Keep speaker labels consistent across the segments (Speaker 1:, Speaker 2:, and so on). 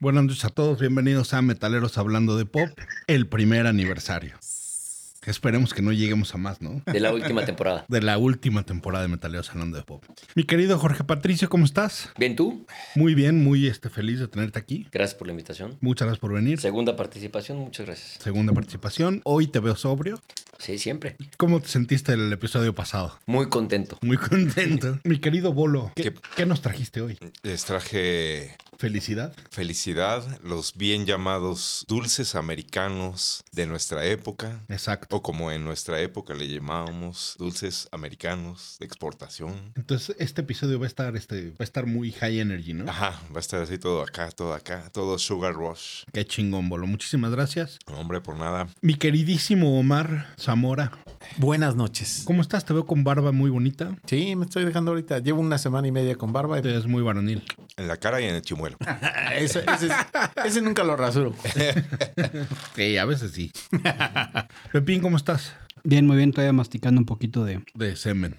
Speaker 1: Buenas noches a todos, bienvenidos a Metaleros Hablando de Pop, el primer aniversario. Esperemos que no lleguemos a más, ¿no?
Speaker 2: De la última temporada.
Speaker 1: De la última temporada de Metaleros Hablando de Pop. Mi querido Jorge Patricio, ¿cómo estás?
Speaker 2: Bien, tú.
Speaker 1: Muy bien, muy este, feliz de tenerte aquí.
Speaker 2: Gracias por la invitación.
Speaker 1: Muchas gracias por venir.
Speaker 2: Segunda participación, muchas gracias.
Speaker 1: Segunda participación. Hoy te veo sobrio.
Speaker 2: Sí, siempre.
Speaker 1: ¿Cómo te sentiste el episodio pasado?
Speaker 2: Muy contento.
Speaker 1: Muy contento. Mi querido Bolo, ¿qué,
Speaker 3: ¿Qué?
Speaker 1: qué nos trajiste hoy?
Speaker 3: Les traje
Speaker 1: ¿Felicidad?
Speaker 3: felicidad, los bien llamados dulces americanos de nuestra época,
Speaker 1: Exacto.
Speaker 3: o como en nuestra época le llamábamos dulces americanos de exportación.
Speaker 1: Entonces, este episodio va a estar, este, va a estar muy high energy, ¿no?
Speaker 3: Ajá, va a estar así todo acá, todo acá, todo Sugar Rush.
Speaker 1: Qué chingón, Bolo. Muchísimas gracias.
Speaker 3: No, Hombre, por nada.
Speaker 1: Mi queridísimo Omar Zamora,
Speaker 4: Buenas noches.
Speaker 1: ¿cómo estás? Te veo con barba muy bonita.
Speaker 4: Sí, me estoy dejando ahorita. Llevo una semana y media con barba.
Speaker 1: Es muy varonil.
Speaker 3: En la cara y en el chimuelo.
Speaker 4: Ah, Ese, ese- ese nunca lo rasuro.
Speaker 1: Sí, a veces sí. Pepín, ¿cómo estás?
Speaker 5: Bien, muy bien, todavía masticando un poquito de,
Speaker 1: De semen.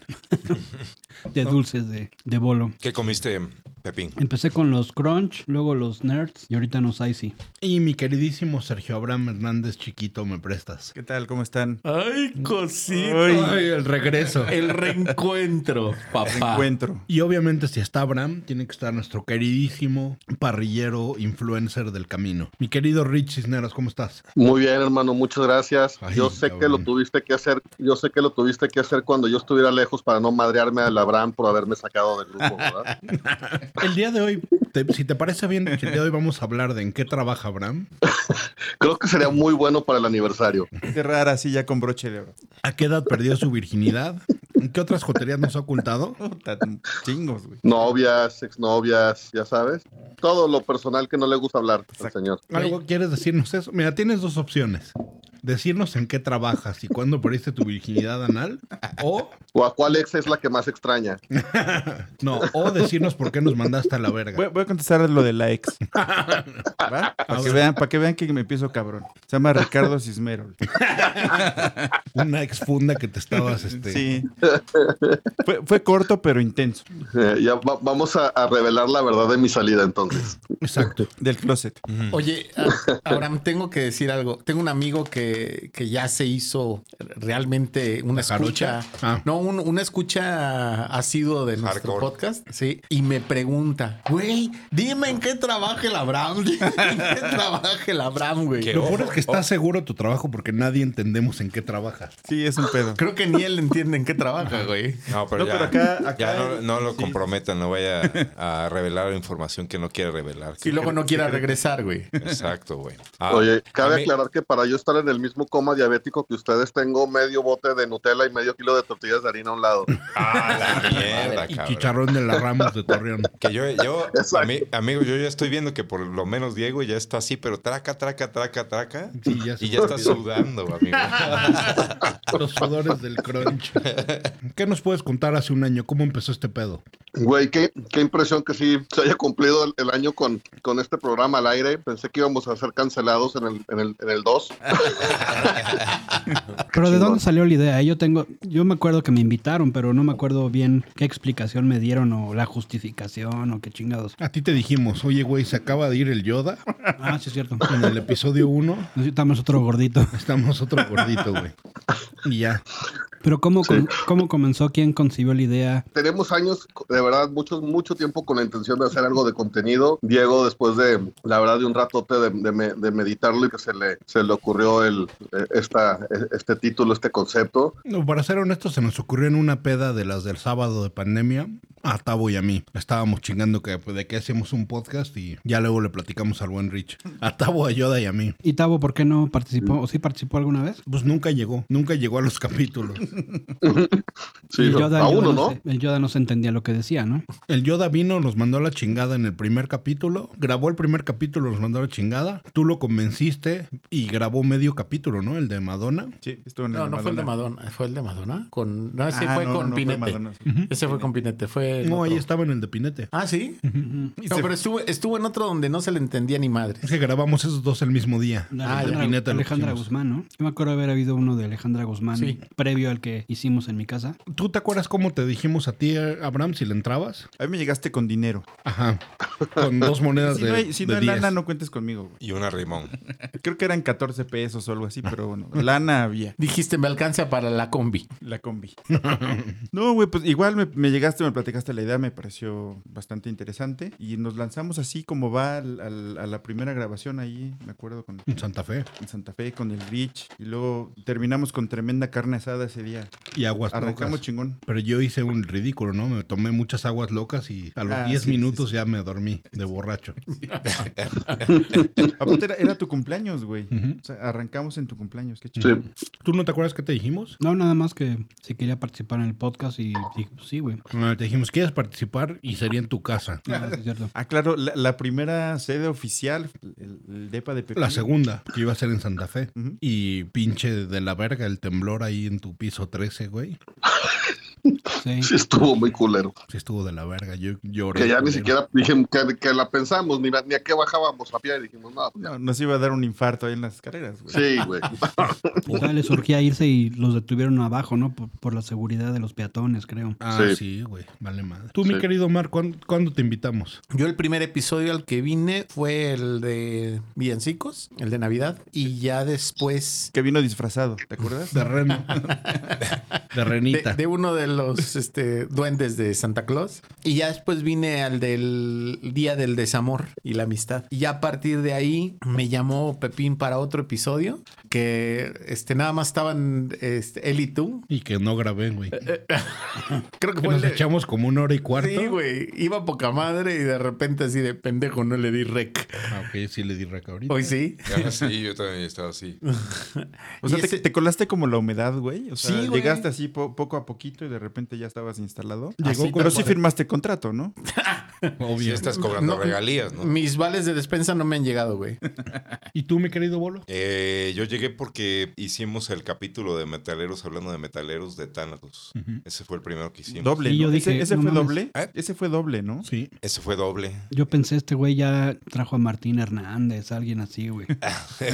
Speaker 5: de dulces de, de bolo.
Speaker 3: ¿Qué comiste, Pepín?
Speaker 5: Empecé con los crunch, luego los nerds y ahorita los icy.
Speaker 1: Y mi queridísimo Sergio Abraham Hernández Chiquito, ¿me prestas?
Speaker 6: ¿Qué tal? ¿Cómo están?
Speaker 4: Ay,
Speaker 1: Ay,
Speaker 4: cosita.
Speaker 1: el regreso.
Speaker 4: El reencuentro, papá.
Speaker 6: Encuentro.
Speaker 1: Y obviamente si está Abraham, tiene que estar nuestro queridísimo parrillero influencer del camino. Mi querido Rich Cisneros, ¿cómo estás?
Speaker 7: Muy bien, hermano, muchas gracias.
Speaker 1: Ay,
Speaker 7: yo sé que
Speaker 1: cabrón.
Speaker 7: lo tuviste que hacer, yo sé que lo tuviste que hacer cuando yo estuviera lejos para no madrearme a Labran por haberme sacado del grupo, ¿verdad?
Speaker 1: El día de hoy, te- si te parece bien, el día de hoy vamos a hablar de en qué trabaja Abraham,
Speaker 7: Creo que sería muy bueno para el aniversario.
Speaker 6: Cerrar así ya con broche de oro.
Speaker 1: a qué edad perdió su virginidad, en qué otras joterías nos ha ocultado.
Speaker 6: Puta, chingos, güey.
Speaker 7: Novias, exnovias, ya sabes. Todo lo personal que no le gusta hablar al
Speaker 6: Exacto.
Speaker 7: señor.
Speaker 1: ¿Algo quieres decirnos eso? Mira, tienes dos opciones. Decirnos en qué trabajas y cuándo perdiste tu virginidad anal. O,
Speaker 7: O a cuál ex es la que más extraña.
Speaker 1: no, o decirnos por qué nos mandaste a la
Speaker 6: Voy,
Speaker 1: verga.
Speaker 6: voy a contestar lo de la ex. ¿Va? Para
Speaker 4: Ah,
Speaker 6: que, vean, para que vean que me empiezo cabrón. Se llama Ricardo Cismero.
Speaker 1: Una exfunda que te estabas, este...
Speaker 6: Sí. Fue, fue corto, pero intenso.
Speaker 7: Eh, ya va- vamos a, a revelar la verdad de mi salida entonces.
Speaker 1: Exacto.
Speaker 6: Del closet.
Speaker 4: Oye, a- Abraham, tengo que decir algo. Tengo un amigo que, que ya se hizo realmente una
Speaker 1: ¿La jarocha?
Speaker 4: escucha.
Speaker 1: Ah.
Speaker 4: No, un- una escucha asiduo de nuestro
Speaker 3: Hardcore.
Speaker 4: podcast. Sí. Y me pregunta, güey, dime en qué trabaja el Abraham. Dime en qué trabaja el Abraham, güey.
Speaker 3: Qué
Speaker 1: Lo bueno es que estás seguro de tu trabajo porque nadie entendemos en qué trabajas.
Speaker 6: Sí, es un pedo.
Speaker 4: Creo que ni él entiende en qué trabaja, güey.
Speaker 3: No, pero
Speaker 6: No,
Speaker 3: ya,
Speaker 6: pero acá- acá
Speaker 3: ya no, no lo
Speaker 6: sí.
Speaker 3: comprometan, no vaya a revelar información que no quiere revelar.
Speaker 4: Y luego no quiera regresar, güey.
Speaker 3: Exacto, güey. Ah,
Speaker 7: Oye,
Speaker 3: a
Speaker 7: cabe
Speaker 3: mí-
Speaker 7: aclarar que para yo estar en el mismo coma diabético que ustedes, tengo medio bote de Nutella y medio kilo de tortillas de harina a un lado.
Speaker 3: Ah, la mierda,
Speaker 1: Y
Speaker 3: cabrón.
Speaker 1: chicharrón de las ramas de Torreón.
Speaker 3: Que yo, yo
Speaker 7: Exacto.
Speaker 3: ami- amigo, yo ya estoy viendo que por lo menos Diego ya está así, pero traca, traca, traca, traca.
Speaker 1: Sí, ya se
Speaker 3: Y ya está
Speaker 1: olvidó.
Speaker 3: sudando, amigo.
Speaker 1: Los sudores del crunch. ¿Qué nos puedes contar hace un año? ¿Cómo empezó este pedo?
Speaker 7: Güey, qué, qué impresión que sí se haya cumplido el, el año con, con este programa al aire. Pensé que íbamos a ser cancelados en el, en el, en el 2.
Speaker 5: Pero ¿de
Speaker 7: chingón.
Speaker 5: dónde salió la idea? Yo tengo, yo me acuerdo que me invitaron, pero no me acuerdo bien qué explicación me dieron o la justificación o qué chingados.
Speaker 1: A ti te dijimos, oye, güey, se acaba de ir el Yoda
Speaker 5: Ah, sí es cierto.
Speaker 1: en el episodio 1.
Speaker 5: Necesitamos otro gordito.
Speaker 1: Estamos otro gordito, güey. Y ya.
Speaker 5: Pero ¿cómo, com- ¿cómo comenzó? ¿Quién concibió la idea?
Speaker 7: Tenemos años, de verdad, mucho, mucho tiempo con la intención de hacer algo de contenido. Diego, después de, la verdad, de un ratote de, de me- de meditarlo y que se le, se le ocurrió el, eh, esta, este título, este concepto.
Speaker 1: No, para ser honestos, se nos ocurrió en una peda de las del sábado de pandemia a Tavo y a mí. Estábamos chingando que, pues, de que hacíamos un podcast y ya luego le platicamos al buen Rich. A Tavo, a Yoda y a mí.
Speaker 5: ¿Y Tavo por qué no
Speaker 7: Mm.
Speaker 5: participó? ¿O sí participó alguna vez?
Speaker 1: Pues nunca llegó, nunca llegó a los capítulos.
Speaker 7: Sí,
Speaker 5: el
Speaker 7: ¿no?
Speaker 5: Yoda, el Yoda
Speaker 7: a
Speaker 5: no
Speaker 7: uno, ¿no?
Speaker 5: se- el Yoda no se entendía lo que decía, ¿no?
Speaker 1: El Yoda vino, nos mandó a la chingada en el primer capítulo. Grabó el primer capítulo, nos mandó a la chingada. Tú lo convenciste y grabó medio capítulo, ¿no? El de Madonna.
Speaker 6: Sí, estuvo en
Speaker 4: No, no fue el de
Speaker 6: Madonna.
Speaker 4: Madonna. ¿Fue el de Madonna? Con, no, ese
Speaker 6: Ah,
Speaker 4: fue
Speaker 6: no,
Speaker 4: con
Speaker 6: no fue
Speaker 4: Pinete.
Speaker 6: Madonna, sí.
Speaker 4: Ese fue con Pinete. Fue el
Speaker 1: No, ahí
Speaker 4: otro.
Speaker 1: estaba en el de Pinete.
Speaker 4: Ah, sí. No, pero estuvo, estuvo en otro donde no se le entendía ni madre.
Speaker 1: Es que grabamos esos dos el mismo día.
Speaker 5: De
Speaker 4: Ah,
Speaker 1: El de
Speaker 5: Alejandra,
Speaker 1: Pinete lo
Speaker 5: Alejandra
Speaker 1: pusimos.
Speaker 5: Guzmán, ¿no? Yo me acuerdo haber habido uno de Alejandra Guzmán
Speaker 4: Sí.
Speaker 5: previo al especial que hicimos en mi casa.
Speaker 1: ¿Tú te acuerdas cómo te dijimos a ti, eh, Abraham, si le entrabas?
Speaker 6: A mí me llegaste con dinero.
Speaker 1: Ajá. Con dos monedas
Speaker 6: Si
Speaker 1: de.
Speaker 6: no hay, si no
Speaker 1: de
Speaker 6: hay
Speaker 1: 10.
Speaker 6: lana, no cuentes conmigo, güey.
Speaker 3: Y una rimón.
Speaker 6: Creo que eran 14 pesos o algo así, pero bueno, lana había.
Speaker 4: Dijiste, me alcanza para la combi.
Speaker 6: La combi. No, güey, pues igual me, me llegaste, me platicaste la idea, me pareció bastante interesante. Y nos lanzamos así como va al- al- a la primera grabación ahí, me acuerdo, con,
Speaker 1: En Santa Fe
Speaker 6: en Santa Fe, con el Rich. Y luego terminamos con tremenda carne asada ese día.
Speaker 1: y aguas
Speaker 6: Arrancamos
Speaker 1: locas.
Speaker 6: chingón.
Speaker 1: Pero yo hice un ridículo, ¿no? Me tomé muchas aguas locas y a
Speaker 6: Ah,
Speaker 1: los 10
Speaker 6: sí, sí,
Speaker 1: minutos ya me dormí de borracho.
Speaker 6: Aparte era, era tu cumpleaños, güey.
Speaker 1: Ujú.
Speaker 6: O sea, arrancamos en tu cumpleaños, qué chido.
Speaker 7: Sí.
Speaker 1: ¿Tú no te acuerdas qué te dijimos?
Speaker 5: No, nada más que si quería participar en el podcast y dije, pues sí, güey.
Speaker 1: Ah, te dijimos, ¿quieres participar? Y sería en tu casa.
Speaker 5: No, sí es cierto.
Speaker 6: Ah, claro, la, la primera sede oficial, el, el DEPA de Pepillo.
Speaker 1: La segunda, que iba a ser en Santa Fe.
Speaker 6: Ujú.
Speaker 1: Y pinche de la verga el temblor ahí en tu piso 13, güey.
Speaker 5: Sí.
Speaker 7: Sí, estuvo muy culero.
Speaker 1: Sí estuvo de la verga. Yo lloré.
Speaker 7: Que ya ni
Speaker 1: culero.
Speaker 7: siquiera dije que, que la pensamos, ni, la- ni a qué bajábamos a pie y dijimos, no, pues ya.
Speaker 6: No, nos iba a dar un infarto ahí en las carreras, güey.
Speaker 7: Sí, güey.
Speaker 5: Ojalá le surgía irse y los detuvieron abajo, ¿no? Por, por la seguridad de los peatones, creo.
Speaker 1: Ah,
Speaker 7: Sí.
Speaker 1: sí, güey. Vale madre. Tú, mi
Speaker 7: Sí.
Speaker 1: querido Omar, ¿cuán- ¿cuándo, te invitamos?
Speaker 4: Yo el primer episodio al que vine fue el de Villancicos, el de Navidad, y ya después
Speaker 6: Que vino disfrazado, ¿te acuerdas?
Speaker 1: De reno. de
Speaker 4: de,
Speaker 1: renita.
Speaker 4: de uno de los este, duendes de Santa Claus, y ya después vine al del Día del Desamor y la Amistad. Y ya a partir de ahí me llamó Pepín para otro episodio, que este, nada más estaban este, él y tú.
Speaker 1: Y que no grabé, güey.
Speaker 4: Eh, Creo que
Speaker 1: Que
Speaker 4: fue
Speaker 1: nos
Speaker 4: el de-
Speaker 1: echamos como una hora y cuarto.
Speaker 4: Sí, güey. Iba poca madre y de repente así de pendejo no le di rec.
Speaker 1: Ah, ok, sí le di reca ahorita.
Speaker 4: Hoy sí.
Speaker 3: Ah, sí, yo también estaba así.
Speaker 6: O sea,
Speaker 4: Y
Speaker 6: te,
Speaker 4: ese-
Speaker 6: te colaste como la humedad, güey. O sea,
Speaker 4: Sí, güey.
Speaker 6: llegaste así po- poco a poquito y de repente ya estabas instalado.
Speaker 1: Llegó
Speaker 4: Así
Speaker 1: con-
Speaker 6: Pero sí
Speaker 4: tal cual.
Speaker 6: firmaste contrato, ¿no?
Speaker 1: Obvio.
Speaker 3: Sí, estás cobrando
Speaker 4: No,
Speaker 3: regalías, ¿no?
Speaker 4: Mis vales de despensa no me han llegado, güey.
Speaker 1: ¿Y tú, mi querido Bolo?
Speaker 3: Eh, yo llegué porque hicimos el capítulo de metaleros hablando de metaleros de Thanatos. Ese fue el primero que hicimos.
Speaker 6: Doble.
Speaker 5: Sí,
Speaker 6: ¿no?
Speaker 5: yo
Speaker 6: ese
Speaker 5: dije,
Speaker 6: ese
Speaker 5: no
Speaker 6: fue
Speaker 5: mames.
Speaker 6: doble.
Speaker 3: ¿Eh?
Speaker 6: Ese fue doble, ¿no?
Speaker 1: Sí.
Speaker 3: Ese fue doble.
Speaker 5: Yo pensé, este güey ya trajo a Martín Hernández, alguien así, güey.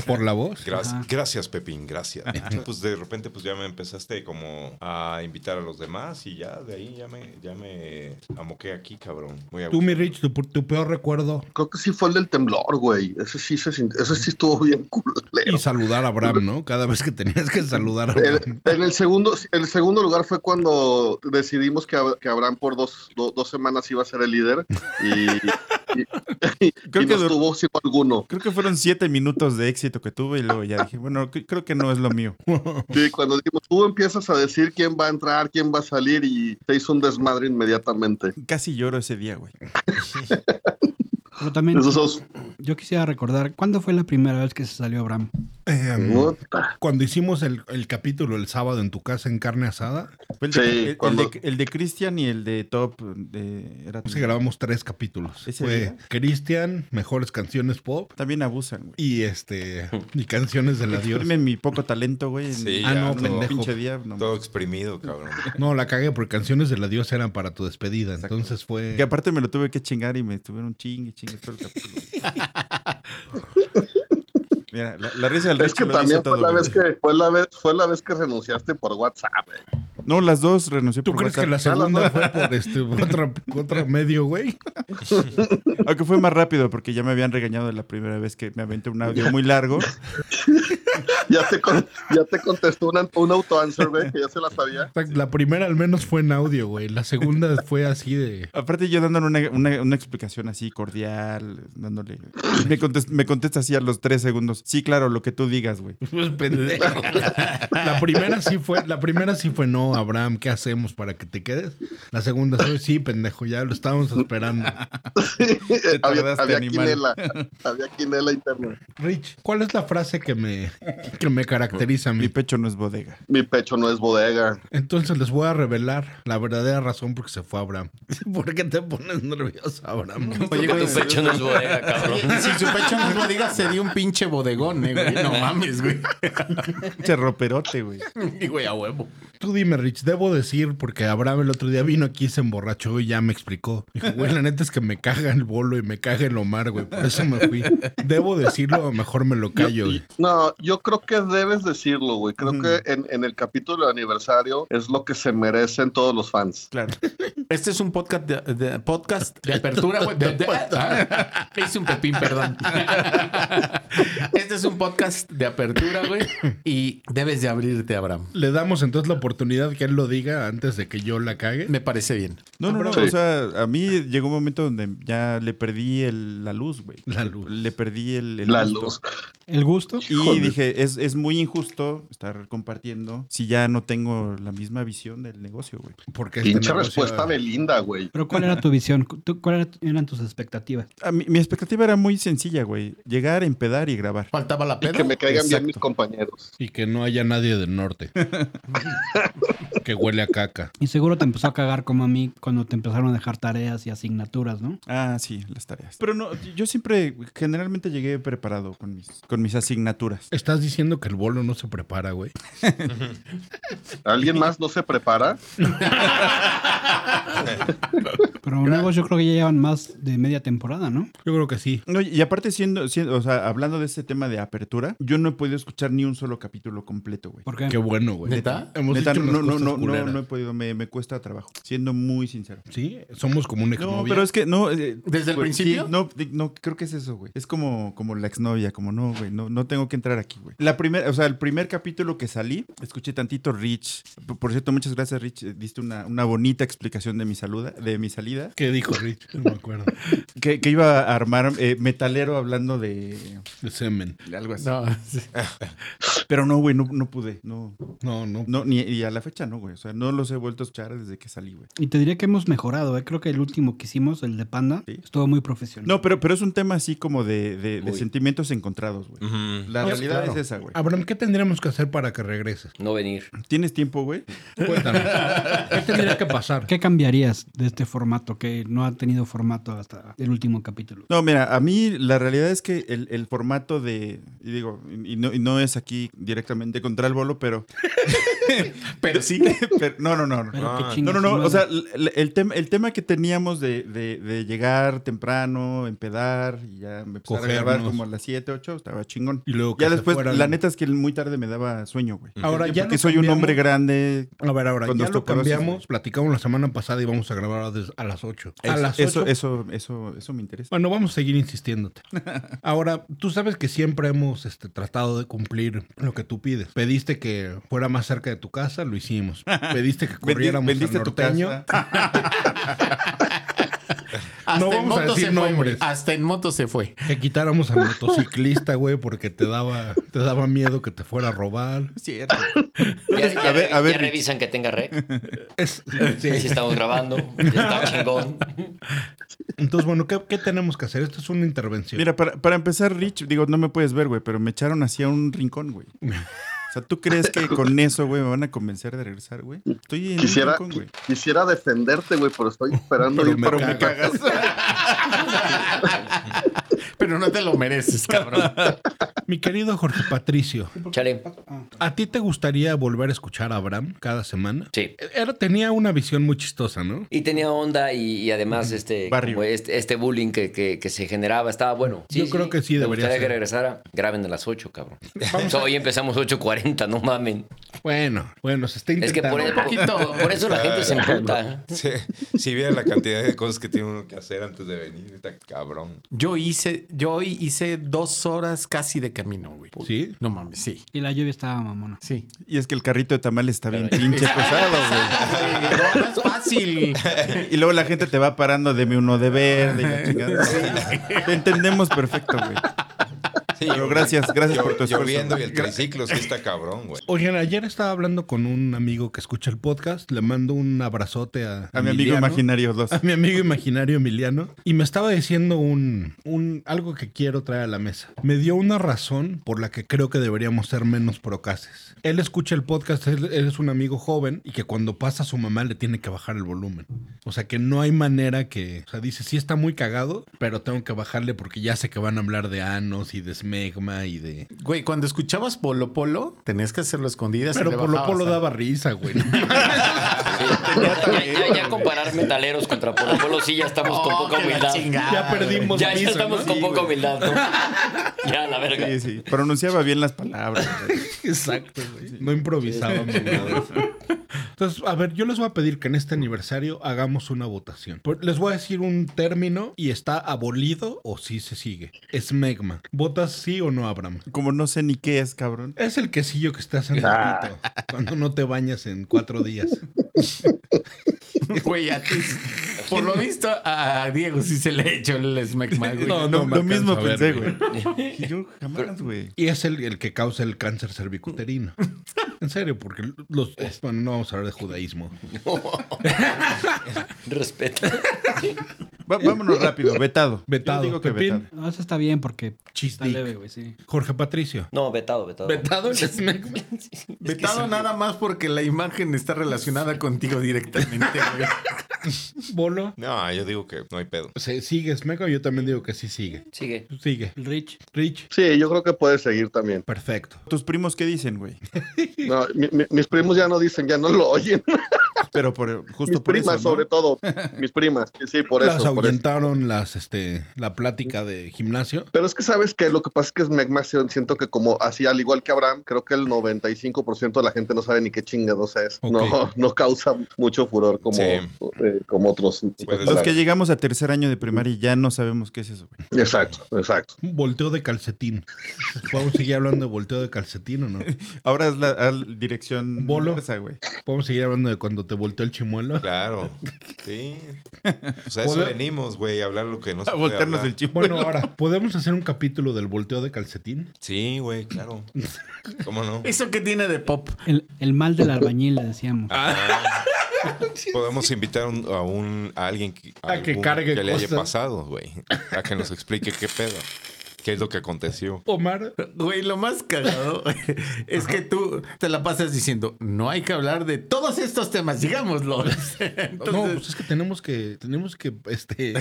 Speaker 1: Por la voz.
Speaker 3: Gracias,
Speaker 5: Ajá.
Speaker 3: gracias Pepín, gracias. pues de repente pues ya me empezaste como a invitar a los demás y ya de ahí ya me, ya me amoqué aquí, cabrón. Muy a
Speaker 1: Tú,
Speaker 3: gusto.
Speaker 1: mi Rich, tu, tu peor recuerdo.
Speaker 7: Creo que sí fue el del temblor, güey. Ese sí se sintió- ese sí estuvo bien culero.
Speaker 1: Y saludar a Abraham, ¿no? Cada vez que tenías que saludar a
Speaker 7: En,
Speaker 1: Abraham.
Speaker 7: en el segundo, el segundo lugar fue cuando decidimos que, Ab- que Abraham por dos, do- dos semanas iba a ser el líder y, y- y
Speaker 6: Creo que
Speaker 7: no
Speaker 6: dur-
Speaker 7: estuvo sin alguno.
Speaker 6: Creo que fueron siete minutos de éxito que tuve y luego ya dije, bueno, cre- creo que no es lo mío.
Speaker 7: Sí, cuando dijimos, tú empiezas a decir quién va a entrar, quién va a salir y te hizo un desmadre inmediatamente.
Speaker 6: Casi lloro ese día, güey.
Speaker 5: Pero también
Speaker 7: Esos dos,
Speaker 5: yo quisiera recordar, ¿cuándo fue la primera vez que se salió Abraham?
Speaker 6: Mm.
Speaker 1: Em,
Speaker 7: puta.
Speaker 1: Cuando hicimos el, el capítulo el sábado en tu casa en carne asada,
Speaker 6: Fue el de,
Speaker 7: Sí,
Speaker 6: el- el,
Speaker 7: cuando-
Speaker 6: de, el de Cristian y el de Top. De, era-
Speaker 1: pues, que grabamos tres capítulos.
Speaker 6: ¿Ese
Speaker 1: Fue
Speaker 6: día?
Speaker 1: Cristian, mejores canciones pop
Speaker 6: También abusan, güey.
Speaker 1: y este y canciones del adiós.
Speaker 6: Exprimen mi poco talento, güey. en-
Speaker 3: Sí,
Speaker 1: Ah,
Speaker 3: ya,
Speaker 1: no,
Speaker 6: en un
Speaker 1: pendejo.
Speaker 6: pinche día. no.
Speaker 3: Todo exprimido, cabrón.
Speaker 1: No, la cagué porque canciones del adiós eran para tu despedida. Entonces fue.
Speaker 6: Que aparte me lo tuve que chingar y me estuvieron chingue, chingue todo el capítulo. Mira, la, la risa del
Speaker 7: Es
Speaker 6: Richie
Speaker 7: que
Speaker 6: lo dice
Speaker 7: también fue
Speaker 6: todo,
Speaker 7: la
Speaker 6: güey.
Speaker 7: vez que fue la vez fue la vez que renunciaste por WhatsApp. eh.
Speaker 6: No, las dos renuncié
Speaker 1: ¿Tú
Speaker 6: por
Speaker 1: crees que
Speaker 6: WhatsApp.
Speaker 1: la segunda fue por este por otra, otra medio, güey?
Speaker 6: Aunque fue más rápido porque ya me habían regañado de la primera vez que me aventé un audio muy largo.
Speaker 7: Ya te con- ya te contestó una- un autoanswer, güey, que ya se la sabía.
Speaker 1: O sea, La primera al menos fue en audio, güey. La segunda fue así de.
Speaker 6: Aparte yo dándole una, una- una explicación así cordial, dándole... Me, contest- me contesta así a los tres segundos. Sí, claro, lo que tú digas, güey.
Speaker 1: La primera sí fue, la primera sí fue no, Abraham, ¿qué hacemos para que te quedes? La segunda fue sí, pendejo, ya lo estábamos esperando.
Speaker 7: había
Speaker 6: tardaste,
Speaker 7: había
Speaker 6: animal.
Speaker 7: quinela, había quinela interna.
Speaker 1: Rich, ¿cuál es la frase que me, que me caracteriza a
Speaker 6: Mi
Speaker 1: mí?
Speaker 6: pecho no es bodega.
Speaker 7: Mi pecho no es bodega.
Speaker 1: Entonces les voy a revelar la verdadera razón por qué se fue Abraham. ¿Por qué te pones nervioso, Abraham?
Speaker 4: Oye,
Speaker 2: Tu pecho no es bodega, cabrón.
Speaker 4: Si su pecho no es bodega, sería un pinche bodegón, eh, güey. No mames, güey.
Speaker 6: Pinche roperote, güey.
Speaker 4: Y güey, a huevo.
Speaker 1: Tú dime, Rich, debo decir, porque Abraham el otro día vino aquí, se emborrachó y ya me explicó. Dijo, güey, la neta es que me caga el bolo y me caga el Omar, güey. Por eso me fui. Debo decirlo, o mejor me lo callo, güey.
Speaker 7: No, yo creo que debes decirlo, güey. Creo que en, en el capítulo de aniversario es lo que se merecen todos los fans.
Speaker 6: Claro.
Speaker 4: Este es un podcast de, de- podcast de apertura, güey. De- de- ah, hice un pepín, perdón. Este es un podcast de apertura, güey. Y debes de abrirte, Abraham.
Speaker 1: Le damos entonces la oportunidad que él lo diga antes de que yo la cague.
Speaker 4: Me parece bien.
Speaker 6: No, no, no.
Speaker 7: Sí.
Speaker 6: O sea, a mí llegó un momento donde ya le perdí el- la luz, güey.
Speaker 1: La luz.
Speaker 6: Le perdí el, el
Speaker 7: La
Speaker 6: gusto.
Speaker 7: luz.
Speaker 5: El gusto.
Speaker 6: Y
Speaker 7: Híjole.
Speaker 6: dije, es, es muy injusto estar compartiendo si ya no tengo la misma visión del negocio, güey.
Speaker 1: Porque este
Speaker 7: Pinche
Speaker 1: negocio-
Speaker 7: respuesta de Linda, güey.
Speaker 5: Pero ¿cuál era tu visión? ¿Tú- ¿Cuáles eran tus expectativas?
Speaker 6: A mí- mi expectativa era muy sencilla, güey. Llegar, empedar y grabar.
Speaker 4: Faltaba la
Speaker 7: Y
Speaker 4: pena.
Speaker 7: que me caigan bien
Speaker 6: Exacto.
Speaker 7: mis compañeros.
Speaker 1: Y que no haya nadie del norte. que huele a caca.
Speaker 5: Y seguro te empezó a cagar como a mí cuando te empezaron a dejar tareas y asignaturas, ¿no?
Speaker 6: Ah, sí, las tareas. Pero no, yo siempre, generalmente llegué preparado con mis, con mis asignaturas.
Speaker 1: ¿Estás diciendo que el bolo no se prepara, güey?
Speaker 7: ¿Alguien más no se prepara?
Speaker 5: Pero nuevos yo creo que ya llevan más de media temporada, ¿no?
Speaker 1: Yo creo que sí.
Speaker 6: No, y aparte siendo, siendo- o sea, hablando de este tema de apertura, yo no he podido escuchar ni un solo capítulo completo, güey.
Speaker 5: Porque
Speaker 1: Qué bueno, güey.
Speaker 4: ¿Neta?
Speaker 1: Hemos
Speaker 6: Neta,
Speaker 1: dicho unas
Speaker 6: no, no,
Speaker 1: cosas
Speaker 6: no, no,
Speaker 1: culeras.
Speaker 6: no he podido, me, me cuesta trabajo, siendo muy sincero.
Speaker 1: Sí, somos como un exnovio.
Speaker 6: No, pero es que no. eh,
Speaker 4: ¿Desde el
Speaker 6: güey,
Speaker 4: principio?
Speaker 6: sí, no, di- no, creo que es eso, güey. Es como, como la exnovia, como no, güey, no, no tengo que entrar aquí, güey. La primera, o sea, el primer capítulo que salí, escuché tantito Rich. Por, por cierto, muchas gracias, Rich. eh, Diste una, una bonita explicación de mi saluda, de mi salida.
Speaker 1: ¿Qué dijo Rich? No me acuerdo.
Speaker 6: Que, que iba a armar eh, metalero hablando de,
Speaker 1: De semen.
Speaker 6: de algo así.
Speaker 4: No, sí.
Speaker 6: Pero no, güey, no, no pude. No,
Speaker 1: No, no.
Speaker 6: no, ni y a la fecha no, güey. O sea, no los he vuelto a escuchar desde que salí, güey.
Speaker 5: Y te diría que hemos mejorado, ¿eh? Creo que el último que hicimos, el de Panda,
Speaker 6: Sí.
Speaker 5: estuvo muy profesional.
Speaker 6: No, pero, pero es un tema así como de, de- de sentimientos encontrados, güey.
Speaker 3: Ujú.
Speaker 6: La
Speaker 1: Pues,
Speaker 6: realidad
Speaker 1: claro.
Speaker 6: es esa, güey.
Speaker 1: Abraham, ¿qué tendríamos que hacer para que regreses?
Speaker 2: No venir.
Speaker 6: ¿Tienes tiempo, güey?
Speaker 1: Cuéntame. ¿Qué tendría que pasar?
Speaker 5: ¿Qué cambiarías de este formato que no ha tenido formato hasta el último capítulo?
Speaker 6: No, mira, a mí la realidad es que el, el formato de, y digo, y y no, y no es aquí directamente contra el bolo, pero... pero sí. pero- no, no, no, no.
Speaker 5: Pero qué
Speaker 3: Ah,
Speaker 5: chingue
Speaker 6: No,
Speaker 5: su
Speaker 6: no, no.
Speaker 5: madre.
Speaker 6: O sea, l- l- el, tema el tema que teníamos de, de- de llegar temprano, empedar y ya me empezar a grabar
Speaker 1: Cogernos.
Speaker 6: como a las 7, 8, estaba chingón.
Speaker 1: Y luego que
Speaker 6: Ya
Speaker 1: se
Speaker 6: después,
Speaker 1: fueran.
Speaker 6: la neta es que muy tarde me daba sueño, güey.
Speaker 1: Ahora ya
Speaker 6: Porque
Speaker 1: lo
Speaker 6: soy un
Speaker 1: cambiamos.
Speaker 6: hombre grande.
Speaker 1: A ver, ahora
Speaker 6: Cuando
Speaker 1: ya lo
Speaker 6: esto pasa,
Speaker 1: cambiamos.
Speaker 6: sí.
Speaker 1: Platicamos la semana pasada y vamos a grabar a des- a las 8. A
Speaker 6: Eso-
Speaker 1: las 8.
Speaker 6: eso, eso, eso, eso me interesa.
Speaker 1: Bueno, vamos a seguir insistiéndote. Ahora, tú sabes que siempre hemos este, tratado de cumplir lo que tú pides. Pediste que fuera más cerca de tu casa, lo hicimos. Pediste que corriéramos
Speaker 6: Vendiste
Speaker 1: al
Speaker 6: tu
Speaker 1: norteño.
Speaker 6: casa.
Speaker 4: Hasta
Speaker 1: No
Speaker 4: en
Speaker 1: vamos a
Speaker 4: moto
Speaker 1: decir
Speaker 4: se fue, güey.
Speaker 1: nombres.
Speaker 4: Hasta en moto se fue.
Speaker 1: Que quitáramos al motociclista, güey, porque te daba, te daba miedo que te fuera a robar.
Speaker 6: Cierto.
Speaker 2: Ya, ya-
Speaker 6: a ver, a ver,
Speaker 2: ya
Speaker 6: Rich.
Speaker 2: revisan que tenga red.
Speaker 1: Es-
Speaker 2: Si estamos grabando. Ya está chingón.
Speaker 1: Entonces, bueno, ¿qué, qué tenemos que hacer? Esto es una intervención.
Speaker 6: Mira, para, para empezar, Rich, digo, no me puedes ver, güey, pero me echaron hacia un rincón, güey. O sea, ¿tú crees que con eso, güey, me van a convencer de regresar, güey? Estoy en
Speaker 7: Quisiera,
Speaker 6: un rincón, güey.
Speaker 7: quisiera defenderte, güey, pero estoy esperando
Speaker 1: Pero
Speaker 7: ir
Speaker 1: me
Speaker 7: para
Speaker 1: cagas.
Speaker 7: una
Speaker 4: Pero no te lo mereces, cabrón.
Speaker 1: Mi querido Jorge Patricio,
Speaker 2: Chale.
Speaker 1: ¿a ti te gustaría volver a escuchar a Abraham cada semana?
Speaker 2: Sí.
Speaker 1: Era, tenía una visión muy chistosa, ¿no?
Speaker 2: Y tenía onda y, y además este,
Speaker 6: Barrio.
Speaker 2: como este, este bullying que, que- que se generaba estaba bueno.
Speaker 1: Yo creo que sí
Speaker 2: Me
Speaker 1: debería
Speaker 2: gustaría
Speaker 1: ser.
Speaker 2: que regresara. Graben a las 8, cabrón. Hoy empezamos 8.40, no mamen.
Speaker 1: Bueno, bueno, se está
Speaker 2: Es que
Speaker 1: intentando.
Speaker 2: por, por- por eso la gente se emputa.
Speaker 3: Sí, si viera la cantidad de cosas que tiene uno que hacer antes de venir, está cabrón.
Speaker 4: Yo hice, yo hoy hice dos horas casi de camino, güey.
Speaker 1: ¿Sí?
Speaker 4: No mames, sí.
Speaker 5: Y la lluvia estaba mamona.
Speaker 4: Sí.
Speaker 6: Y es que el carrito de tamales está bien pinche pesado,
Speaker 4: No, no es fácil.
Speaker 6: güey. Y luego la gente te va parando, deme uno de verde y la chingada. Te entendemos perfecto, güey.
Speaker 3: Sí,
Speaker 6: Pero gracias, gracias por tu esfuerzo.
Speaker 3: Lloviendo y el triciclo sí está cabrón, güey.
Speaker 1: Oigan, ayer estaba hablando con un amigo que escucha el podcast. Le mando un abrazote a,
Speaker 6: A mi amigo
Speaker 1: Emiliano.
Speaker 6: imaginario 2.
Speaker 1: A mi amigo imaginario Emiliano. Y me estaba diciendo un, un algo que quiero traer a la mesa. Me dio una razón por la que creo que deberíamos ser menos procaces. Él escucha el podcast, él, él es un amigo joven y que cuando pasa su mamá le tiene que bajar el volumen. O sea que no hay manera que. O sea, dice, sí está muy cagado, pero tengo que bajarle porque ya sé que van a hablar de anos y de Smegma y de.
Speaker 4: Güey, cuando escuchabas Polo Polo, tenías que hacerlo a escondidas. y
Speaker 1: Pero
Speaker 4: le
Speaker 1: por lo
Speaker 4: bajabas
Speaker 1: polo
Speaker 4: a-
Speaker 1: daba risa, güey.
Speaker 2: Ya, ya- ya comparar metaleros contra Polo Polo, sí, ya estamos con
Speaker 4: Oh,
Speaker 2: poca
Speaker 4: que la
Speaker 2: humildad.
Speaker 4: chingada,
Speaker 1: Ya
Speaker 4: güey.
Speaker 1: perdimos
Speaker 2: Ya, ya
Speaker 1: piso,
Speaker 2: estamos
Speaker 1: ¿no?
Speaker 2: con poca humildad. ¿no? Ya, la verga.
Speaker 6: Sí, sí. Pronunciaba bien las palabras.
Speaker 1: Exacto, güey. No improvisábamos nada. Entonces, a ver, yo les voy a pedir que en este aniversario hagamos una votación. Por- Les voy a decir un término y está abolido o si se sigue. Smegma. ¿Votas sí o no, Abraham?
Speaker 6: Como no sé ni qué es, cabrón.
Speaker 1: Es el quesillo que estás en el pito cuando no te bañas en cuatro días.
Speaker 4: Güey, a ti- Por lo visto, a Diego sí se le echó el smegma, güey.
Speaker 1: No, no me
Speaker 6: lo mismo
Speaker 1: alcanzo a ver,
Speaker 6: pensé, güey. Y yo jamás, güey.
Speaker 1: Y es el, el que causa el cáncer cervicuterino. En serio, porque los... Bueno, no vamos a hablar de judaísmo.
Speaker 2: Respeto.
Speaker 6: Va- vámonos rápido, vetado.
Speaker 1: Vetado.
Speaker 6: Yo digo que
Speaker 1: Pepín.
Speaker 6: vetado.
Speaker 5: No, eso está bien porque está
Speaker 1: Chisdic.
Speaker 5: leve, güey, sí.
Speaker 1: Jorge Patricio.
Speaker 2: No, vetado, vetado.
Speaker 1: Vetado el smegma.
Speaker 4: Vetado nada más porque la imagen está relacionada contigo directamente, güey.
Speaker 1: Bolo.
Speaker 3: No, yo digo que no hay pedo.
Speaker 1: ¿Se sigue Smegma? Yo también digo que sí sigue.
Speaker 2: Sigue.
Speaker 1: Sigue.
Speaker 5: El Rich.
Speaker 1: Rich.
Speaker 7: Sí, yo creo que puede seguir también.
Speaker 1: Perfecto.
Speaker 6: ¿Tus primos qué dicen, güey?
Speaker 7: No, mi- mi- mis primos ya no dicen, ya no lo oyen.
Speaker 6: Pero por, justo
Speaker 7: Mis
Speaker 6: por eso,
Speaker 7: primas,
Speaker 6: ¿no?
Speaker 7: sobre todo. Mis primas. Sí, sí, por
Speaker 1: las
Speaker 7: eso. por eso.
Speaker 1: ahuyentaron las, este, la plática de gimnasio.
Speaker 7: Pero es que sabes que lo que pasa es que es Megma, si- siento que como así, al igual que Abraham, creo que el 95% de la gente no sabe ni qué chingados es.
Speaker 1: Ok.
Speaker 7: No, no causa mucho furor como,
Speaker 3: Sí.
Speaker 7: eh, como otros.
Speaker 3: Puede
Speaker 6: Los
Speaker 3: ser.
Speaker 6: que llegamos a tercer año de primaria y ya no sabemos qué es eso, güey.
Speaker 7: Exacto, exacto.
Speaker 1: Un volteo de calcetín. ¿Podemos seguir hablando de volteo de calcetín o no?
Speaker 6: Ahora es la, al- dirección
Speaker 1: Bolo.
Speaker 6: inversa, güey.
Speaker 1: ¿Podemos seguir hablando de cuando te volteó el chimuelo?
Speaker 3: Claro. Sí. Pues a eso
Speaker 1: Poder-
Speaker 3: venimos, güey, a hablar lo que nos.
Speaker 6: A voltearnos el chip.
Speaker 1: Bueno, ahora, ¿podemos hacer un capítulo del volteo de calcetín?
Speaker 3: Sí, güey, claro. ¿Cómo no?
Speaker 4: ¿Eso qué tiene de pop?
Speaker 5: El, el mal del albañil, le decíamos.
Speaker 1: Ah.
Speaker 3: Podemos invitar un- a un a alguien que,
Speaker 1: A que cargue
Speaker 3: que le haya
Speaker 1: cosas.
Speaker 3: pasado, güey. A que nos explique qué pedo. ¿Qué es lo que aconteció?
Speaker 1: Omar,
Speaker 4: Güey, lo más cagado es que tú te la pasas diciendo, no hay que hablar de todos estos temas, digámoslo.
Speaker 1: no, pues
Speaker 4: Entonces,
Speaker 1: es que tenemos que, tenemos que, este,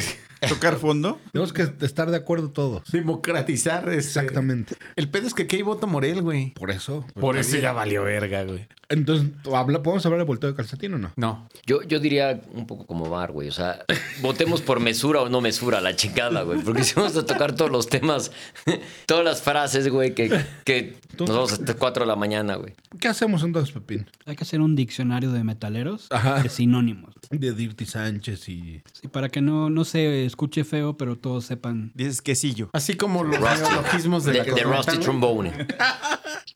Speaker 6: Tocar fondo.
Speaker 1: tenemos que estar de acuerdo todos.
Speaker 4: democratizar. este-
Speaker 1: pues, Exactamente.
Speaker 4: El pedo es que aquí hay voto Morel, güey.
Speaker 1: Por eso. pues,
Speaker 4: Por e- eso ya valió verga, güey.
Speaker 1: Entonces, ¿habla- ¿podemos hablar de volteo de calcetín o no?
Speaker 4: No.
Speaker 2: Yo, yo diría un poco como Bar, güey. O sea, votemos por mesura o no mesura, la chingada, güey. Porque si vamos a tocar todos los temas, todas las frases, güey, que, que nos vamos hasta 4 de la mañana, güey.
Speaker 1: ¿Qué hacemos entonces, Pepín?
Speaker 5: Hay que hacer un diccionario de metaleros
Speaker 1: Ajá.
Speaker 5: de sinónimos.
Speaker 1: De Dirty Sánchez y.
Speaker 5: Sí, para que no, no se escuche feo, pero todos sepan.
Speaker 6: Dices quesillo.
Speaker 4: Así como los neologismos de,
Speaker 2: De,
Speaker 4: la
Speaker 2: de Rusty
Speaker 4: corneta, güey.
Speaker 2: Trombone.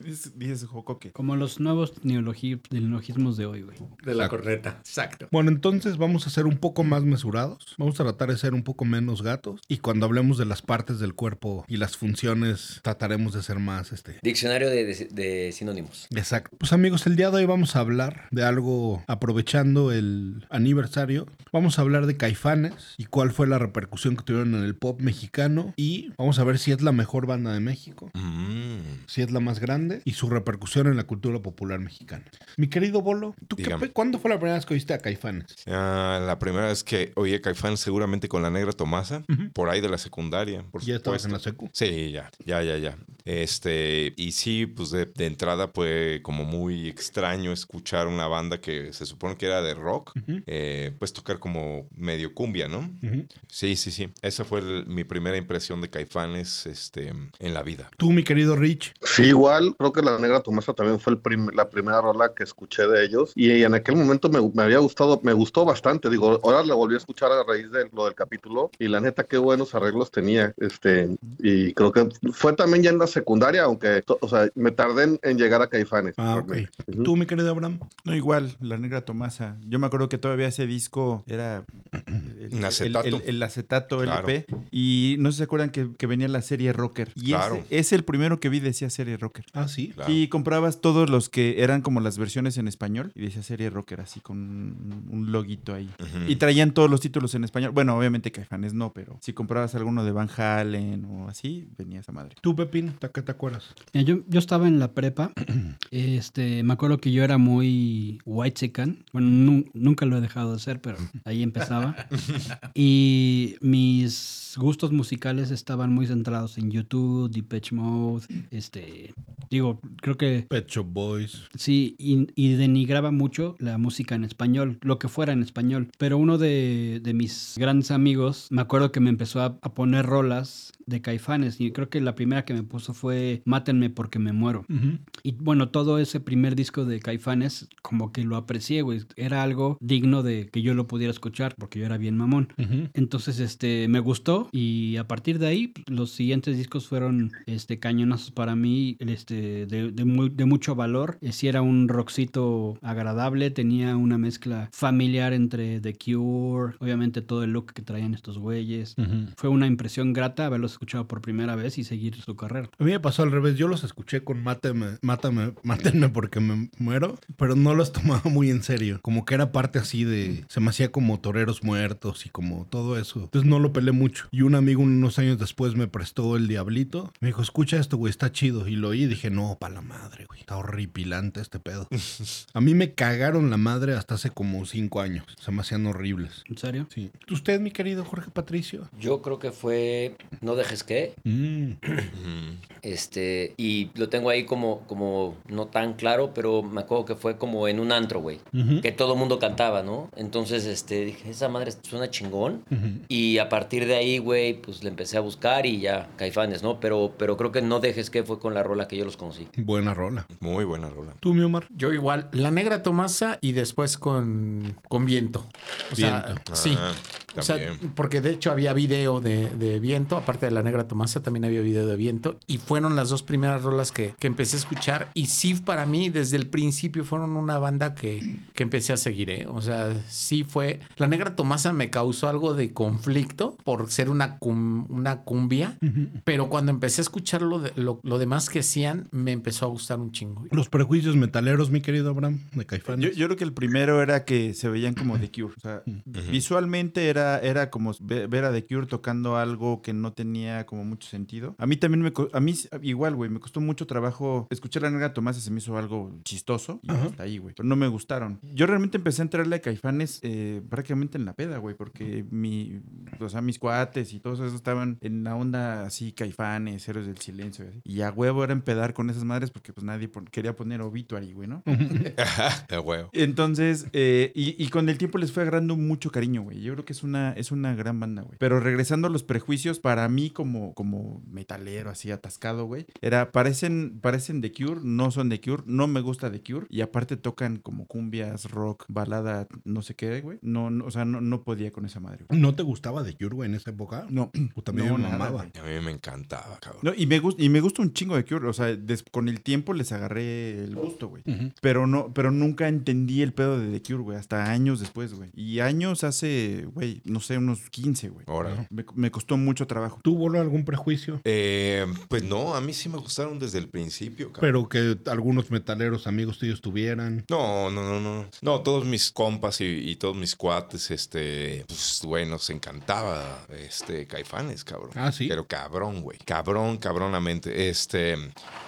Speaker 6: Dices, dices jocoque.
Speaker 5: Como los nuevos neologi- neologismos de hoy, güey.
Speaker 4: De la corneta. Exacto.
Speaker 1: Bueno, entonces vamos a ser un poco más mesurados. Vamos a tratar de ser un poco menos gatos. Y cuando hablemos de las partes del cuerpo y las funciones, trataremos de ser más este.
Speaker 2: Diccionario de, de- de sinónimos.
Speaker 1: Exacto. Pues amigos, el día de hoy vamos a hablar de algo aprovechando el aniversario. Vamos a hablar de caifanes y cuál fue la repercusión que tuvieron en el pop mexicano. Y vamos a ver si es la mejor banda de México.
Speaker 3: Mm.
Speaker 1: si es la más grande y su repercusión en la cultura popular mexicana. Mi querido Bolo, ¿tú qué
Speaker 3: Dígame.
Speaker 1: pe- ¿cuándo fue la primera vez que oíste a Caifanes?
Speaker 3: Ah, la primera vez que oí a Caifán seguramente con la negra Tomasa, por ahí de la secundaria, por
Speaker 1: Ya estabas
Speaker 3: supuesto.
Speaker 1: en la secu.
Speaker 3: Sí, ya, ya, ya, ya. Este, y sí, pues de, de entrada fue como muy extraño escuchar una banda que se supone que era de rock, eh, pues tocar como medio cumbia, ¿no?
Speaker 1: Ujú.
Speaker 3: Sí, sí, sí. Esa fue el- mi primera impresión de Caifanes este, en la vida.
Speaker 1: Tú, mi querido Rich,
Speaker 7: Sí, igual, creo que La Negra Tomasa también fue el prim- la primera rola que escuché de ellos. Y en aquel momento me, me había gustado, me gustó bastante. Digo, ahora la volví a escuchar a raíz de lo del capítulo. Y la neta, qué buenos arreglos tenía. Este, y creo que fue también ya en la secundaria, aunque, to- o sea, me tardé en, en llegar a Caifanes.
Speaker 1: Ah, ok.
Speaker 7: Ujú.
Speaker 1: tú, mi querido Abraham,
Speaker 6: No, igual, la negra Tomasa. Yo me acuerdo que todavía ese disco era el,
Speaker 3: Un acetato.
Speaker 6: el- el- el acetato LP. Y no sé si se acuerdan que, que venía la serie Rocker. Y
Speaker 3: Claro.
Speaker 6: ese es el primero que vi decía serie Rocker.
Speaker 1: Ah, sí.
Speaker 3: Claro.
Speaker 6: Y comprabas todos los que eran como las versiones en español y decía serie Rocker así con un, un loguito ahí.
Speaker 3: Ujú.
Speaker 6: Y traían todos los títulos en español. Bueno, obviamente Caifanes no, pero si comprabas alguno de Van Halen o así, venía esa madre.
Speaker 1: Tú, Pepín, ¿a qué te acuerdas?
Speaker 5: Mira, yo, yo estaba en la prepa. Este, me acuerdo que yo era muy white chican. Bueno, nu- nunca lo he dejado de ser, pero ahí empezaba. y mis gustos musicales estaban muy centrados en YouTube, Depeche Mode, este, digo, creo que
Speaker 1: Pecho Boys.
Speaker 5: Sí, y, y denigraba mucho la música en español, lo que fuera en español. Pero uno de, de mis grandes amigos, me acuerdo que me empezó a, a poner rolas de caifanes y creo que la primera que me puso fue Mátenme porque me muero.
Speaker 1: Ujú.
Speaker 5: Y bueno, todo ese primer disco de Caifanes, como que lo aprecié, güey. Era algo digno de que yo lo pudiera escuchar porque yo era bien mamón.
Speaker 1: Ujú.
Speaker 5: Entonces, este, me gustó y a partir de ahí, los siguientes discos fueron, este, cañonazos para mí, este, de, de muy- de mucho valor. Eh, Sí era un rockcito agradable, tenía una mezcla familiar entre The Cure, obviamente todo el look que traían estos güeyes.
Speaker 1: Ujú.
Speaker 5: Fue una impresión grata haberlos escuchado por primera vez y seguir su carrera.
Speaker 1: A mí me pasó al revés. Yo los escuché con mátame, mátame, mátenme porque me muero, pero no los tomaba muy en serio. Como que era parte así de. Se me hacía como toreros muertos y como todo eso. Entonces no lo pelé mucho. Y un amigo unos años después me prestó el Diablito. Me dijo, escucha esto, güey, está chido. Y lo oí y dije, no, pa' la madre, güey. Está horripilante este pedo. A mí me cagaron la madre hasta hace como cinco años. Se me hacían horribles.
Speaker 5: ¿En serio?
Speaker 1: Sí. ¿Usted, mi querido Jorge Patricio?
Speaker 2: Yo creo que fue No dejes que.
Speaker 1: Mm.
Speaker 2: Este, y lo tengo ahí como, como no tan claro, pero me acuerdo que fue como en un antro, güey.
Speaker 1: Ujú.
Speaker 2: Que todo el mundo cantaba, ¿no? Entonces, este, dije, esa madre suena chingón.
Speaker 1: Ujú.
Speaker 2: Y a partir de ahí, güey, pues le empecé a buscar y ya, caifanes, ¿no? Pero, pero creo que no dejes que fue con la rola que yo los conocí.
Speaker 1: Buena rola.
Speaker 3: Muy buena rola.
Speaker 1: ¿Tú, mi Omar?
Speaker 4: Yo igual, la negra Tomasa y después con, con viento. O sea,
Speaker 1: Viento.
Speaker 4: sí.
Speaker 3: Ah,
Speaker 4: O sea,
Speaker 3: también.
Speaker 4: porque de hecho había video de, de viento, aparte de la negra Tomasa también había video de viento y fueron las dos primeras rolas que, que empecé a escuchar y sí para mí desde el principio fueron una banda que, que empecé a seguir, ¿eh? o sea, sí fue, la negra Tomasa me causó algo de conflicto por ser una, cum- una cumbia, pero cuando empecé a escuchar lo, de- lo, lo demás que hacían me empezó a gustar un chingo.
Speaker 1: Los prejuicios metaleros, mi querido Abraham, de Caifanes.
Speaker 6: Yo, yo creo que el primero era que se veían como The Cure. O sea, visualmente era, era como ve- ver a The Cure tocando algo que no tenía como mucho sentido. A mí también me... co- A mí s- igual, güey, me costó mucho trabajo escuchar a Negra Tomás y se me hizo algo chistoso. Y hasta ahí, güey. Pero no me gustaron. Yo realmente empecé a entrarle a Caifanes eh, prácticamente en la peda, güey, porque mi... O sea, mis cuates y todos esos estaban en la onda así, Caifanes, Héroes del Silencio y así. Y a huevo era empedar con esas madres porque pues nadie pon- quería poner Obituary, güey, ¿no?
Speaker 3: De huevo.
Speaker 6: Entonces, eh, y, y con el tiempo les fue agarrando mucho cariño, güey. Yo creo que es una, es una gran banda, güey. Pero regresando a los prejuicios, para mí como, como metalero, así atascado, güey, era, parecen, parecen The Cure, no son The Cure, no me gusta The Cure. Y aparte tocan como cumbias, rock, balada, no sé qué, güey. No, no, o sea, no, no podía con esa madre, güey.
Speaker 1: ¿No te gustaba de Cure, güey, en esa época?
Speaker 6: No,
Speaker 1: Puta, a mí me
Speaker 6: no, nada,
Speaker 1: mamaba.
Speaker 6: güey.
Speaker 3: A mí me encantaba, cabrón.
Speaker 6: No, y me, gusta, y me gusta un chingo de Cure. O sea, des- con el tiempo les agarré el gusto, güey.
Speaker 1: Ujú.
Speaker 6: Pero no, pero nunca entendí el pedo de The Cure, güey. Hasta años después, güey. Y años hace, güey, no sé, unos 15, güey.
Speaker 3: Órale.
Speaker 6: Me, me costó mucho trabajo.
Speaker 1: ¿Tú, Bolo, algún prejuicio?
Speaker 3: Eh, pues no, a mí sí me gustaron desde el principio, cabrón.
Speaker 1: Pero que algunos metaleros amigos tuyos tuvieran.
Speaker 3: No, no, no, no. No, todos mis compas y, y todos mis cuates, este, pues, güey, nos encantaba, este, Caifanes, cabrón.
Speaker 1: Ah, ¿sí?
Speaker 3: Pero cabrón, güey. Cabrón, cabronamente. Este,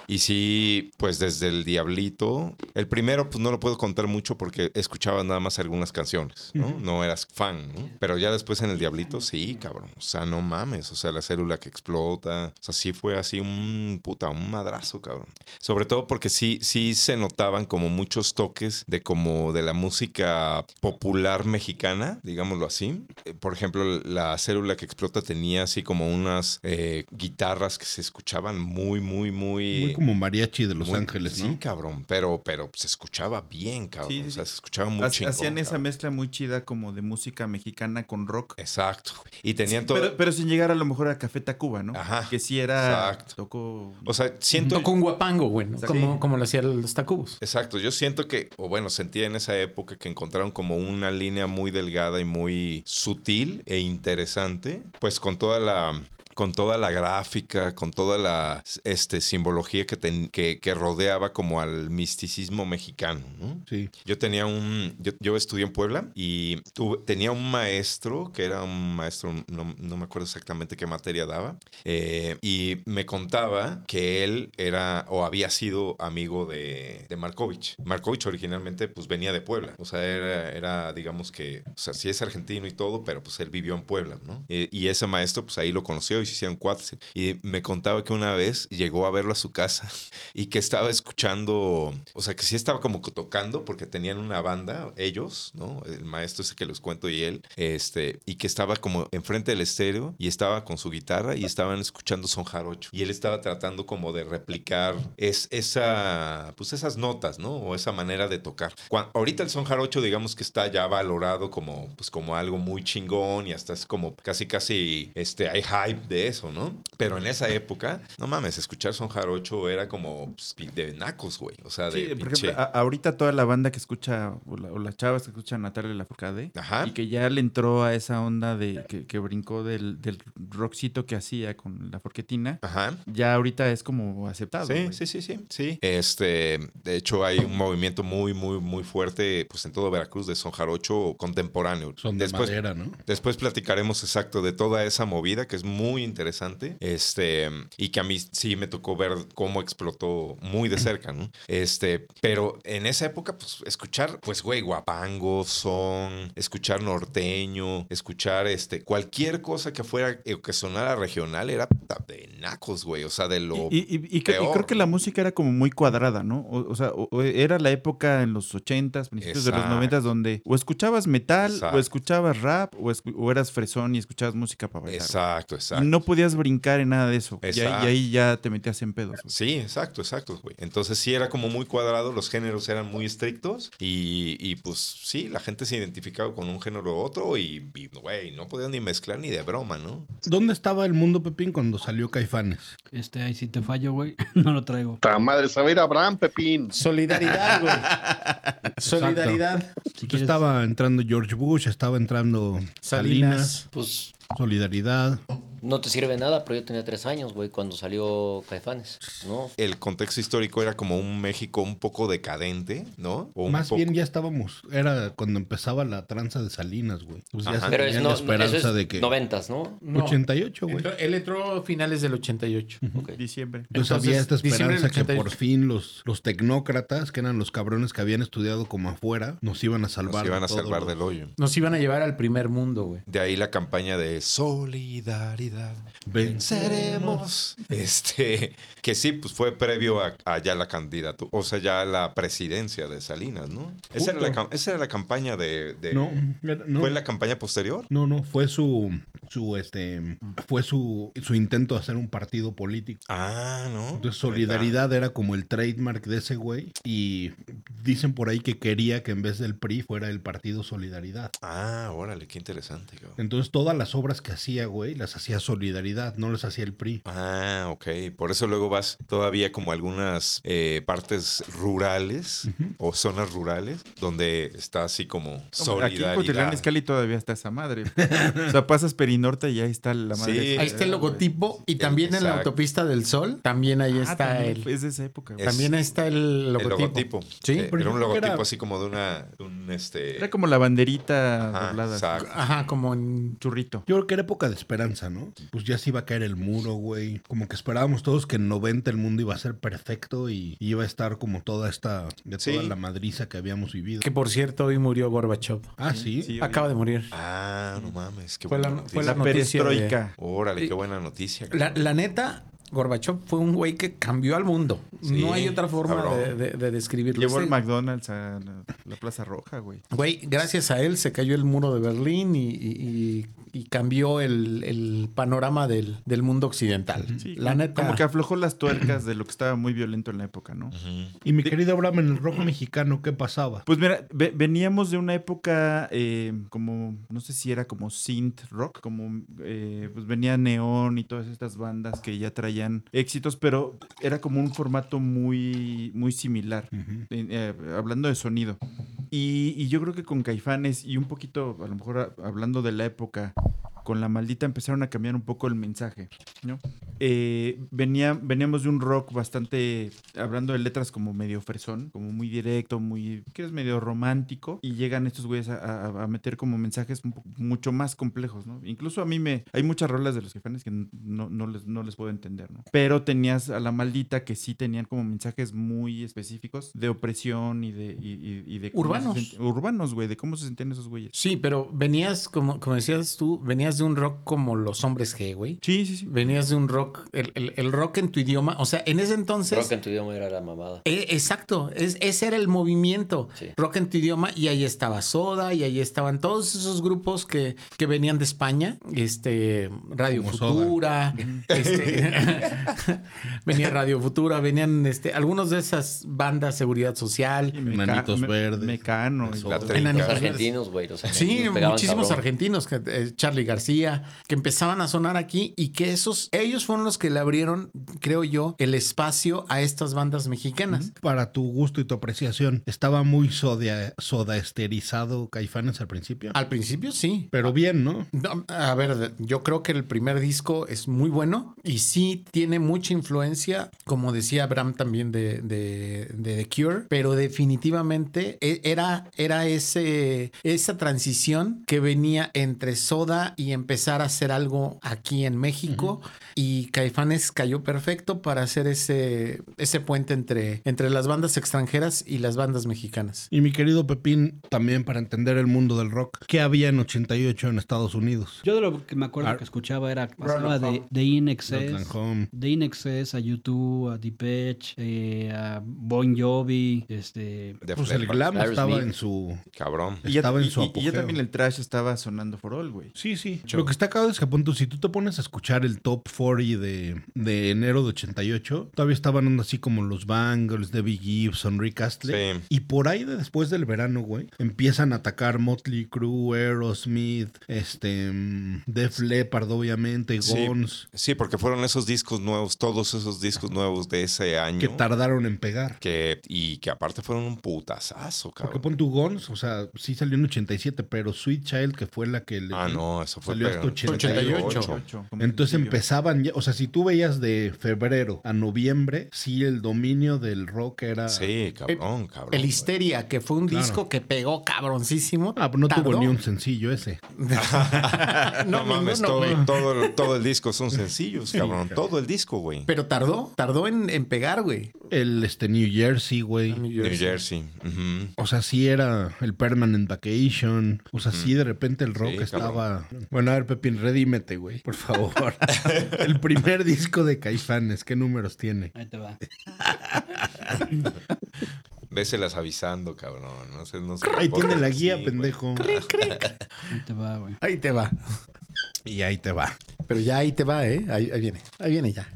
Speaker 3: y sí, pues desde el Diablito. El primero, pues no lo puedo contar mucho porque escuchaba nada más algunas canciones, ¿no? No eras fan, ¿no? Pero ya después en el Diablito, sí, cabrón. O sea, no mames. O sea, la célula que explota. O sea, sí fue así un puta, un madrazo, cabrón. Sobre todo porque sí, sí se notaban como muchos toques de como de la música popular mexicana, digámoslo así. Eh, Por ejemplo, la célula que explota tenía así como unas eh, guitarras que se escuchaban muy, muy, muy...
Speaker 1: Muy como mariachi de Los
Speaker 3: muy-
Speaker 1: Ángeles,
Speaker 3: Sí,
Speaker 1: ¿no?
Speaker 3: cabrón, pero, pero se escuchaba bien, cabrón.
Speaker 6: Sí, sí,
Speaker 3: O sea,
Speaker 6: sí.
Speaker 3: se escuchaba muy
Speaker 6: Ha-
Speaker 3: chingón,
Speaker 6: Hacían esa
Speaker 3: cabrón.
Speaker 6: mezcla muy chida como de música mexicana con rock.
Speaker 3: Exacto. Y tenían todo...
Speaker 6: Pero, pero sin llegar a lo mejor a Café Tacuba, ¿no?
Speaker 3: Ajá.
Speaker 6: Que sí era...
Speaker 3: Exacto.
Speaker 6: Tocó...
Speaker 3: O sea, siento...
Speaker 4: Tocó un guapango, güey, ¿no?
Speaker 6: Sí.
Speaker 4: como, como lo hacían los tacubos.
Speaker 3: Exacto, yo siento que, o bueno, sentía en esa época que encontraron como una línea muy delgada y muy sutil e interesante, pues con toda la con toda la gráfica, con toda la este, simbología que, ten- que, que rodeaba como al misticismo mexicano, ¿no?
Speaker 1: Sí.
Speaker 3: Yo tenía un, yo, yo estudié en Puebla y tuve- tenía un maestro que era un maestro, no, no me acuerdo exactamente qué materia daba, eh, y me contaba que él era o había sido amigo de, de Markovich. Markovich originalmente pues venía de Puebla, o sea, era, era, digamos que, o sea, sí es argentino y todo, pero pues él vivió en Puebla, ¿no? Eh, y ese maestro pues ahí lo conoció y se hicieron cuates. Y me contaba que una vez llegó a verlo a su casa y que estaba escuchando, o sea, que sí estaba como tocando porque tenían una banda, ellos, ¿no? El maestro ese que les cuento y él, este, y que estaba como enfrente del estéreo y estaba con su guitarra y estaban escuchando son jarocho. Y él estaba tratando como de replicar es, esa, pues esas notas, ¿no? O esa manera de tocar. Cuan- ahorita el son jarocho, digamos que está ya valorado como, pues como algo muy chingón y hasta es como casi, casi, este, hay hype de eso, ¿no? Pero en esa época, no mames, escuchar son jarocho era como pues, de nacos, güey. O sea, de
Speaker 6: Sí, por
Speaker 3: pinche-
Speaker 6: ejemplo, ah, a- ahorita toda la banda que escucha, o, la- o las chavas que escuchan Natalia Lafourcade,
Speaker 3: Ajá.
Speaker 6: y que ya le entró a esa onda de que, que brincó del, del rockcito que hacía con la forquetina,
Speaker 3: Ajá.
Speaker 6: ya ahorita es como aceptado.
Speaker 3: Sí,
Speaker 6: güey.
Speaker 3: sí, sí, sí, sí. Este, de hecho, hay un movimiento muy, muy, muy fuerte, pues en todo Veracruz de son jarocho contemporáneo.
Speaker 1: Son de
Speaker 3: después,
Speaker 1: madera, ¿no?
Speaker 3: después platicaremos exacto de toda esa movida que es muy interesante. Este, y que a mí sí me tocó ver cómo explotó muy de cerca, ¿no? Este, pero en esa época, pues escuchar, pues güey, guapango, son, escuchar norteño, escuchar este, cualquier cosa que fuera eh, que sonara regional era puta, de nacos, güey. O sea, de lo.
Speaker 6: Y, y- y- y cre- y
Speaker 3: peor.
Speaker 6: creo que la música era como muy cuadrada, ¿no? O, o sea, o- o era la época en los 80s, principios de
Speaker 3: Exacto.
Speaker 6: los 90s, donde o escuchabas metal,
Speaker 3: Exacto.
Speaker 6: o escuchabas rap, o, escu- o eras fresón y escuchabas música para bailar.
Speaker 3: Exacto,
Speaker 6: Y
Speaker 3: exacto.
Speaker 6: no podías brincar en nada de eso. güey. Y ahí-
Speaker 3: Exacto.
Speaker 6: Y ahí ya te metías en pedos. güey.
Speaker 3: Sí, exacto, exacto, güey. Entonces sí era como muy cuadrado, los géneros eran muy estrictos y, y, pues sí, la gente se identificaba con un género u otro y, y, güey, no podían ni mezclar ni de broma, ¿no?
Speaker 1: ¿Dónde estaba el mundo Pepín cuando salió Caifanes?
Speaker 5: Este, ahí si te fallo, güey, no lo traigo.
Speaker 7: Ta madre, se va a ir Abraham, Pepín.
Speaker 4: Solidaridad, güey. Solidaridad.
Speaker 5: Si
Speaker 1: Yo
Speaker 5: quieres,
Speaker 1: Pues, Estaba entrando George Bush, estaba entrando Salinas,
Speaker 4: Salinas.
Speaker 2: Pues
Speaker 1: Solidaridad.
Speaker 2: no te sirve nada, pero yo tenía tres años, güey, cuando salió Caifanes, ¿no?
Speaker 3: El contexto histórico era como un México un poco decadente, ¿no? O un
Speaker 1: Más
Speaker 3: poco-
Speaker 1: bien ya estábamos, era cuando empezaba la tranza de Salinas, güey. Pues ya
Speaker 3: Ajá.
Speaker 1: se
Speaker 2: Pero es
Speaker 1: tenían
Speaker 2: no,
Speaker 1: la
Speaker 2: eso
Speaker 1: esperanza
Speaker 2: es
Speaker 1: de que...
Speaker 2: noventas, ¿no?
Speaker 4: No.
Speaker 1: 88, güey.
Speaker 4: Entró- él entró a finales del 88.
Speaker 2: Ok.
Speaker 6: Diciembre.
Speaker 1: Entonces, había esta
Speaker 4: Entonces, diciembre
Speaker 1: esperanza que
Speaker 4: del
Speaker 1: por
Speaker 4: 88.
Speaker 1: fin los, los tecnócratas, que eran los cabrones que habían estudiado como afuera, nos iban a
Speaker 3: nos
Speaker 1: salvar. de
Speaker 3: iban a
Speaker 1: todo
Speaker 3: salvar
Speaker 1: lo-
Speaker 3: del hoyo.
Speaker 4: Nos iban a llevar al primer mundo, güey.
Speaker 3: De ahí la campaña de solidaridad.
Speaker 1: Vencer.
Speaker 3: Seremos. Este, que sí, pues fue previo a, a ya la candidatura, o sea, ya la presidencia de Salinas, ¿no? Esa era, la, cam- esa era la campaña de... de-
Speaker 1: No, era- no.
Speaker 3: ¿Fue la campaña posterior?
Speaker 1: No, no, fue su, su, este, fue su, su intento de hacer un partido político.
Speaker 3: Ah, ¿no?
Speaker 1: Entonces, Solidaridad era como el trademark de ese güey. Y dicen por ahí que quería que en vez del PRI fuera el partido Solidaridad.
Speaker 3: Ah, órale, qué interesante. cabrón.
Speaker 1: Entonces, todas las obras que hacía, güey, las hacía Solidaridad, no las hacía el PRI.
Speaker 3: Ah, ok. Por eso luego vas todavía como algunas eh, partes rurales o zonas rurales donde está así como
Speaker 6: Aquí en Cotitlán
Speaker 3: solidaridad.
Speaker 6: Iscali todavía está esa madre. o sea, pasas Perinorte y ahí está la madre.
Speaker 3: Sí.
Speaker 6: esa,
Speaker 4: Ahí está el
Speaker 6: güey.
Speaker 4: logotipo y también en la
Speaker 3: Exacto.
Speaker 4: autopista del Sol, también ahí
Speaker 6: Ah,
Speaker 4: está
Speaker 6: también
Speaker 4: el
Speaker 6: Es de esa época. güey.
Speaker 3: Es-
Speaker 4: también está el
Speaker 3: El
Speaker 4: logotipo.
Speaker 3: logotipo.
Speaker 4: Sí,
Speaker 3: Eh,
Speaker 1: pero yo
Speaker 3: era un
Speaker 1: creo que
Speaker 3: logotipo
Speaker 1: era-
Speaker 3: así como de una, de un este.
Speaker 6: Era como la banderita
Speaker 3: Ajá,
Speaker 6: doblada.
Speaker 3: exacto.
Speaker 4: Ajá, como en
Speaker 6: Churrito.
Speaker 1: Yo creo que era época de esperanza, ¿no? Pues ya se iba a caer el muro, güey. Como que esperábamos todos que en 90 el mundo iba a ser perfecto y iba a estar como toda esta, de
Speaker 3: Sí.
Speaker 1: toda la madriza que habíamos vivido.
Speaker 4: que por cierto hoy murió Gorbachev.
Speaker 1: Ah, sí.
Speaker 6: Sí,
Speaker 4: Acaba de morir.
Speaker 3: Ah, no mames, qué
Speaker 4: Fue
Speaker 3: buena
Speaker 4: la-
Speaker 3: noticia.
Speaker 4: fue la
Speaker 6: La
Speaker 4: noticia de-
Speaker 6: perestroika.
Speaker 3: Órale, qué buena noticia.
Speaker 4: La,
Speaker 3: cabrón.
Speaker 4: la neta, Gorbachev fue un güey que cambió al mundo.
Speaker 3: Sí,
Speaker 4: no hay otra forma
Speaker 3: cabrón.
Speaker 4: de, de- de describirlo.
Speaker 6: Llevó el
Speaker 4: Este
Speaker 6: McDonald's a la, la Plaza Roja, güey.
Speaker 4: Güey, gracias a él se cayó el muro de Berlín y, y- y- y cambió el, el panorama del, del mundo occidental. la
Speaker 6: como-
Speaker 4: neta.
Speaker 6: Como que aflojó las tuercas de lo que estaba muy violento en la época, ¿no?
Speaker 1: Y mi querido Abraham, en el rock mexicano, ¿qué pasaba?
Speaker 6: Pues mira, ve- veníamos de una época eh, como, no sé si era como synth rock, como eh, pues venía Neón y todas estas bandas que ya traían éxitos, pero era como un formato muy, muy similar, en- eh, hablando de sonido. Y, y yo creo que con Caifanes y un poquito, a lo mejor a- hablando de la época, con la maldita empezaron a cambiar un poco el mensaje, ¿no? Eh, venía, veníamos de un rock bastante, hablando de letras como medio fresón, como muy directo, muy, que es medio romántico, y llegan estos güeyes a, a- a meter como mensajes un po- mucho más complejos, ¿no? Incluso a mí me, hay muchas rolas de los jefanes que no, no, les, no les puedo entender, ¿no? Pero tenías a la maldita que sí tenían como mensajes muy específicos de opresión y de... y- y- y de cómo se
Speaker 4: Urbanos.
Speaker 6: sent- urbanos, güey, de cómo se sentían esos güeyes.
Speaker 4: Sí, pero venías, como, como decías tú, venías de un rock como los hombres G, güey.
Speaker 6: Sí, sí, sí.
Speaker 4: Venías de un rock, el, el- el rock en tu idioma. O sea, en ese entonces.
Speaker 2: Rock en tu idioma era la mamada.
Speaker 4: Eh, exacto, es, ese era el movimiento.
Speaker 2: Sí.
Speaker 4: Rock en tu idioma, y ahí estaba Soda, y ahí estaban todos esos grupos que, que venían de España, este Radio
Speaker 1: Como Soda.
Speaker 4: Futura, este, venía Radio Futura, venían este, algunos de esas bandas Seguridad Social.
Speaker 6: Meca-
Speaker 1: Nanitos
Speaker 6: me-
Speaker 1: verdes.
Speaker 6: Mecano. y-
Speaker 3: La tre-
Speaker 6: todo.
Speaker 2: Los
Speaker 4: Enanitos
Speaker 2: argentinos, güey. Los
Speaker 4: Sí,
Speaker 2: argentinos pegaban
Speaker 4: muchísimos
Speaker 2: cabrón.
Speaker 4: argentinos, que, eh, Charlie García, que empezaban a sonar aquí y que esos, ellos fueron los que le abrieron, creo yo, el espacio a estas bandas mexicanas.
Speaker 1: Para tu gusto y tu apreciación, estaba muy soda, soda esterizado Caifanes al principio.
Speaker 4: Al principio sí,
Speaker 1: Pero bien, ¿no?
Speaker 4: No, a ver, yo creo que el primer disco es muy bueno y sí tiene mucha influencia, como decía Abraham también de, de- de The Cure, pero definitivamente e- era, era ese, esa transición que venía entre Soda y empezar a hacer algo aquí en México y Caifanes cayó perfecto para hacer ese, ese puente entre, entre las bandas extranjeras y las bandas mexicanas.
Speaker 1: Y mi querido Pepín, también para entender el mundo del rock, ¿qué había en 88 en Estados Unidos?
Speaker 5: Yo de lo que me acuerdo
Speaker 1: Ar-
Speaker 5: que escuchaba era
Speaker 4: Roll
Speaker 5: pasaba
Speaker 4: and
Speaker 5: de,
Speaker 4: Home.
Speaker 5: de In Excess,
Speaker 1: Portland Home.
Speaker 5: de In Excess a YouTube, a Depeche, eh, a Bon Jovi, este
Speaker 3: De
Speaker 1: Pues
Speaker 3: Flepa.
Speaker 1: el glam
Speaker 2: Aerosmith.
Speaker 1: estaba en su...
Speaker 3: Cabrón.
Speaker 6: Y ya,
Speaker 1: Estaba en
Speaker 6: y-
Speaker 1: su
Speaker 6: y- y
Speaker 1: apogeo.
Speaker 6: ya también el trash estaba sonando for all, güey.
Speaker 1: Sí, sí. Lo que está acabado es que, punto, si tú te pones a escuchar el top 40 de, de enero de 88, todavía estaban andando así como los Bangles, Debbie Gibson, Rick Astley.
Speaker 3: Sí.
Speaker 1: Y por ahí de después del verano, güey, empiezan a atacar Motley Crue, Aerosmith, este, mm, Def Leppard, obviamente,
Speaker 3: Sí.
Speaker 1: Guns,
Speaker 3: Sí, porque fueron esos discos nuevos, todos esos discos nuevos de ese año.
Speaker 1: que tardaron en pegar.
Speaker 3: que- y que aparte fueron un putazazo,
Speaker 1: Porque
Speaker 3: cabrón.
Speaker 1: pon tu Guns, o sea, sí salió en 87, pero Sweet Child, que fue la que le...
Speaker 3: Ah, no, eso fue
Speaker 1: Salió hasta
Speaker 3: pegado.
Speaker 1: 88.
Speaker 4: 88.
Speaker 6: Como
Speaker 1: Entonces
Speaker 6: sencillo.
Speaker 1: empezaban ya, o sea, si tú veías de febrero a noviembre, sí el dominio del rock era.
Speaker 3: Sí, cabrón, cabrón.
Speaker 4: El
Speaker 3: güey.
Speaker 4: Histeria, que fue un
Speaker 1: Claro.
Speaker 4: disco que pegó cabroncísimo.
Speaker 1: Ah, pero no
Speaker 4: Tardó.
Speaker 1: tuvo ni un sencillo ese.
Speaker 3: No, mames,
Speaker 4: ninguno, güey.
Speaker 3: todo, todo, el- todo el disco son sencillos, cabrón. Todo el disco, güey.
Speaker 4: Pero tardó, tardó en, en pegar, güey.
Speaker 1: El este New Jersey, güey.
Speaker 3: New Jersey. ujú.
Speaker 1: O sea, sí era el Permanent Vacation. O sea, sí de repente el rock
Speaker 3: Sí,
Speaker 1: estaba. Bueno, a ver, Pepín, redímete, güey, por favor. el primer disco de Caifanes, ¿qué números tiene?
Speaker 5: ahí te va.
Speaker 3: Véselas avisando, cabrón. No sé, no sé.
Speaker 1: Ahí tiene la guía,
Speaker 3: Pues Sí, güey.
Speaker 1: pendejo.
Speaker 5: Ahí te va, güey.
Speaker 4: Ahí te va.
Speaker 1: Y ahí te va.
Speaker 4: Pero ya ahí te va, ¿eh? Ahí, ahí viene. Ahí viene ya.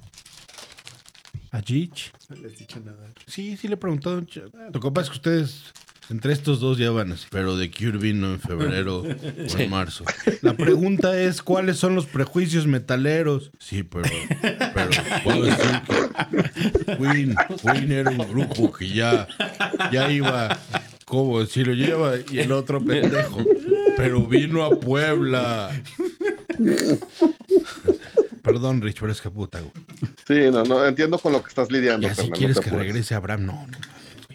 Speaker 1: A Gitch.
Speaker 4: No les he dicho nada.
Speaker 1: Sí, sí le he preguntado. ch- Lo que pasa es que ustedes, entre estos dos ya van así. Pero de Cure vino en febrero o en marzo. La pregunta es, ¿cuáles son los prejuicios metaleros? Sí, pero, pero puedo decir que Queen, Queen era un grupo que ya, ya iba, ¿cómo decirlo? Ya iba y el otro pendejo. Pero vino a Puebla. Perdón, Rich, pero es que puta, güey.
Speaker 7: Sí, no, no, entiendo con lo que estás lidiando.
Speaker 1: Y así
Speaker 7: Fernando, no
Speaker 1: quieres
Speaker 7: te
Speaker 1: que
Speaker 7: apures.
Speaker 1: regrese Abraham, no. no, no.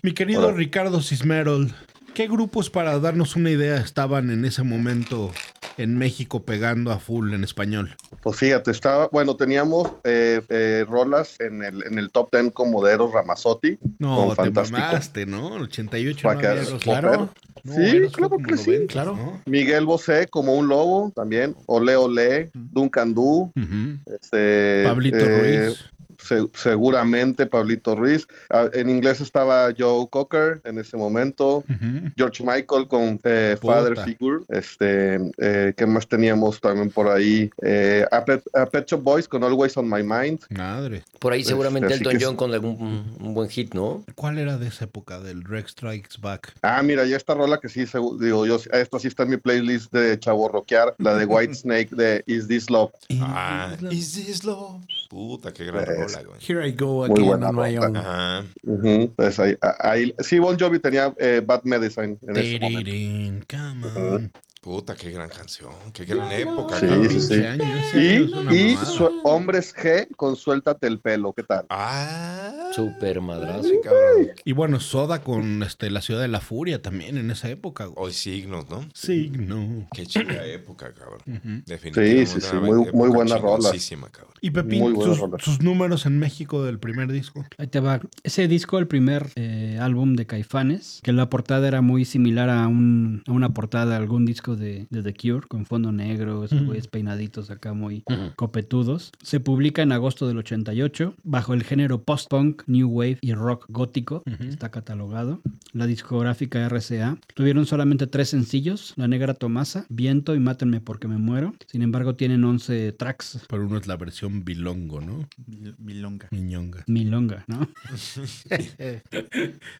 Speaker 1: Mi querido
Speaker 7: Hola.
Speaker 1: Ricardo Cismerol, ¿qué grupos para darnos una idea estaban en ese momento en México pegando a full en español?
Speaker 7: Pues fíjate, estaba, bueno, teníamos eh, eh, rolas en el, en el top 10 como de Eros Ramazzotti.
Speaker 1: No,
Speaker 7: con
Speaker 1: te
Speaker 7: Fantástico.
Speaker 1: mamaste, ¿no? El 88
Speaker 7: Pa'
Speaker 1: no
Speaker 7: que-
Speaker 1: había Eros,
Speaker 7: claro.
Speaker 1: No,
Speaker 7: Sí,
Speaker 1: Eros fue
Speaker 7: claro
Speaker 1: como
Speaker 7: que sí,
Speaker 1: 90,
Speaker 4: claro.
Speaker 1: ¿no?
Speaker 7: Miguel Bosé como un lobo también. Ole Ole, Duncan Du.
Speaker 1: Ujú.
Speaker 7: Este,
Speaker 1: Pablito
Speaker 7: eh,
Speaker 1: Ruiz.
Speaker 7: se- seguramente Pablito Ruiz. Ah, en inglés estaba Joe Cocker en ese momento.
Speaker 1: Ujú.
Speaker 7: George Michael con eh,
Speaker 1: Puta.
Speaker 7: Father Figure. Este, eh, ¿Qué más teníamos también por ahí? Eh, a, Pet, a Pet Shop Boys con Always on My Mind.
Speaker 1: Madre.
Speaker 2: Por ahí
Speaker 7: Pues,
Speaker 2: seguramente
Speaker 7: así
Speaker 2: Elton
Speaker 7: que-
Speaker 2: John con algún un buen hit, ¿no?
Speaker 1: ¿Cuál era de esa época del Rex Strikes Back?
Speaker 7: Ah, mira, ya esta rola que sí, segu- digo yo, esta sí está en mi playlist de Chavo Rockear, la de White Snake de Is This Love.
Speaker 3: Ah, Is This Love? Puta, qué gran
Speaker 7: Es-
Speaker 3: rola, güey.
Speaker 4: Here I go
Speaker 7: Muy
Speaker 4: again
Speaker 7: buena
Speaker 4: on my
Speaker 7: rola.
Speaker 4: own.
Speaker 3: Ajá.
Speaker 7: Ujú, pues entonces ahí, a- ahí- sí, Bon Jovi tenía eh, Bad Medicine en ese momento.
Speaker 1: Tirirín, come on. Ah,
Speaker 3: Puta, qué gran canción, qué gran época.
Speaker 7: Sí,
Speaker 3: cabrón.
Speaker 7: sí, sí.
Speaker 1: Pinche año, ese año es una
Speaker 7: Y, y
Speaker 1: mamada.
Speaker 7: su- hombres G con suéltate el pelo, ¿qué tal?
Speaker 3: Ah,
Speaker 2: Súper madrazo.
Speaker 3: sí, cabrón.
Speaker 1: Y bueno, Soda con este, La Ciudad de la Furia también en esa época. güey.
Speaker 3: Hoy signos, ¿no?
Speaker 1: Signo.
Speaker 3: Qué chida época, cabrón.
Speaker 1: Ujú.
Speaker 3: Definitivamente.
Speaker 7: Sí, sí, sí,
Speaker 3: una
Speaker 7: muy-
Speaker 3: época
Speaker 7: muy buena rola.
Speaker 3: chingoncísima, cabrón.
Speaker 1: Y Pepín,
Speaker 7: Muy buena
Speaker 1: sus,
Speaker 7: rola.
Speaker 1: sus números en México del primer disco.
Speaker 5: Ahí te va. Ese disco, el primer eh, álbum de Caifanes, que la portada era muy similar a, un, a una portada de algún disco de, de The Cure, con fondo negro, esos
Speaker 1: Ujú.
Speaker 5: güeyes peinaditos acá muy
Speaker 2: Ujú.
Speaker 5: copetudos. Se publica en agosto del 88, bajo el género post-punk, new wave y rock gótico.
Speaker 1: Ujú.
Speaker 5: Está catalogado. La discográfica RCA. Tuvieron solamente tres sencillos, La Negra Tomasa, Viento y Mátenme porque me muero. Sin embargo, tienen 11 tracks.
Speaker 1: Pero uno es la versión bilongo, ¿no?
Speaker 6: Mil- Milonga.
Speaker 1: Miñonga.
Speaker 5: Milonga, ¿no?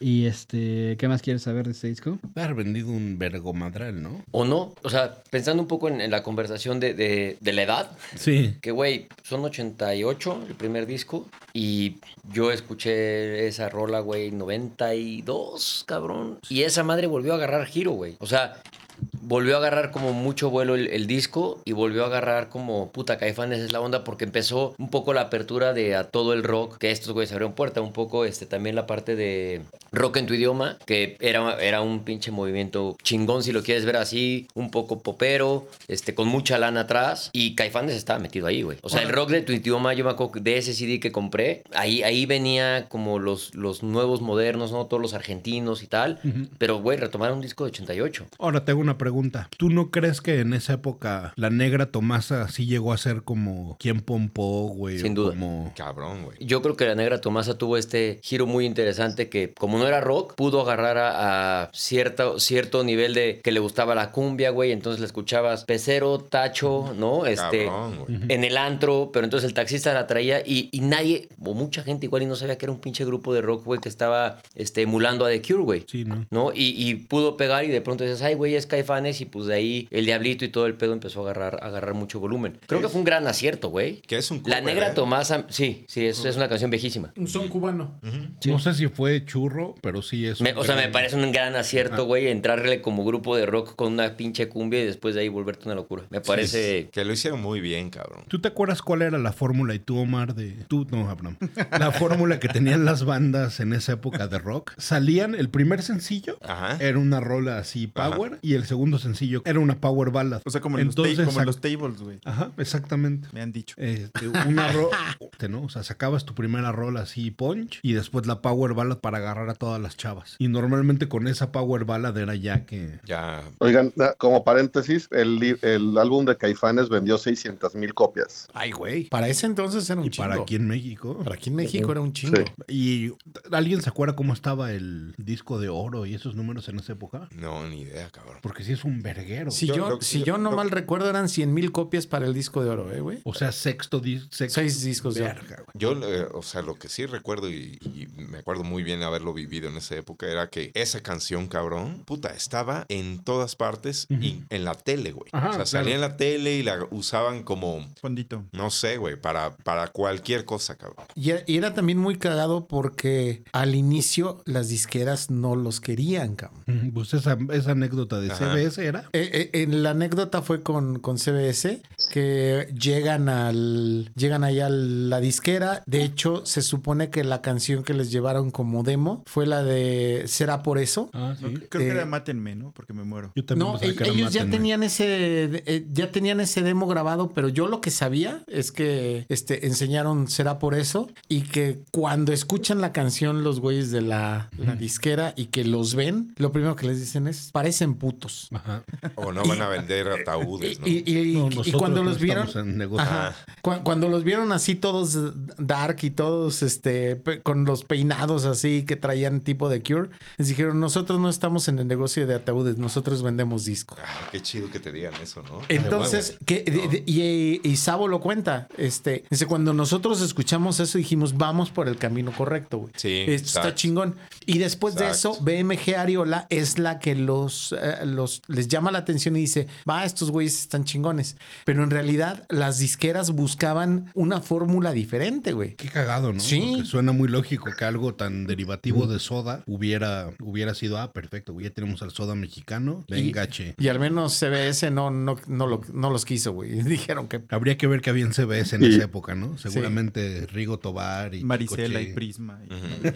Speaker 5: y este, ¿qué más quieres saber de este disco?
Speaker 1: Va a haber vendido un vergomadral, ¿no?
Speaker 2: ¿O no? O sea, pensando un poco en, en la conversación de, de- de la edad,
Speaker 1: Sí.
Speaker 2: que güey, son 88 el primer disco y yo escuché esa rola, güey, 92, cabrón. Y esa madre volvió a agarrar giro, güey. O sea, volvió a agarrar como mucho vuelo el, el disco y volvió a agarrar como puta Caifanes es la onda porque empezó un poco la apertura de a todo el rock que estos güeyes abrieron puerta un poco este también la parte de rock en tu idioma que era, era un pinche movimiento chingón si lo quieres ver así un poco popero este con mucha lana atrás y Caifanes estaba metido ahí güey o sea el rock de tu idioma yo me acuerdo que de ese CD que compré ahí ahí venía como los los nuevos modernos no todos los argentinos y tal pero güey retomaron un disco de 88
Speaker 1: Ahora te hago una pregunta. ¿Tú no crees que en esa época la negra Tomasa sí llegó a ser como quien pompó, güey?
Speaker 2: Sin
Speaker 1: o
Speaker 2: duda.
Speaker 1: Como...
Speaker 3: Cabrón, güey.
Speaker 2: Yo creo que la Negra Tomasa tuvo este giro muy interesante que, como no era rock, pudo agarrar a, a cierta, cierto nivel de que le gustaba la cumbia, güey. Entonces le escuchabas pecero, tacho, ¿no? Este.
Speaker 3: Cabrón, güey.
Speaker 2: En el antro, pero entonces el taxista la traía y, y nadie, o mucha gente igual y no sabía que era un pinche grupo de rock, güey, que estaba este, emulando a The Cure, güey.
Speaker 1: Sí, ¿no?
Speaker 2: ¿no? Y, y pudo pegar y de pronto dices, ay, güey, es Caifanes y pues de ahí el diablito y todo el pedo empezó a agarrar, a agarrar mucho volumen. Creo que fue un gran acierto, güey.
Speaker 3: Que es un
Speaker 2: La
Speaker 3: cover,
Speaker 2: Negra
Speaker 3: ¿eh?
Speaker 2: Tomasa, sí, sí, es, es una canción viejísima.
Speaker 8: Un son cubano.
Speaker 1: No sé si fue churro, pero sí es.
Speaker 2: Me-
Speaker 1: un
Speaker 2: o sea, me
Speaker 1: gran-
Speaker 2: parece un gran acierto, güey, entrarle como grupo de rock con una pinche cumbia y después de ahí volverte una locura. Me parece...
Speaker 3: Que lo hicieron muy bien, cabrón.
Speaker 1: ¿Tú te acuerdas cuál era la fórmula y tú, Omar, de. Tú, no, Abraham. La fórmula que tenían las bandas en esa época de rock. Salían, el primer sencillo
Speaker 3: Ajá.
Speaker 2: Eh.
Speaker 1: era una rola así power y el segundo sencillo era una power ballad.
Speaker 6: O sea, como en, los ta-
Speaker 1: Entonces,
Speaker 6: como en
Speaker 1: sac-
Speaker 6: los tables, güey.
Speaker 1: Ajá, exactamente.
Speaker 6: Me han dicho.
Speaker 1: Este, una rola, ¿no? O sea, sacabas tu primera rola así, punch, y después la power ballad para agarrar a todas las chavas. Y normalmente con esa power ballad era ya que...
Speaker 3: Ya.
Speaker 7: Oigan, na- como paréntesis, el, li- el álbum de Caifanes vendió 600 mil copias.
Speaker 1: Ay, güey.
Speaker 4: Para ese entonces era un
Speaker 1: Y
Speaker 4: chingo.
Speaker 1: para aquí en México.
Speaker 4: Para aquí en México era un chingo.
Speaker 7: Sí.
Speaker 1: ¿Y alguien se acuerda cómo estaba el disco de oro y esos números en esa época?
Speaker 3: No, ni idea, cabrón.
Speaker 1: Porque sí es un verguero.
Speaker 4: Si
Speaker 3: Yo
Speaker 4: yo,
Speaker 3: creo que
Speaker 4: si
Speaker 3: sí,
Speaker 4: yo no
Speaker 3: creo-
Speaker 4: mal recuerdo, eran 100 mil copias para el disco de oro, ¿eh, güey?
Speaker 1: O sea, sexto disco.
Speaker 4: Seis discos de oro.
Speaker 1: Verga, güey.
Speaker 3: Yo, eh, o sea, lo que sí recuerdo y, y me acuerdo muy bien haberlo vivido en esa época era que esa canción, cabrón, puta, estaba en todas partes y en la tele, güey.
Speaker 1: Ajá,
Speaker 3: o sea,
Speaker 1: claro.
Speaker 3: salía en la tele y la usaban como,
Speaker 6: Fondito.
Speaker 3: no sé, güey, para, para cualquier cosa, cabrón.
Speaker 4: Y era, y era también muy cagado porque al inicio las disqueras no los querían, cabrón.
Speaker 1: Ujú, Pues esa, esa anécdota de
Speaker 3: Ajá.
Speaker 1: CBS era...
Speaker 4: Eh, eh, en la anécdota fue con, con CBS que llegan al llegan ahí a la disquera. De hecho, se supone que la canción que les llevaron como demo fue la de ¿Será por eso?
Speaker 1: Ah,
Speaker 6: No, creo
Speaker 4: Eh,
Speaker 6: que era Mátenme, ¿no? Porque me muero.
Speaker 1: Yo también
Speaker 4: No,
Speaker 1: pensaba
Speaker 4: e-
Speaker 1: que era
Speaker 4: ellos ya
Speaker 1: Mátenme.
Speaker 4: tenían ese eh, ya tenían ese demo grabado, pero yo lo que sabía es que este enseñaron será por eso y que cuando escuchan la canción los güeyes de la, la disquera y que los ven, lo primero que les dicen es parecen putos.
Speaker 1: Ajá.
Speaker 3: O no van a vender ataúdes, ¿no?
Speaker 4: Y, y- y-
Speaker 1: pues, No,
Speaker 4: y
Speaker 1: nosotros
Speaker 4: cuando
Speaker 1: no
Speaker 4: los vieron,
Speaker 1: estamos en negocio.
Speaker 4: Ajá. Cu- cuando los vieron así todos dark y todos este pe- con los peinados así que traían tipo de Cure, les dijeron nosotros no estamos en el negocio de ataúdes, nosotros vendemos discos.
Speaker 3: Ah, qué chido que te digan eso, ¿no?
Speaker 4: Entonces, que, de- de- y, y Sabo lo cuenta, este, dice, cuando nosotros escuchamos eso dijimos, vamos por el camino correcto, güey.
Speaker 3: Sí,
Speaker 4: Esto
Speaker 3: exacto.
Speaker 4: está chingón. Y después
Speaker 3: Exacto.
Speaker 4: de eso, BMG Ariola es la que los, eh, los, les llama la atención y dice, va, estos güeyes están chingones. Pero en realidad las disqueras buscaban una fórmula diferente, güey.
Speaker 1: Qué cagado, ¿no?
Speaker 4: Sí.
Speaker 1: Porque suena muy lógico que algo tan derivativo de soda hubiera, hubiera sido, ah, perfecto, güey, ya tenemos al soda mexicano, venga, che.
Speaker 4: Y al menos CBS no, no, no, lo- no los quiso, güey. Dijeron que
Speaker 1: Habría que ver que había en CBS en
Speaker 7: Y-
Speaker 1: esa época, ¿no? Seguramente Rigo Tobar y
Speaker 6: Maricela y
Speaker 1: Chicoche.
Speaker 6: Prisma. y-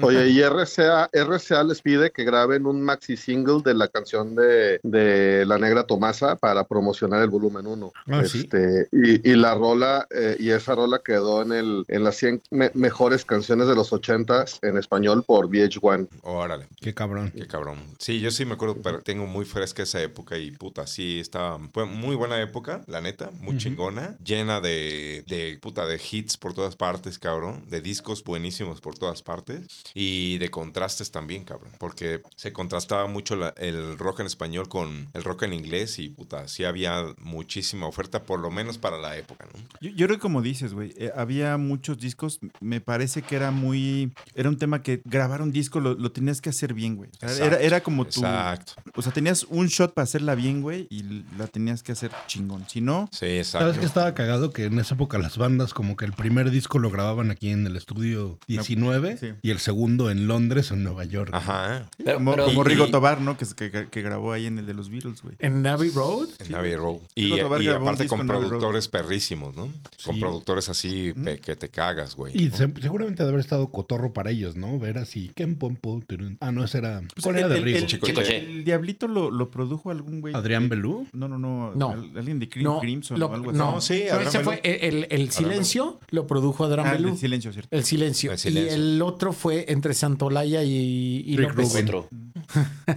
Speaker 7: Oye, y RCA, RCA les pide que graben un maxi single de la canción de, de La Negra Tomasa para promocionar el volumen 1.
Speaker 1: Ah, sí.
Speaker 7: y, y la rola, eh, y esa rola quedó en, el, en las 100 me- mejores canciones de los 80 en español por VH1.
Speaker 3: Órale,
Speaker 1: Qué cabrón.
Speaker 3: qué cabrón. Sí, yo sí me acuerdo, pero tengo muy fresca esa época y puta, sí, estaba. Fue muy buena época, la neta, muy chingona, llena de, de puta, de hits por todas partes, cabrón, de discos buenísimos por todas partes y de contrastes también, cabrón, porque se contrastaba mucho la- el rock en español con el rock en inglés y puta, sí había muchísima oferta, por lo menos para la época, ¿no?
Speaker 6: Yo, yo creo que como dices, güey, eh, había muchos discos, m- me parece que era muy, era un tema que grabar un disco lo, lo tenías que hacer bien, güey. O sea,
Speaker 3: Exacto,
Speaker 6: era, era como tu,
Speaker 3: Exacto.
Speaker 6: o sea, tenías un shot para hacerla bien, güey, y l- la tenías que hacer chingón. Si no,
Speaker 3: Sí, exacto.
Speaker 1: ¿Sabes que estaba cagado? Que en esa época las bandas como que el primer disco lo grababan aquí en el estudio 19
Speaker 6: Sí. Ah,
Speaker 1: y el segundo en Londres o en Nueva York.
Speaker 3: Ajá.
Speaker 2: Pero-
Speaker 6: como,
Speaker 2: pero-
Speaker 6: como
Speaker 2: y-
Speaker 6: Rigo
Speaker 2: y-
Speaker 6: Tobar, ¿no? Que, se- que, que grabó ahí en el de los Beatles, güey.
Speaker 4: en Abbey Road
Speaker 3: En Abbey Road. Y,
Speaker 6: Diego Tobar
Speaker 3: y
Speaker 6: grabó un
Speaker 3: aparte
Speaker 6: disco
Speaker 3: con
Speaker 6: en Abbey Road.
Speaker 3: productores perrísimos, ¿no? Con
Speaker 1: Sí.
Speaker 3: productores así pe- que te cagas, güey.
Speaker 1: Y se- seguramente de haber estado cotorro para ellos, ¿no? Ver así, Ken Pompo, turun. Ah, no, ese era. ¿Cuál era de
Speaker 6: Pues el,
Speaker 1: Rigo?
Speaker 6: el-
Speaker 3: Chico
Speaker 6: el-
Speaker 2: Che.
Speaker 6: el Diablito lo, lo produjo algún güey.
Speaker 1: ¿Adrián
Speaker 6: Belú?
Speaker 1: Belú?
Speaker 6: No, no, no.
Speaker 4: No.
Speaker 6: al- Alguien de Crim-
Speaker 4: no,
Speaker 6: Crimson
Speaker 4: lo-
Speaker 6: o algo así.
Speaker 4: no,
Speaker 3: No, sí,
Speaker 4: no, ese
Speaker 3: Adrián
Speaker 4: fue el, el- el silencio lo produjo Adrián
Speaker 6: Ah, el
Speaker 4: Belú.
Speaker 6: del silencio, ¿cierto?
Speaker 4: El silencio.
Speaker 3: El silencio.
Speaker 4: Y el otro fue entre Santolaya y, y
Speaker 1: Rick
Speaker 4: López.
Speaker 1: Rubin.
Speaker 2: Otro.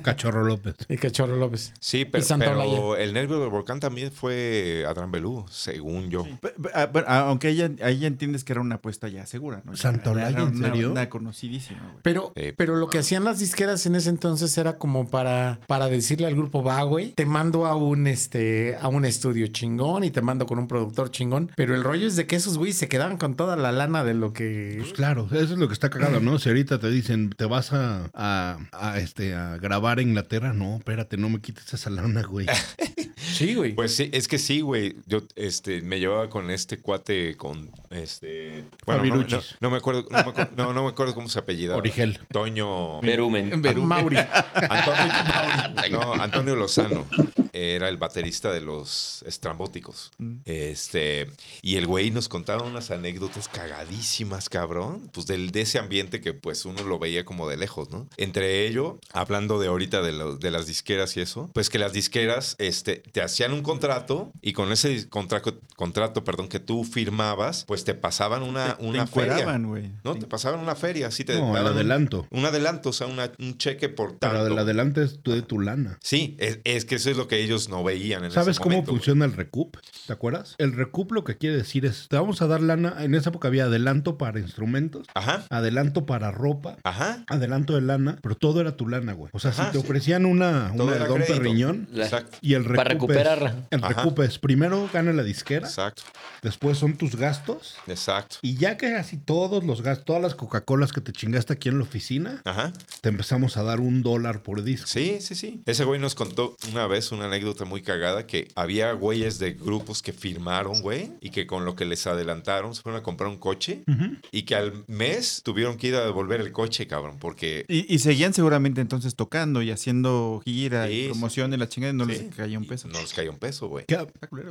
Speaker 1: Cachorro López.
Speaker 4: El cachorro López.
Speaker 3: Sí, pero,
Speaker 4: Santa
Speaker 3: pero
Speaker 4: Olaya.
Speaker 3: el nervio del volcán también fue Adrán Belú, según yo.
Speaker 6: Pe- pe- ah, bueno, ah, aunque ahí ya, ahí ya entiendes que era una apuesta ya segura, ¿no? Ya-
Speaker 1: ¿Santolaya,
Speaker 6: era
Speaker 1: en
Speaker 6: una
Speaker 1: serio?
Speaker 6: banda conocidísima, güey.
Speaker 4: Pero,
Speaker 3: Sí.
Speaker 4: pero lo que hacían las disqueras en ese entonces era como para, para decirle al grupo, va, güey, te mando a un, este, a un estudio chingón y te mando con un productor chingón. Pero el rollo es de que esos güey se quedaban con toda la lana de lo que...
Speaker 1: Pues claro, eso es lo que está cagado, ¿no? Si ahorita te dicen, te vas a, a, a, este, a grabar a Inglaterra, no, espérate, no me quites esa lana, güey.
Speaker 4: Sí, güey.
Speaker 3: Pues sí, es que sí, güey. Yo este, me llevaba con este cuate, con este. Bueno, no, no,
Speaker 1: Fabiruchis.
Speaker 3: no me acuerdo, no me acuerdo, no, no me acuerdo cómo se apellidaba.
Speaker 1: Origel.
Speaker 3: Toño.
Speaker 4: Em,
Speaker 2: Verumen.
Speaker 4: Mauri.
Speaker 3: Antonio, no, Antonio Lozano era el baterista de los estrambóticos. Este, y el güey nos contaba unas anécdotas cagadísimas, cabrón. Pues del, de ese ambiente que pues uno lo veía como de lejos, ¿no? Entre ello, hablando de ahorita de, lo- de las disqueras y eso, pues que las disqueras este, te hacían un contrato y con ese contrato, contrato perdón, que tú firmabas, pues te pasaban una,
Speaker 6: Te
Speaker 3: una feria.
Speaker 6: encueraban, güey.
Speaker 3: No, te pasaban una feria, así te
Speaker 1: No, el
Speaker 3: daban un-
Speaker 1: adelanto.
Speaker 3: un adelanto, o sea, una- un cheque por tanto.
Speaker 1: Pero el adelanto es tú de tu lana.
Speaker 3: Sí, es, es que eso es lo que ellos no veían en
Speaker 1: ¿Sabes
Speaker 3: ese
Speaker 1: cómo
Speaker 3: momento, güey.
Speaker 1: funciona el recoup? ¿Te acuerdas? El recoup lo que quiere decir es, te vamos a dar lana, en esa época había adelanto para instrumentos,
Speaker 3: Ajá,
Speaker 1: adelanto para ropa,
Speaker 3: ajá.
Speaker 1: adelanto de lana, pero todo era tu lana, güey. O sea,
Speaker 3: Ajá,
Speaker 1: si te
Speaker 3: sí.
Speaker 1: ofrecían una,
Speaker 3: Todo
Speaker 1: una de
Speaker 3: era
Speaker 1: Don
Speaker 3: crédito.
Speaker 1: Perriñón
Speaker 2: La-
Speaker 3: Exacto.
Speaker 1: y el recoup
Speaker 2: Para recuperarla.
Speaker 1: es, el
Speaker 3: Ajá.
Speaker 1: recoup es, primero gana la disquera,
Speaker 3: Exacto,
Speaker 1: después son tus gastos
Speaker 3: exacto.
Speaker 1: y ya que así todos los gastos, todas las Coca-Colas que te chingaste aquí en la oficina,
Speaker 3: Ajá.
Speaker 1: te empezamos a dar un dólar por disco.
Speaker 3: Sí, sí, sí. Ese güey nos contó una vez una anécdota muy cagada que había güeyes de grupos que firmaron, güey, y que con lo que les adelantaron se fueron a comprar un coche y que al mes tuvieron que ir a devolver el coche, cabrón, porque
Speaker 6: Y, y seguían seguramente entonces tocando y haciendo gira
Speaker 3: Sí,
Speaker 6: y
Speaker 3: sí.
Speaker 6: promoción de la chingada y no
Speaker 3: Sí,
Speaker 6: les caía un
Speaker 3: y
Speaker 6: peso.
Speaker 3: No les cayó un peso, güey.
Speaker 1: Que,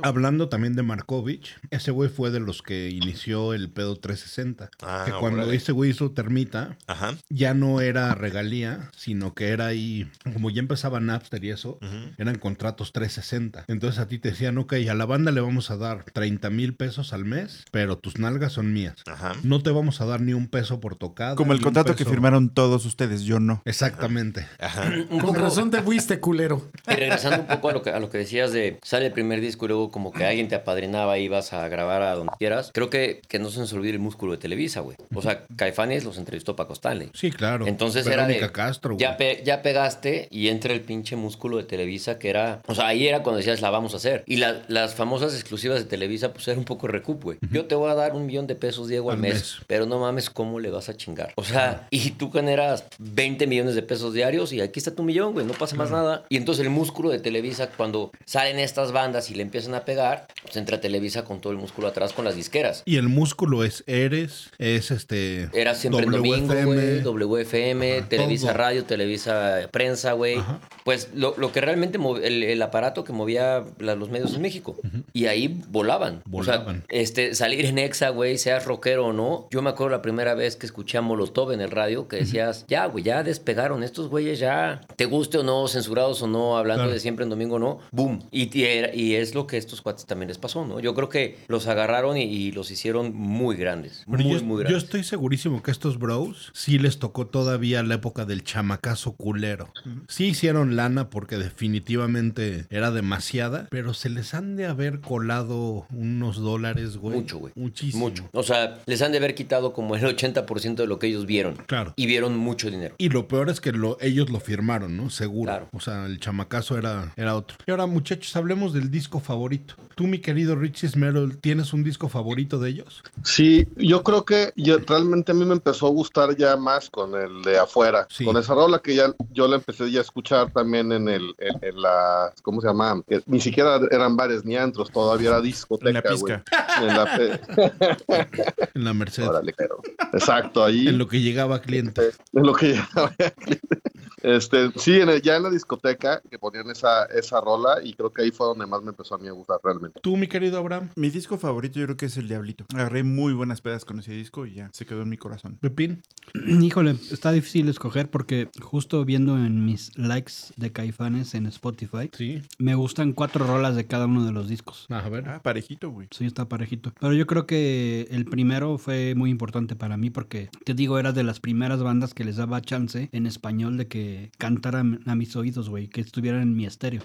Speaker 1: hablando también de Markovich, ese güey fue de los que inició el pedo 360.
Speaker 3: Ah,
Speaker 1: que cuando
Speaker 3: órale.
Speaker 1: ese güey hizo Termita,
Speaker 3: Ajá.
Speaker 1: ya no era regalía, sino que era ahí, como ya empezaba Napster y eso,
Speaker 3: Ujú.
Speaker 1: eran contratos 360. Entonces a ti te decían, ok, a la banda le vamos a dar 30 mil pesos al mes, pero tus nalgas son mías.
Speaker 3: Ajá.
Speaker 1: No te vamos a dar ni un peso por tocada.
Speaker 6: Como el
Speaker 1: ni un
Speaker 6: contrato que
Speaker 1: peso-
Speaker 6: firmaron todos ustedes, yo no.
Speaker 1: Exactamente.
Speaker 3: Ajá.
Speaker 2: Un
Speaker 4: Con
Speaker 2: poco-
Speaker 4: razón te fuiste, culero.
Speaker 2: Y regresando un poco a lo, que, a lo que decías de sale el primer disco y luego como que alguien te apadrinaba y ibas a grabar a donde quieras, creo que, que no se nos olvide el músculo de Televisa, güey. O sea, Caifanes los entrevistó Paco Stanley.
Speaker 1: Sí, claro.
Speaker 2: Entonces era de,
Speaker 1: Verónica Castro,
Speaker 2: ya,
Speaker 1: güey.
Speaker 2: pe- ya pegaste y entra el pinche músculo de Televisa que era era, o sea, ahí era cuando decías, la vamos a hacer. Y la- las famosas exclusivas de Televisa, pues era un poco recup, güey. Yo te voy a dar un millón de pesos, Diego, al,
Speaker 1: Al
Speaker 2: mes,
Speaker 1: mes.
Speaker 2: pero no mames cómo le vas a chingar. O sea, y tú generas 20 millones de pesos diarios y aquí está tu millón, güey, no pasa más nada. Y entonces el músculo de Televisa, cuando salen estas bandas y le empiezan a pegar, pues entra Televisa con todo el músculo atrás con las disqueras.
Speaker 1: Y el músculo es Eres, es este.
Speaker 2: Era siempre el
Speaker 1: WFM.
Speaker 2: domingo, güey, WFM, Televisa
Speaker 1: todo.
Speaker 2: Radio, Televisa Prensa, güey. Pues lo, lo que realmente mov- el, el aparato que movía la- los medios en México. Y ahí volaban.
Speaker 1: Volaban.
Speaker 2: O sea, este, salir en Exa, güey, seas rockero o no. Yo me acuerdo la primera vez que escuché a Molotov en el radio que decías, ya, güey, ya despegaron estos güeyes, ya, te guste o no, censurados o no, hablando
Speaker 1: Claro.
Speaker 2: de siempre en domingo o no, boom. Y, y era- y es lo que a estos cuates también les pasó, ¿no? Yo creo que los agarraron y, y los hicieron muy grandes.
Speaker 1: Pero
Speaker 2: muy,
Speaker 1: yo,
Speaker 2: muy
Speaker 1: yo
Speaker 2: grandes.
Speaker 1: estoy segurísimo que estos bros sí les tocó todavía la época del chamacazo culero. Sí hicieron lana porque definitivamente era demasiada, pero se les han de haber colado unos dólares, güey.
Speaker 2: Mucho, güey.
Speaker 1: Muchísimo.
Speaker 2: Mucho. O sea, les han de haber quitado como el 80% de lo que ellos vieron.
Speaker 1: Claro.
Speaker 2: Y vieron mucho dinero.
Speaker 1: Y lo peor es que lo, ellos lo firmaron, ¿no? Seguro.
Speaker 2: Claro.
Speaker 1: O sea, el chamacazo era, era otro. Y ahora, muchachos, hablemos del disco favorito. Tú, mi querido Richie Smerol, ¿tienes un disco favorito de ellos?
Speaker 7: Sí, yo creo que yo- realmente a mí me empezó a gustar ya más con el de afuera,
Speaker 1: Sí.
Speaker 7: con esa rola que ya yo la empecé ya a escuchar también en el en, en la ¿cómo se llama? Que ni siquiera eran bares ni antros, todavía era discoteca,
Speaker 6: En la
Speaker 7: güey.
Speaker 6: pizca.
Speaker 7: En la pe-
Speaker 1: En la Merced.
Speaker 7: Órale, claro. Exacto, ahí Este,
Speaker 1: En lo que llegaba cliente.
Speaker 7: en lo que ya había cliente. este, sí, en el- ya en la discoteca que ponían esa esa rola y creo que ahí fue donde más me empezó a mí a gustar realmente.
Speaker 1: Tú, mi querido Abraham,
Speaker 6: Mi disco favorito yo creo que es El Diablito. Agarré muy buenas pedas con ese disco y ya se quedó en mi corazón.
Speaker 1: Pepín.
Speaker 5: Híjole, está difícil escoger porque justo viendo en mis likes de Caifanes en Spotify,
Speaker 1: Sí.
Speaker 5: me gustan cuatro rolas de cada uno de los discos.
Speaker 1: A ver.
Speaker 6: Ah, parejito, güey.
Speaker 5: Sí, está parejito. Pero yo creo que el primero fue muy importante para mí porque, te digo, era de las primeras bandas que les daba chance en español de que cantaran a mis oídos, güey, que estuvieran en mi estéreo.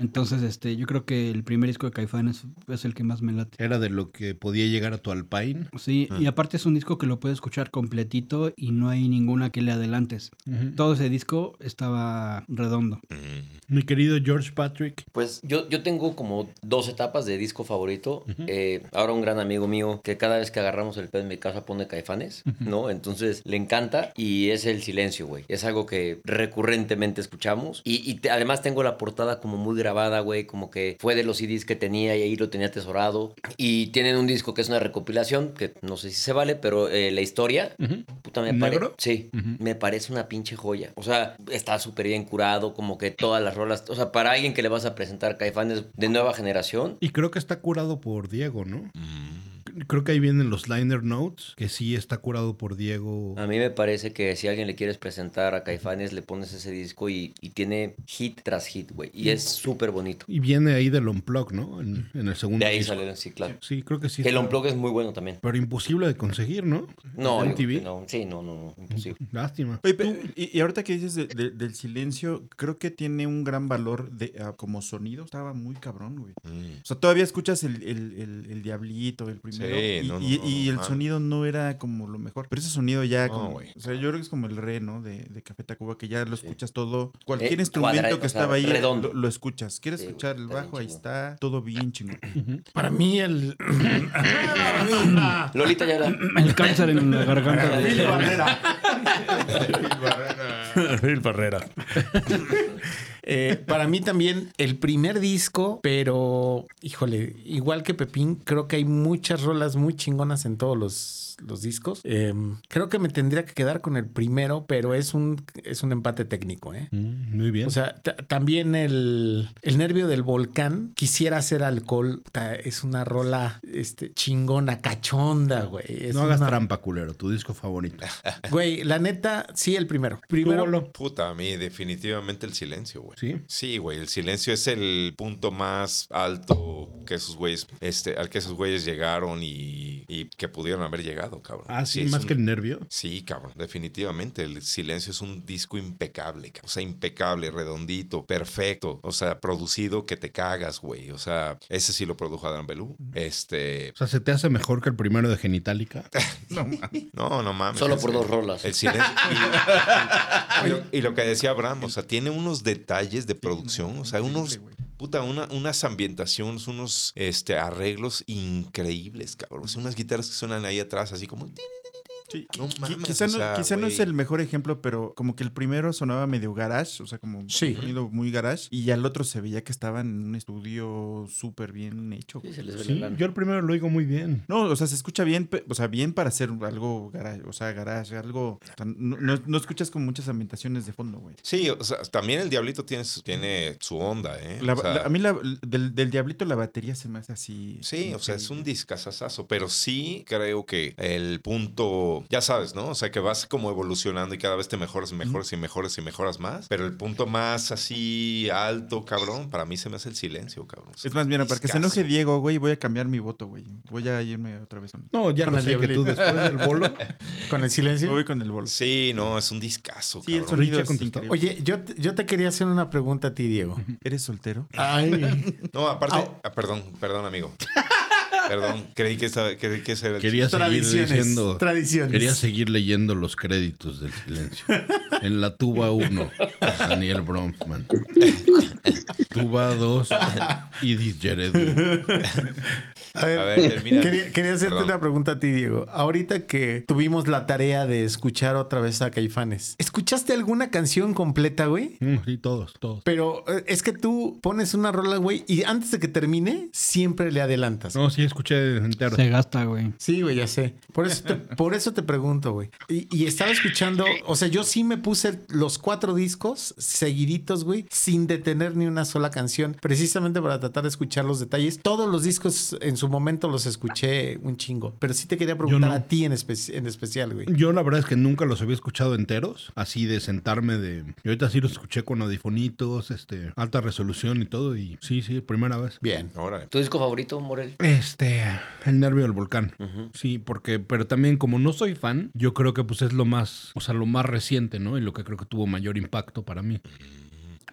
Speaker 5: Entonces, este, yo creo que el primer disco de Caifanes es el que más me late.
Speaker 1: Era de lo que podía llegar a tu Alpine.
Speaker 5: Sí,
Speaker 3: Ah.
Speaker 5: y aparte es un disco que lo puedes escuchar completito y no hay ninguna que le adelantes. Todo ese disco estaba redondo.
Speaker 1: Mi querido George Patrick.
Speaker 2: Pues yo, yo tengo como dos etapas de disco favorito. Eh, ahora un gran amigo mío que cada vez que agarramos el pedo en mi casa pone caifanes, ¿no? Entonces le encanta y es el silencio, güey. Es algo que recurrentemente escuchamos. Y, y te- además tengo la portada como muy grabada, güey, como que fue de los CDs que tenía y ahí lo tenía atesorado. Y tienen un disco que es una recopilación, que no sé si se vale, pero eh, la historia, puta, me pare-
Speaker 1: ¿Negro?
Speaker 2: Sí, me parece una pinche joya. O sea, está súper bien curado, como que todas las rolas. O sea, para alguien que le vas a presentar Caifanes de nueva generación,
Speaker 1: Y creo que está curado por Diego, ¿no?
Speaker 2: Mm.
Speaker 1: Creo que ahí vienen los liner notes, que sí está curado por Diego.
Speaker 2: a mí me parece que si a alguien le quieres presentar a Caifanes, le pones ese disco y, y tiene hit tras hit, güey. Y es súper bonito.
Speaker 1: Y viene ahí del Unplug, ¿no? En, en el segundo.
Speaker 2: De ahí
Speaker 1: disco.
Speaker 2: sale, sí, claro.
Speaker 1: Sí, creo que sí.
Speaker 2: El
Speaker 1: está-
Speaker 2: Unplug es muy bueno también.
Speaker 1: Pero imposible de conseguir, ¿no?
Speaker 2: No, yo creo
Speaker 1: MTV.
Speaker 2: que no. Sí, no, no, no, imposible.
Speaker 1: Lástima.
Speaker 6: Oye, pe- y, y ahorita que dices de- de- del silencio, creo que tiene un gran valor de, ah, como sonido. Estaba muy cabrón, güey.
Speaker 3: Mm.
Speaker 6: O sea, todavía escuchas el, el- el- el diablito, el primero.
Speaker 3: Sí,
Speaker 6: y,
Speaker 3: no, no,
Speaker 6: y-
Speaker 3: no,
Speaker 6: y
Speaker 3: no
Speaker 6: el
Speaker 3: mames.
Speaker 6: sonido no era como lo mejor. Pero ese sonido ya
Speaker 3: No,
Speaker 6: como.
Speaker 3: güey.
Speaker 6: o sea, yo creo que es como el re, ¿no? De, de Café Tacuba, que ya lo escuchas todo. Cualquier
Speaker 2: Eh,
Speaker 6: instrumento
Speaker 2: cuadrado,
Speaker 6: que
Speaker 2: o sea,
Speaker 6: estaba ahí
Speaker 2: redondo.
Speaker 6: lo, lo escuchas. ¿Quieres
Speaker 2: Sí, güey,
Speaker 6: escuchar el
Speaker 2: está bien
Speaker 6: bajo? Ahí
Speaker 2: chingón.
Speaker 6: está. Todo bien chingón.
Speaker 4: Para mí el...
Speaker 2: Lolita ya era.
Speaker 5: El cáncer en la garganta.
Speaker 2: Bill
Speaker 4: Barrera. Eh, para mí también el primer disco, pero híjole, igual que Pepín, creo que hay muchas rolas muy chingonas en todos los, los discos. Eh, creo que me tendría que quedar con el primero, pero es un, es un empate técnico, ¿eh?
Speaker 1: Mm, muy bien.
Speaker 4: O sea, ta- también el, el nervio del volcán, quisiera hacer alcohol, ta- es una rola este, chingona, cachonda, güey. Es
Speaker 1: no hagas
Speaker 4: una-
Speaker 1: trampa, culero. Tu disco favorito.
Speaker 4: Güey, la neta, sí, el primero. Primero,
Speaker 3: Puta, a mí definitivamente el silencio, güey.
Speaker 1: ¿Sí?
Speaker 3: Sí, güey, el silencio es el punto más alto que esos güeyes, este, al que esos güeyes llegaron y y que pudieron haber llegado, cabrón.
Speaker 1: Ah, sí,
Speaker 3: es
Speaker 1: más
Speaker 3: un-
Speaker 1: que el nervio.
Speaker 3: Sí, cabrón, definitivamente. El silencio es un disco impecable, cabrón. O sea, impecable, redondito, perfecto. O sea, producido que te cagas, güey. O sea, ese sí lo produjo Adán Belú. Este.
Speaker 1: O sea, ¿se te hace mejor que el primero de Genitalica?
Speaker 3: No, no mames.
Speaker 2: Solo
Speaker 3: Es-
Speaker 2: por dos rolas.
Speaker 3: El silencio. Y, y lo, y lo que decía Abraham, o sea, tiene unos detalles de producción, o sea, unos. Puta, una, unas ambientaciones, unos este, arreglos increíbles, cabrón. O sea, unas guitarras que suenan ahí atrás, así como.
Speaker 6: Sí,
Speaker 3: No
Speaker 6: qui-
Speaker 3: mames,
Speaker 6: quizá
Speaker 3: o
Speaker 6: no,
Speaker 3: sea,
Speaker 6: quizá no
Speaker 3: güey.
Speaker 6: es el mejor ejemplo, pero como que el primero sonaba medio garage, o sea, como un
Speaker 4: Sí.
Speaker 6: sonido muy garage, y al otro se veía que estaba en un estudio súper bien hecho.
Speaker 2: Sí,
Speaker 6: güey.
Speaker 2: se les ve
Speaker 1: Sí,
Speaker 2: la lana.
Speaker 1: yo el primero lo digo muy bien.
Speaker 6: No, o sea, se escucha bien, pe- o sea, bien para hacer algo garage, o sea, garage, algo... o sea, no, no- no escuchas con muchas ambientaciones de fondo, güey.
Speaker 3: Sí, o sea, también el Diablito tiene su, tiene su onda, ¿eh? O
Speaker 6: La-
Speaker 3: sea,
Speaker 6: la- a mí la- del, del Diablito la batería se me hace así...
Speaker 3: Sí, o sea, es un
Speaker 6: increíble.
Speaker 3: discazazazo, pero sí creo que el punto, ya sabes, ¿no? O sea, que vas como evolucionando y cada vez te mejoras, y mejoras y mejoras y mejoras más. Pero el punto más así alto, cabrón, para mí se me hace el silencio, cabrón.
Speaker 6: Es más, mira, para que se
Speaker 3: Discazo.
Speaker 6: enoje Diego, güey, voy a cambiar mi voto, güey. Voy a irme otra vez. con-
Speaker 1: No, ya
Speaker 4: Con
Speaker 1: lo
Speaker 4: el
Speaker 1: sé que tú
Speaker 4: diablito.
Speaker 1: después del bolo.
Speaker 4: Con el
Speaker 6: Me
Speaker 4: silencio.
Speaker 6: voy con el bolo.
Speaker 3: Sí, no, es un discazo,
Speaker 6: Sí, el
Speaker 3: cabrón.
Speaker 6: sonido
Speaker 1: Richie
Speaker 6: es
Speaker 1: contestó.
Speaker 6: increíble.
Speaker 4: Oye, yo, te- yo te quería hacer una pregunta a ti, Diego.
Speaker 6: ¿Eres soltero?
Speaker 4: Ay,
Speaker 3: No, aparte, ah, perdón, perdón, amigo. Perdón, creí que, estaba, creí que ese era el
Speaker 1: Quería seguir
Speaker 4: tradiciones.
Speaker 1: diciendo.
Speaker 4: tradiciones.
Speaker 1: Quería seguir leyendo los créditos del silencio. En la tuba 1, Daniel Bronfman. Tuba 2, Edith Jared.
Speaker 4: A ver,
Speaker 3: A ver, termina.
Speaker 4: Quería, quería hacerte
Speaker 3: Perdón.
Speaker 4: una pregunta a ti, Diego. Ahorita que tuvimos la tarea de escuchar otra vez a Caifanes, ¿escuchaste alguna canción completa, güey?
Speaker 1: Mm, Sí, todos, todos.
Speaker 4: Pero eh, es que tú pones una rola, güey, y antes de que termine, siempre le adelantas.
Speaker 1: No, sí, escuché entero.
Speaker 5: Se gasta, güey.
Speaker 4: Sí, güey, ya sé. Por eso te, por eso te pregunto, güey. Y, y estaba escuchando, o sea, yo sí me puse los cuatro discos seguiditos, güey, sin detener ni una sola canción, precisamente para tratar de escuchar los detalles. Todos los discos en su momento los escuché un chingo, pero sí te quería preguntar
Speaker 1: no.
Speaker 4: a ti en, espe- en especial, güey.
Speaker 1: Yo la verdad es que nunca los había escuchado enteros, así de sentarme de... Y ahorita sí los escuché con audifonitos, este, alta resolución y todo, y sí, sí, primera vez.
Speaker 4: Bien.
Speaker 3: Órale.
Speaker 2: ¿Tu disco favorito, Morel?
Speaker 1: Este, el nervio del volcán. Sí, porque, pero también como no soy fan, yo creo que pues es lo más, o sea, lo más reciente, ¿no? Y lo que creo que tuvo mayor impacto para mí.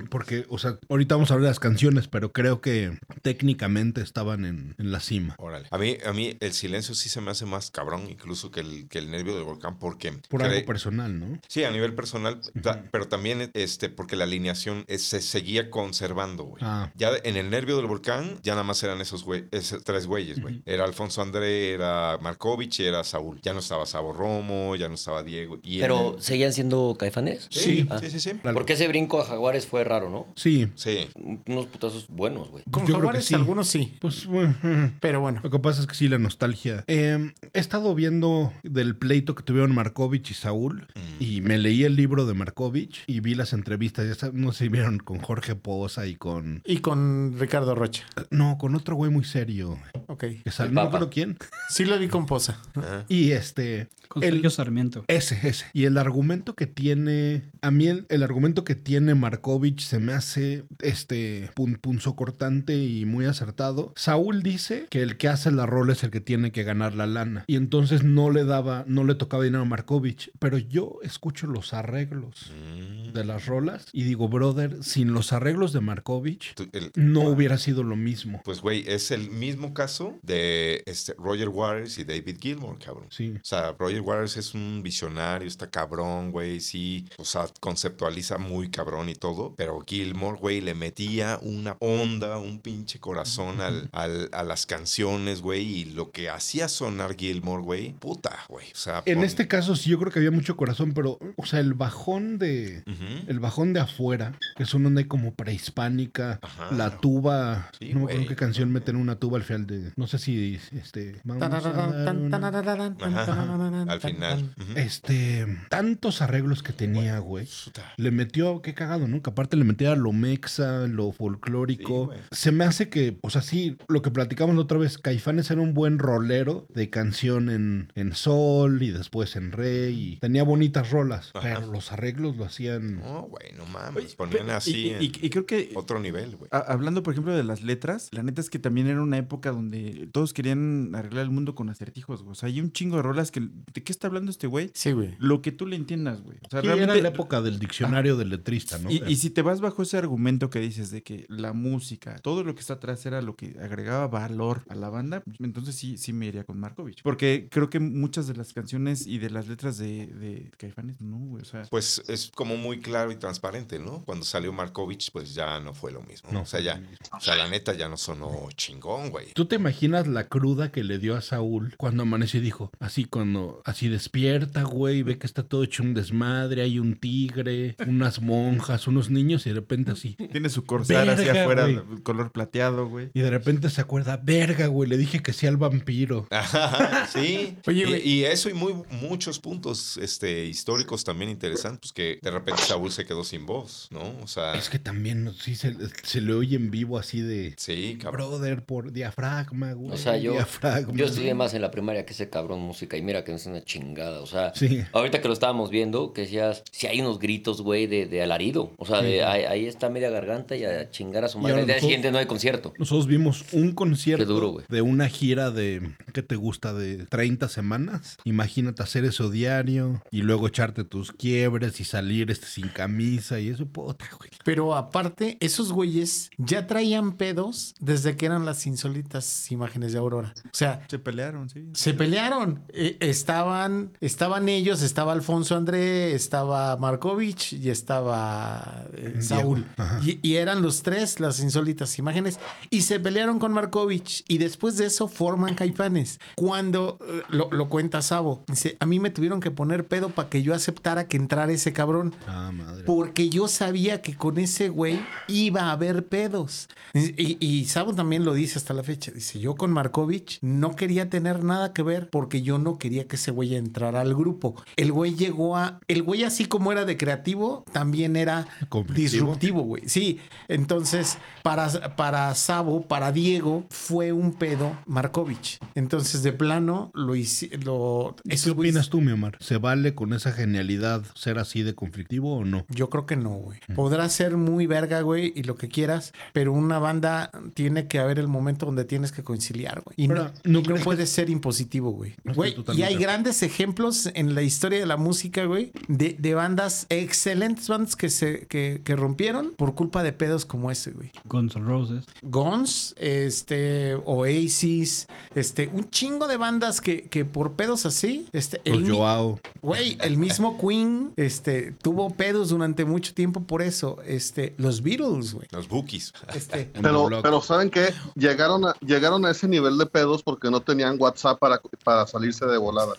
Speaker 1: Porque, o sea, ahorita vamos a hablar de las canciones, pero creo que técnicamente estaban en, en la cima.
Speaker 3: Órale. A mí, a mí el silencio sí se me hace más cabrón incluso que el, que el nervio del volcán porque...
Speaker 1: Por
Speaker 3: cre-
Speaker 1: algo personal, ¿no?
Speaker 3: Sí, a nivel personal, ta- pero también este, porque la alineación eh, se seguía conservando, güey.
Speaker 1: Ah.
Speaker 3: Ya de- en el nervio del volcán, ya nada más eran esos, güey, esos tres güeyes, güey. Era Alfonso André, era Markovich y era Saúl. Ya no estaba Sabo Romo, ya no estaba Diego. Y en
Speaker 2: ¿Pero
Speaker 3: el-
Speaker 2: seguían siendo caifanes?
Speaker 3: Sí,
Speaker 2: Ah.
Speaker 3: sí, sí, sí.
Speaker 2: Porque ese brinco a Jaguares fue raro, ¿no?
Speaker 1: Sí,
Speaker 3: Sí.
Speaker 2: Unos putazos buenos, güey.
Speaker 4: Con
Speaker 1: Yo creo que
Speaker 4: Jaguares
Speaker 1: sí.
Speaker 4: algunos sí,
Speaker 1: pues bueno.
Speaker 4: pero bueno.
Speaker 1: Lo que pasa es que sí, la nostalgia. Eh, he estado viendo del pleito que tuvieron Markovich y Saúl
Speaker 2: Mm.
Speaker 1: y me leí el libro de Markovich y vi las entrevistas, ya sabes, no sé si vieron con Jorge Poza y con...
Speaker 4: Y con Ricardo Rocha.
Speaker 1: No, con otro güey muy serio.
Speaker 4: Ok.
Speaker 1: Que sal-
Speaker 2: El
Speaker 1: no me
Speaker 2: Papa. Ah.
Speaker 1: acuerdo quién.
Speaker 4: Sí lo vi con Poza.
Speaker 1: Y este...
Speaker 5: Con
Speaker 1: el-
Speaker 5: Sergio Sarmiento.
Speaker 1: ese, ese. Y el argumento que tiene, a mí el, el argumento que tiene Markovich se me hace este pun, punzocortante y muy acertado. Saúl dice que el que hace la rola es el que tiene que ganar la lana. Y entonces no le daba, no le tocaba dinero a Markovich. Pero yo escucho los arreglos
Speaker 3: Mm.
Speaker 1: de las rolas y digo, brother, sin los arreglos de Markovich
Speaker 3: Tú- el-
Speaker 1: no hubiera sido lo mismo.
Speaker 3: Pues, güey, es el mismo caso de este, Roger Waters y David Gilmour, cabrón.
Speaker 1: Sí.
Speaker 3: O sea, Roger Waters es un visionario, está cabrón, güey, sí. O sea, conceptualiza muy cabrón y todo. Pero Gilmore, güey, le metía una onda, un pinche corazón al, al- a las canciones, güey. Y lo que hacía sonar Gilmore, güey, puta, güey. O sea,
Speaker 1: En
Speaker 3: pon-
Speaker 1: este caso sí, yo creo que había mucho corazón, pero, o sea, el bajón de,
Speaker 3: Ujú.
Speaker 1: El bajón de afuera, que es una onda ahí como prehispánica.
Speaker 3: Ajá.
Speaker 1: La tuba.
Speaker 3: Sí,
Speaker 1: no me
Speaker 3: güey.
Speaker 1: acuerdo qué canción meten una tuba al final de. No sé si este. vamos a dar una-
Speaker 3: Ajá, Al final.
Speaker 6: Eh.
Speaker 3: Ujú.
Speaker 1: Este. Tantos arreglos que tenía,
Speaker 3: Pues.
Speaker 1: güey.
Speaker 3: Puta.
Speaker 1: Le metió, qué cagado, ¿no? Que aparte le metía lo mexa, lo
Speaker 3: Sí,
Speaker 1: folclórico.
Speaker 3: güey.
Speaker 1: Se me hace que, o sea, sí, lo que platicamos la otra vez, Caifanes era un buen rolero de canción en, en sol y después en rey. y tenía bonitas rolas,
Speaker 3: Ajá.
Speaker 1: pero los arreglos lo hacían
Speaker 3: No, güey, no mames. Ponían así
Speaker 6: Y-
Speaker 3: en
Speaker 6: y, y creo que
Speaker 3: otro nivel, güey.
Speaker 6: A- Hablando, por ejemplo, de las letras, la neta es que también era una época donde todos querían arreglar el mundo con acertijos, güey. O sea, hay un chingo de rolas que... ¿De qué está hablando este güey?
Speaker 4: Sí, güey.
Speaker 6: Lo que tú le entiendas, güey. O sea,
Speaker 1: Sí,
Speaker 6: realmente...
Speaker 1: Era la época del diccionario del letrista, ¿no?
Speaker 6: Y, y si te vas bajo ese argumento que dices de que la música, todo lo que está atrás era lo que agregaba valor a la banda, entonces sí, sí me iría con Markovich. Porque creo que muchas de las canciones y de las letras de, de Caifanes, no, güey. O sea,
Speaker 3: Pues es como muy claro y transparente, ¿no? Cuando salió Markovich, pues ya no fue lo mismo.
Speaker 1: No.
Speaker 3: o sea, ya, o sea, la neta ya no sonó chingón, güey.
Speaker 1: ¿Tú te imaginas la cruda que le dio a Saúl cuando amaneció y dijo, así cuando, así despierta, güey, ve que está todo hecho un desmadre, hay un tigre, unas monjas, unos niños y de repente así.
Speaker 6: tiene su corsar hacia
Speaker 1: Verga,
Speaker 6: afuera,
Speaker 1: güey.
Speaker 6: color plateado, güey.
Speaker 1: Y de repente se acuerda, verga, güey, le dije que sí al vampiro.
Speaker 3: Ajá, sí.
Speaker 4: Oye,
Speaker 3: y,
Speaker 4: güey.
Speaker 3: y eso y muy, muchos puntos este, históricos también interesantes, pues que de repente Saúl se quedó sin voz, ¿no? O sea,
Speaker 1: Es que también sí se, se le oye en vivo así de
Speaker 3: sí, cabrón.
Speaker 1: brother por diafragma, güey.
Speaker 2: O sea, yo,
Speaker 1: diafragma".
Speaker 2: yo estudié más en la primaria que ese cabrón música y mira que es una chingada. O sea,
Speaker 1: Sí.
Speaker 2: ahorita que lo estábamos viendo, que decías, si hay unos gritos, güey, de, de alarido. O sea, de, ahí, ahí está media garganta y a chingar a su
Speaker 1: Y
Speaker 2: madre.
Speaker 1: ahora
Speaker 2: El día
Speaker 1: nosotros-
Speaker 2: siguiente no hay concierto.
Speaker 1: Nosotros vimos un concierto
Speaker 2: Qué duro, güey.
Speaker 1: de una gira de, ¿qué te gusta? De 30 semanas. Imagínate hacer eso diario y luego echarte tus quiebres y salir este sin camisa y eso, puta, güey.
Speaker 4: Pero aparte, esos güeyes ya traían pedos desde que eran las insólitas imágenes de Aurora. O sea,
Speaker 6: Se pelearon, sí.
Speaker 4: se pelearon. Eh, estaban, estaban ellos, estaba Alfonso André, estaba Markovich y estaba eh, Saúl. Y, y eran los tres las insólitas imágenes. Y se pelearon con Markovich. Y después de eso forman Caifanes. Cuando eh, lo, lo cuenta Sabo, dice, a mí me tuvieron que poner pedo para que yo aceptara que entrara ese cabrón.
Speaker 1: Ah, madre.
Speaker 4: Porque yo sabía que con ese güey iba a haber pedos. Y, y Sabo también lo dice hasta la fecha. Dice, yo con Markovich no quería tener nada que ver porque yo no quería que ese güey entrara al grupo. El güey llegó a... El güey así como era de creativo, también era
Speaker 1: Conflictivo.
Speaker 4: disruptivo, güey. Sí, entonces para, para Sabo, para Diego, fue un pedo Markovich. Entonces de plano lo hice... Lo,
Speaker 1: ¿Qué
Speaker 4: esos güeyes-
Speaker 1: opinas tú, mi Omar? ¿Se vale con esa genialidad ser así de conflictivo o no?
Speaker 4: Yo creo que no, güey. Podrás ser muy verga, güey, y lo que quieras, pero una banda tiene que haber el momento donde tienes que conciliar, güey. Y
Speaker 1: Pero,
Speaker 4: no,
Speaker 1: ¿no
Speaker 4: y no
Speaker 1: crees que-
Speaker 4: puede ser impositivo, güey.
Speaker 1: No estoy
Speaker 4: Güey, y
Speaker 1: totalmente
Speaker 4: hay
Speaker 1: de acuerdo.
Speaker 4: grandes ejemplos en la historia de la música, güey, de, de bandas, excelentes bandas que se que, que rompieron por culpa de pedos como ese, güey.
Speaker 5: Guns N' Roses.
Speaker 4: Guns, este, Oasis, este, un chingo de bandas que, que por pedos así, este,
Speaker 1: Los
Speaker 4: mi-
Speaker 1: Pues Joao.
Speaker 4: Güey, el mismo Queen este, tuvo pedos durante mucho tiempo por eso. Este, los Beatles, güey.
Speaker 3: Los bookies.
Speaker 4: Este,
Speaker 1: Uno
Speaker 7: Pero,
Speaker 1: block.
Speaker 7: pero ¿saben qué? Llegaron a, llegaron a ese nivel de pedos porque no tenían WhatsApp para, para salirse de volada.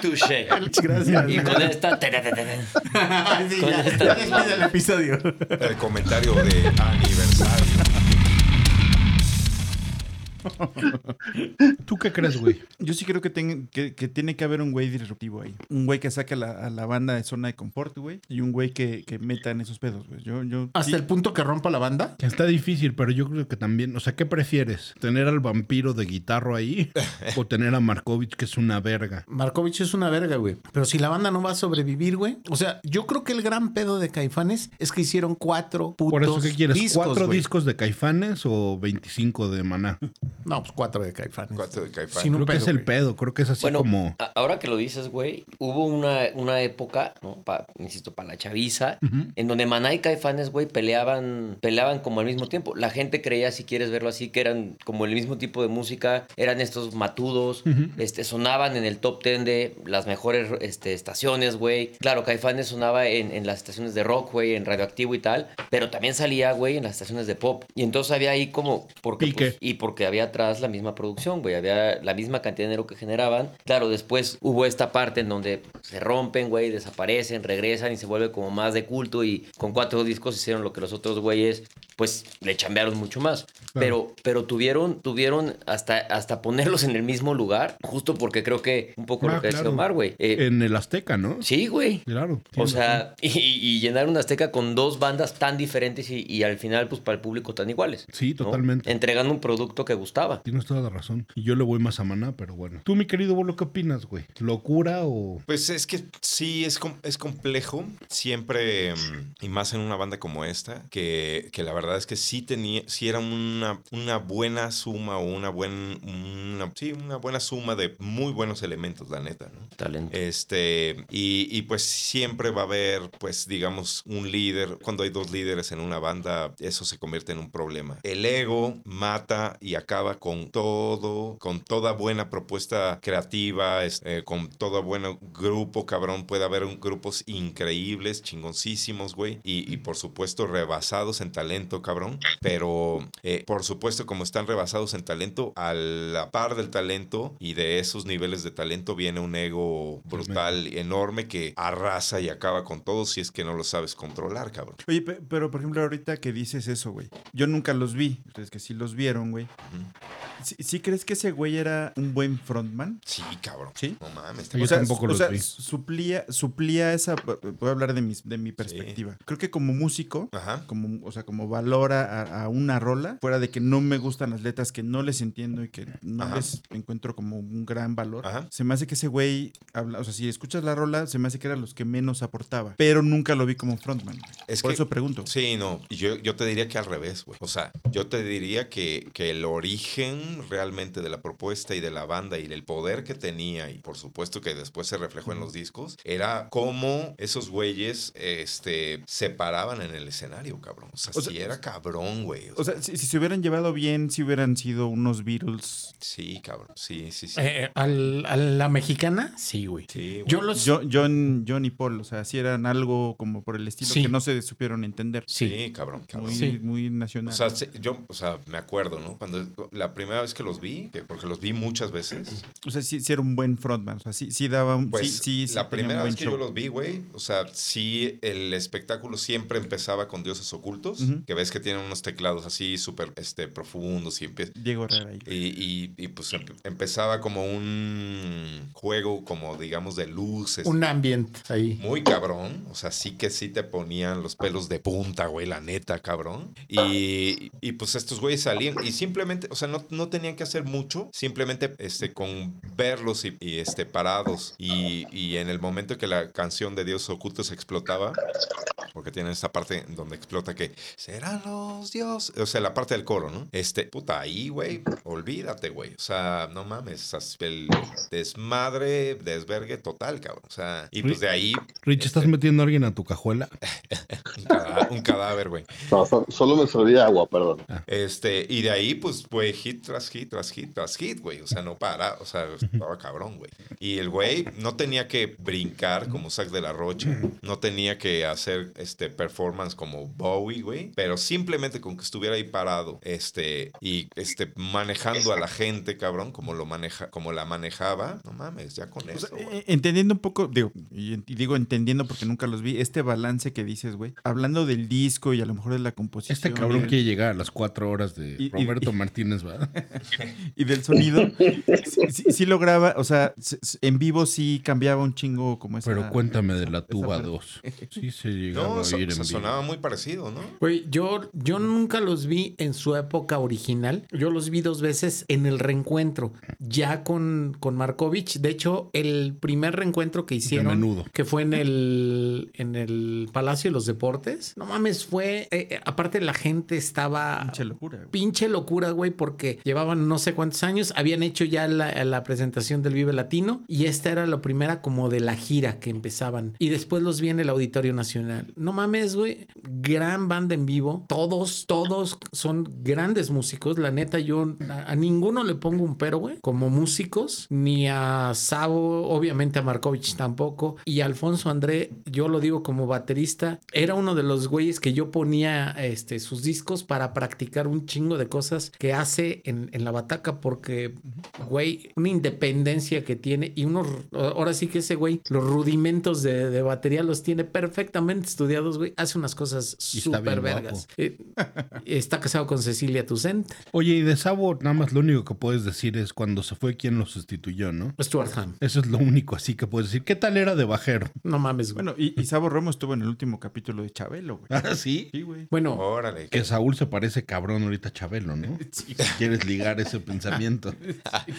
Speaker 2: Touché.
Speaker 4: gracias.
Speaker 2: Y con esta.
Speaker 4: Sí,
Speaker 2: con
Speaker 4: ya,
Speaker 2: esta-
Speaker 4: ya después del episodio.
Speaker 3: El comentario de aniversario.
Speaker 1: ¿Tú qué crees, güey?
Speaker 6: Yo sí creo que, ten- que, que tiene que haber un güey disruptivo ahí. Un güey que saque a la, a la banda de zona de confort, güey. Y un güey que, que meta en esos pedos, güey. Yo, yo, sí,
Speaker 4: Hasta el punto que rompa la banda.
Speaker 1: Está difícil, pero yo creo que también, o sea, ¿qué prefieres? ¿Tener al vampiro de guitarro ahí o tener a Markovich que es una verga?
Speaker 4: Markovich es una verga, güey. Pero si la banda no va a sobrevivir, güey. O sea, yo creo que el gran pedo de Caifanes es que hicieron cuatro putos
Speaker 1: Por eso, ¿qué quieres?
Speaker 4: discos,
Speaker 1: ¿Cuatro
Speaker 4: güey.
Speaker 1: discos de Caifanes o 25 de Maná?
Speaker 4: No, pues cuatro de Caifanes.
Speaker 3: Cuatro de Caifanes.
Speaker 4: Sin un
Speaker 1: Creo que
Speaker 4: pedo,
Speaker 1: es el
Speaker 4: güey.
Speaker 1: pedo, creo que es así
Speaker 2: Bueno,
Speaker 1: como...
Speaker 2: a- ahora que lo dices, güey, hubo una, una época, ¿no? Pa- insisto, para la chaviza, en donde Maná y Caifanes, güey, peleaban, peleaban como al mismo tiempo. La gente creía, si quieres verlo así, que eran como el mismo tipo de música, eran estos matudos, este, sonaban en el top 10 de las mejores este, estaciones, güey. Claro, Caifanes sonaba en, en las estaciones de rock, güey, en radioactivo y tal, pero también salía, güey, en las estaciones de pop. Y entonces había ahí como, porque,
Speaker 1: Pique.
Speaker 2: pues, y porque había atrás la misma producción, güey. Había la misma cantidad de dinero que generaban. Claro, después hubo esta parte en donde se rompen, güey, desaparecen, regresan y se vuelve como más de culto. Y con cuatro discos hicieron lo que los otros güeyes, pues le chambearon mucho más. Pero, pero tuvieron, tuvieron hasta, hasta ponerlos en el mismo lugar, justo porque creo que un poco
Speaker 1: Ah,
Speaker 2: lo que decía
Speaker 1: claro.
Speaker 2: Omar, güey. Eh,
Speaker 1: En el Azteca, ¿no?
Speaker 2: sí, güey.
Speaker 1: Claro.
Speaker 2: O sea, y, y llenar un Azteca con dos bandas tan diferentes y, y al final, pues para el público tan iguales.
Speaker 1: Sí,
Speaker 2: ¿no?
Speaker 1: totalmente.
Speaker 2: Entregando un producto que, gustaba.
Speaker 1: Tienes toda la razón. Y yo le voy más a Maná, pero bueno. Tú, mi querido Bolo, ¿qué opinas, güey? ¿Locura o...?
Speaker 3: Pues es que sí, es, com- es complejo. Siempre, mm, y más en una banda como esta, que, que la verdad es que sí tenía, sí era una, una buena suma o una buena, una, sí, una buena suma de muy buenos elementos, la neta, ¿no?
Speaker 2: Talento.
Speaker 3: Este, y, y, pues siempre va a haber, pues digamos, un líder. Cuando hay dos líderes en una banda, eso se convierte en un problema. El ego mata y acaba con todo, con toda buena propuesta creativa, es- eh, con todo buen grupo, cabrón. Puede haber un- grupos increíbles, chingoncísimos, güey. Y, y, por supuesto, rebasados en talento, cabrón. Pero eh, por supuesto, como están rebasados en talento, a la par del talento y de esos niveles de talento viene un ego brutal, enorme, que arrasa y acaba con todo si es que no lo sabes controlar, cabrón.
Speaker 6: Oye, pe- pero por ejemplo, ahorita que dices eso, güey. Yo nunca los vi. Ustedes que sí los vieron, güey. ¿Sí, sí crees que ese güey era un buen frontman?
Speaker 3: Sí, cabrón.
Speaker 6: Sí.
Speaker 3: No mames.
Speaker 1: Yo tampoco
Speaker 6: su-
Speaker 1: los
Speaker 6: o sea,
Speaker 1: vi.
Speaker 6: Suplía, suplía esa. Voy a hablar de, mis, de mi perspectiva. Creo que como músico,
Speaker 3: Ajá.
Speaker 6: como, o sea, como valora a, a una rola, fuera de que no me gustan las letras, que no les entiendo y que no
Speaker 3: Ajá.
Speaker 6: les encuentro como un gran valor,
Speaker 3: Ajá.
Speaker 6: se me hace que ese güey, habla, o sea, si escuchas la rola, se me hace que era los que menos aportaba, pero nunca lo vi como frontman.
Speaker 3: Es
Speaker 6: Por
Speaker 3: que-
Speaker 6: eso pregunto.
Speaker 3: Sí, no, yo, yo te diría que al revés, güey. O sea, yo te diría que, que el origen realmente de la propuesta y de la banda y del poder que tenía, y por supuesto que después se reflejó en los discos, era cómo esos güeyes este, se paraban en el escenario, cabrón. O sea,
Speaker 6: O sea,
Speaker 3: sí era cabrón, güey. O
Speaker 6: O sea, si, si se hubieran llevado bien, si hubieran sido unos Beatles.
Speaker 3: sea, sí, cabrón. Sí, sí, sí.
Speaker 4: Eh, al- a la mexicana, sí, güey.
Speaker 3: Sí, güey.
Speaker 4: Yo los.
Speaker 6: Jo- John, John y Paul, o sea, si eran algo como por el estilo
Speaker 4: Sí.
Speaker 6: que no se supieron entender.
Speaker 4: sí.
Speaker 3: Sí, cabrón, cabrón.
Speaker 6: Muy,
Speaker 4: Sí.
Speaker 6: muy nacional.
Speaker 3: O sea, sí, yo, o sea, me acuerdo, ¿no? Cuando la primera vez que los vi, que- porque los vi muchas veces,
Speaker 6: O sea, sí, sí era un buen frontman. O sea, sí, sí daba un.
Speaker 3: Pues
Speaker 6: sí, sí, sí
Speaker 3: la
Speaker 6: tenía un
Speaker 3: primera
Speaker 6: buen
Speaker 3: vez que
Speaker 6: show.
Speaker 3: yo los vi, güey, o sea, sí, el espectáculo siempre empezaba con dioses ocultos,
Speaker 6: Ujú.
Speaker 3: que ves que tienen unos teclados así súper este, profundos y empieza...
Speaker 6: Diego Herrera ahí.
Speaker 3: Eh, Y, y- y, pues empe- empezaba como un juego, como digamos, de luces.
Speaker 4: Un ambiente ahí.
Speaker 3: Muy cabrón. O sea, sí que sí te ponían los pelos de punta, güey, la neta, cabrón. Y, y, pues estos güeyes salían y simplemente, o sea, no, no tenían que hacer mucho, simplemente este, con verlos y, y, este, parados. Y, y en el momento que la canción de Dios Ocultos explotaba, porque tienen esta parte en donde explota que serán los dioses. O sea, la parte del coro, ¿no? Este, puta, ahí, güey, olvídate, güey. O sea, no mames. o sea, el desmadre, desvergue total, cabrón. O sea, y pues de ahí
Speaker 1: Rich,
Speaker 2: Este-
Speaker 1: ¿estás metiendo a alguien a tu cajuela?
Speaker 3: un, cada- un cadáver, güey.
Speaker 7: No, so- solo me serví agua, perdón.
Speaker 3: Este, y de ahí, pues, güey, hit tras hit, tras hit, tras hit, güey. O sea, no para, o sea, estaba cabrón, güey. Y el güey no tenía que brincar como Zack de la Rocha, no tenía que hacer este performance como Bowie, güey, pero simplemente con que estuviera ahí parado, este, y este, manejando a la gente, cabrón, como lo maneja, como la manejaba, no mames, ya con
Speaker 6: O sea,
Speaker 3: eso. güey.
Speaker 6: eh, entendiendo un poco, digo, y, en- y digo entendiendo porque nunca los vi, este balance que dices, güey, hablando del disco y a lo mejor de la composición.
Speaker 1: Este
Speaker 6: y
Speaker 1: cabrón
Speaker 6: del-
Speaker 1: quiere llegar a las cuatro horas de
Speaker 6: Y- y-
Speaker 1: Roberto Martínez, ¿verdad?
Speaker 6: y del sonido, sí, sí- sí lograba, o sea, s- s- en vivo sí cambiaba un chingo como esa.
Speaker 1: Pero cuéntame de la tuba
Speaker 6: parte.
Speaker 1: 2. Sí se llegaba
Speaker 3: No, pues
Speaker 1: a
Speaker 3: so-
Speaker 1: ir
Speaker 3: o sea,
Speaker 1: en vivo.
Speaker 3: sonaba muy parecido, ¿no?
Speaker 4: Güey, yo, yo nunca los vi en su época original. Yo los vi dos veces en el reencuentro, ya con, con Markovich. De hecho, el primer reencuentro que hicieron,
Speaker 1: menudo.
Speaker 4: que fue en el, en el Palacio de los Deportes, no mames, fue. eh, eh, aparte, la gente estaba.
Speaker 6: Pinche locura, güey.
Speaker 4: pinche locura, güey, porque llevaban no sé cuántos años, habían hecho ya la, la presentación del Vive Latino y esta era la primera como de la gira que empezaban. Y después los vi en el Auditorio Nacional. No mames, güey, gran banda en vivo. Todos, todos son grandes músicos. La neta, yo a, a ninguno le pongo un pero, güey, como músicos, ni a Sabo, obviamente a Markovich tampoco. Y Alfonso André, yo lo digo como baterista, era uno de los güeyes que yo ponía este, sus discos para practicar un chingo de cosas que hace en, en la bataca, porque, güey, una independencia que tiene y unos, ahora sí que ese güey, los rudimentos de, de batería los tiene perfectamente estudiados, güey, hace unas cosas
Speaker 1: Y está bien
Speaker 4: súper vergas.
Speaker 1: guapo.
Speaker 4: Eh, está casado con Cecilia Tucent,
Speaker 1: Oye, y de Sabo, nada más lo único que puedes decir es cuando se fue quién lo sustituyó, ¿no?
Speaker 4: Stuart Ham.
Speaker 1: Eso es lo único así que puedes decir. ¿Qué tal era de bajero?
Speaker 4: No mames, güey.
Speaker 6: Bueno, y, y Sabo Romo estuvo en el último capítulo de Chabelo, güey.
Speaker 1: Ah, sí.
Speaker 6: Sí, güey.
Speaker 4: Bueno,
Speaker 3: Órale.
Speaker 1: Que Saúl se parece cabrón ahorita a Chabelo, ¿no? Quieres ligar ese pensamiento.
Speaker 3: Y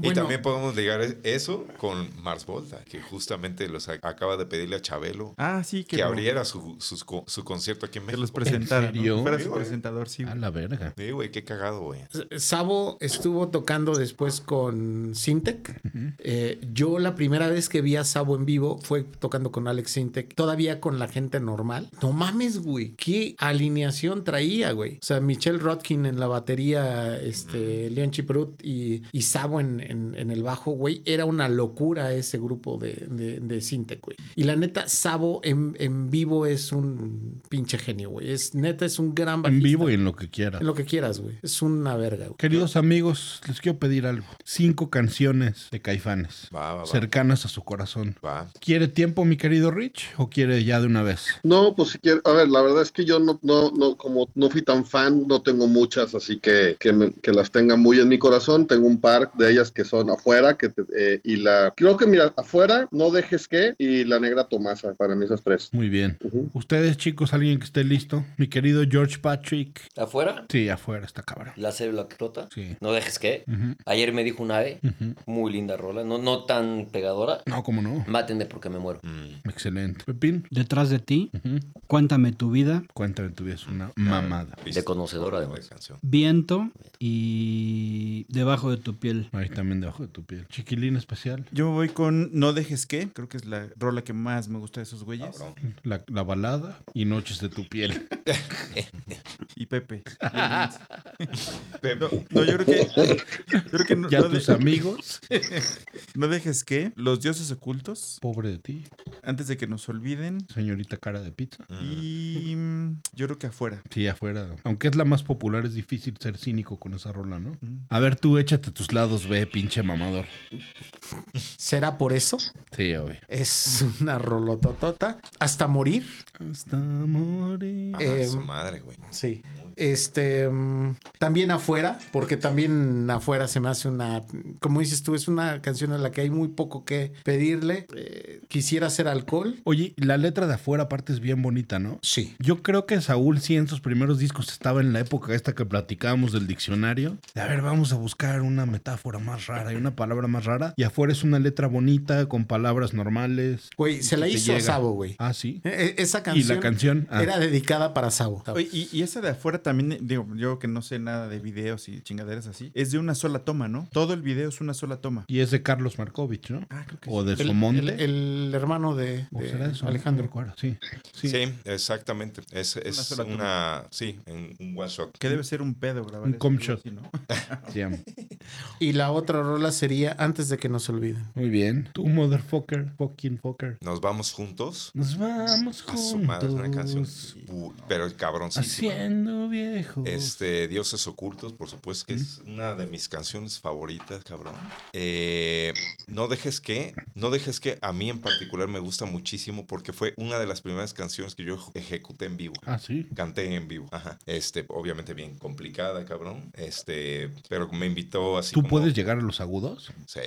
Speaker 4: bueno,
Speaker 3: también podemos ligar es- eso con Mars Volta, que justamente los ac- acaba de pedirle a Chabelo
Speaker 6: Ah, sí,
Speaker 3: que
Speaker 6: lo-
Speaker 3: abriera su, sus co- su concierto aquí en
Speaker 6: Que
Speaker 3: México.
Speaker 6: los presentara. ¿no?
Speaker 1: serio?
Speaker 6: Que fuera su
Speaker 3: Sí, güey.
Speaker 6: presentador, sí.
Speaker 1: A
Speaker 6: güey.
Speaker 1: la verga.
Speaker 3: Sí, güey, qué cagado, güey.
Speaker 4: Sabo estuvo tocando después con Sintec. Eh, yo la primera vez que vi a Sabo en vivo fue tocando con Alex Sintec, todavía con la gente normal. No mames, güey, qué alineación traía, güey. O sea, Michelle Rodkin en la batería, este, Leon Chiprut y, y Sabo en, en- en el bajo, güey. Era una locura ese grupo de, de, de Sintec, güey. Y la neta, Sabo en, en vivo es un pinche genio, güey. Es neta, es un gran
Speaker 1: En
Speaker 4: bajista.
Speaker 1: vivo y en lo que quiera.
Speaker 4: En lo que quieras, güey. Es una verga, güey.
Speaker 1: Queridos amigos, les quiero pedir algo. Cinco canciones de Caifanes.
Speaker 3: Va, va, va.
Speaker 1: Cercanas a su corazón.
Speaker 3: Va.
Speaker 1: ¿Quiere tiempo, mi querido Rich? ¿O quiere ya de una vez?
Speaker 7: No, pues si quiero, a ver, la verdad es que yo no, no, no, como no fui tan fan, no tengo muchas, así que que, me- que las tenga muy en mi corazón. Tengo un par de ellas que son afuera, que te- eh, y la, creo que mira, afuera, no dejes que, y la negra Tomasa, para mí esas tres.
Speaker 1: Muy bien.
Speaker 7: Ujú.
Speaker 1: Ustedes, chicos, alguien que esté listo. Mi querido George Patrick.
Speaker 2: ¿Afuera?
Speaker 1: Sí, afuera está cabrón.
Speaker 2: La célula que rota.
Speaker 1: Sí.
Speaker 2: No dejes que.
Speaker 1: Ujú,
Speaker 2: Ayer me dijo un ave.
Speaker 1: ujú.
Speaker 2: Muy linda rola. No, no tan pegadora.
Speaker 1: No, cómo no.
Speaker 2: Mátenme porque me muero.
Speaker 3: Mm.
Speaker 1: Excelente. Pepín.
Speaker 5: Detrás de ti,
Speaker 1: Ujú.
Speaker 5: cuéntame tu vida,
Speaker 1: Cuéntame, tuvieras una mamada.
Speaker 2: De conocedor,
Speaker 3: Órale,
Speaker 2: además.
Speaker 3: canción.
Speaker 5: viento y debajo de tu piel.
Speaker 1: Ahí también debajo de tu piel. Chiquilín especial.
Speaker 6: Yo me voy con No dejes que, creo que es la rola que más me gusta de esos güeyes.
Speaker 3: Cabrón.
Speaker 1: La, la balada y noches de tu piel.
Speaker 6: Y Pepe. Y el Vince. No, no, yo creo que, yo creo que no,
Speaker 1: Ya
Speaker 6: no
Speaker 1: tus
Speaker 6: de-
Speaker 1: amigos.
Speaker 6: no dejes que los dioses ocultos,
Speaker 1: Pobre de ti,
Speaker 6: antes de que nos olviden,
Speaker 1: señorita cara de pizza.
Speaker 6: y mm, yo creo que afuera.
Speaker 1: Sí, afuera. Aunque es la más popular, es difícil ser cínico con esa rola, ¿no?
Speaker 6: Mm.
Speaker 1: A ver, tú échate tus lados, ve, pinche mamador.
Speaker 4: ¿Será por eso?
Speaker 1: Sí, obvio.
Speaker 4: Es una rolototota. Hasta morir.
Speaker 1: Hasta morir.
Speaker 3: Ah,
Speaker 4: Eh,
Speaker 3: su madre, güey.
Speaker 4: Sí. Este mm, también afuera, porque también afuera se me hace una, como dices tú, es una canción a la que hay muy poco que pedirle. Eh, Quisiera hacer alcohol.
Speaker 1: Oye, la letra de afuera aparte es bien bonita, ¿no?
Speaker 4: Sí.
Speaker 1: Yo creo que Saúl sí en sus primeros discos estaba en la época esta que platicábamos del diccionario. De, a ver, vamos a buscar una metáfora más rara y una palabra más rara. Y afuera es una letra bonita con palabras normales.
Speaker 4: Güey, se la
Speaker 1: Te
Speaker 4: hizo a
Speaker 1: llega.
Speaker 4: Sabo, güey.
Speaker 1: Ah, sí.
Speaker 4: E- e- Esa
Speaker 1: Y
Speaker 4: canción,
Speaker 1: la canción. Ah,
Speaker 4: era dedicada para Sabo.
Speaker 6: Oye, y, y esa de afuera también, eh, digo, yo que no sé nada de videos y chingaderas así, es de una sola toma, ¿no? Todo el video es una sola toma.
Speaker 1: Y es de Carlos Markovich, ¿no?
Speaker 6: Ah, creo que
Speaker 1: O
Speaker 6: sí.
Speaker 1: de
Speaker 4: El,
Speaker 1: Somonte.
Speaker 4: el- el hermano de,
Speaker 1: ¿O
Speaker 4: de
Speaker 1: será de Somonte? No
Speaker 4: Alejandro.
Speaker 1: recuerdo. Sí. sí.
Speaker 3: Sí. exactamente. Es, es
Speaker 6: sola
Speaker 3: una,
Speaker 6: toma.
Speaker 3: Sí, en un one shot.
Speaker 6: Que debe ser un pedo grabar.
Speaker 1: Un
Speaker 6: eso,
Speaker 1: com
Speaker 6: algo
Speaker 1: shot.
Speaker 6: así, ¿no?
Speaker 1: Sí, am.
Speaker 4: Y la otra rola sería Antes de que nos olviden.
Speaker 1: Muy bien. Tú, motherfucker, fucking fucker.
Speaker 3: Nos vamos juntos.
Speaker 1: Nos vamos
Speaker 3: A su madre, es una canción.
Speaker 1: juntos.
Speaker 3: bu- Pero el cabrón sí.
Speaker 1: Haciendo viejo.
Speaker 3: Este, Dioses Ocultos, por supuesto, que es una de mis canciones favoritas, cabrón. Eh, no dejes que, no dejes que a mí en particular me gusta muchísimo porque fue una de las primeras canciones que yo ejecuté en vivo.
Speaker 1: Ah, sí.
Speaker 3: Canté en vivo. Ajá. Este, obviamente bien complicada, cabrón. Este, pero me invitó así.
Speaker 1: ¿Tú
Speaker 3: como-
Speaker 1: puedes llegar a los agudos?
Speaker 3: Sí.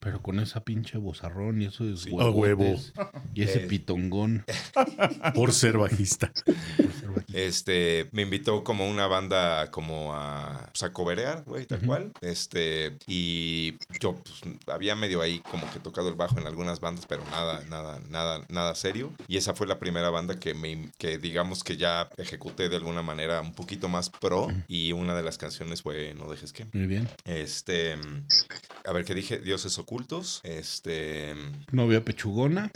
Speaker 1: Pero con esa pinche bozarrón y eso es
Speaker 3: Sí. Oh,
Speaker 1: huevotes
Speaker 9: A huevo.
Speaker 1: Y ese
Speaker 3: Eh.
Speaker 1: pitongón.
Speaker 9: Por ser bajista.
Speaker 3: Este, me invitó como una banda como a, pues, a coberear, güey, tal cual. Este, y yo pues, había medio ahí como que tocado el bajo en algunas bandas, pero nada, nada, nada, nada serio. Y esa fue la primera banda que me, que digamos que ya ejecuté de alguna manera un poquito más pro. Y una de las canciones fue No dejes que.
Speaker 1: Muy bien.
Speaker 3: Este, a ver, ¿qué dije? Dioses ocultos. Este,
Speaker 1: Novia pechugona.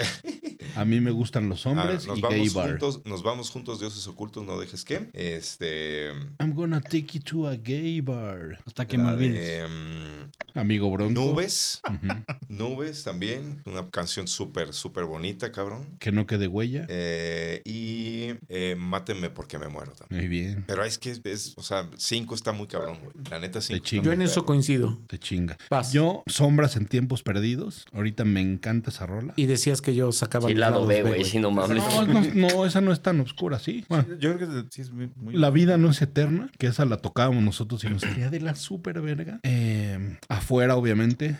Speaker 1: A mí me gustan los hombres
Speaker 3: ah, nos
Speaker 1: y gay
Speaker 3: vamos
Speaker 1: bar.
Speaker 3: juntos, nos vamos juntos, Dioses ocultos, No dejes que. Este...
Speaker 1: I'm gonna take you to a gay bar.
Speaker 5: Hasta que me
Speaker 3: La de,
Speaker 5: olvides.
Speaker 3: mm,
Speaker 1: Amigo Bronco.
Speaker 3: Nubes,
Speaker 1: Ujú.
Speaker 3: Nubes también, una canción súper, súper bonita, cabrón.
Speaker 1: Que no quede huella.
Speaker 3: Eh, y eh, Mátenme porque me muero también.
Speaker 1: Muy bien.
Speaker 3: Pero es que es, o sea, 5 está muy cabrón, güey. La neta 5.
Speaker 1: chingo.
Speaker 8: Yo en eso coincido.
Speaker 1: Te chinga.
Speaker 8: Paz.
Speaker 1: Yo, Sombras en Tiempos Perdidos. Ahorita me encanta esa rola.
Speaker 8: Y decías que yo sacaba
Speaker 2: Sí,
Speaker 8: los
Speaker 2: lado
Speaker 8: lados
Speaker 2: B,
Speaker 8: B,
Speaker 2: güey, si no mames.
Speaker 1: No, no, no, esa no es tan oscura, sí. Bueno,
Speaker 6: Yo creo que sí es muy... muy-
Speaker 1: La vida no es eterna, que esa la tocábamos nosotros y nos salía de la super verga. Eh, afuera, obviamente.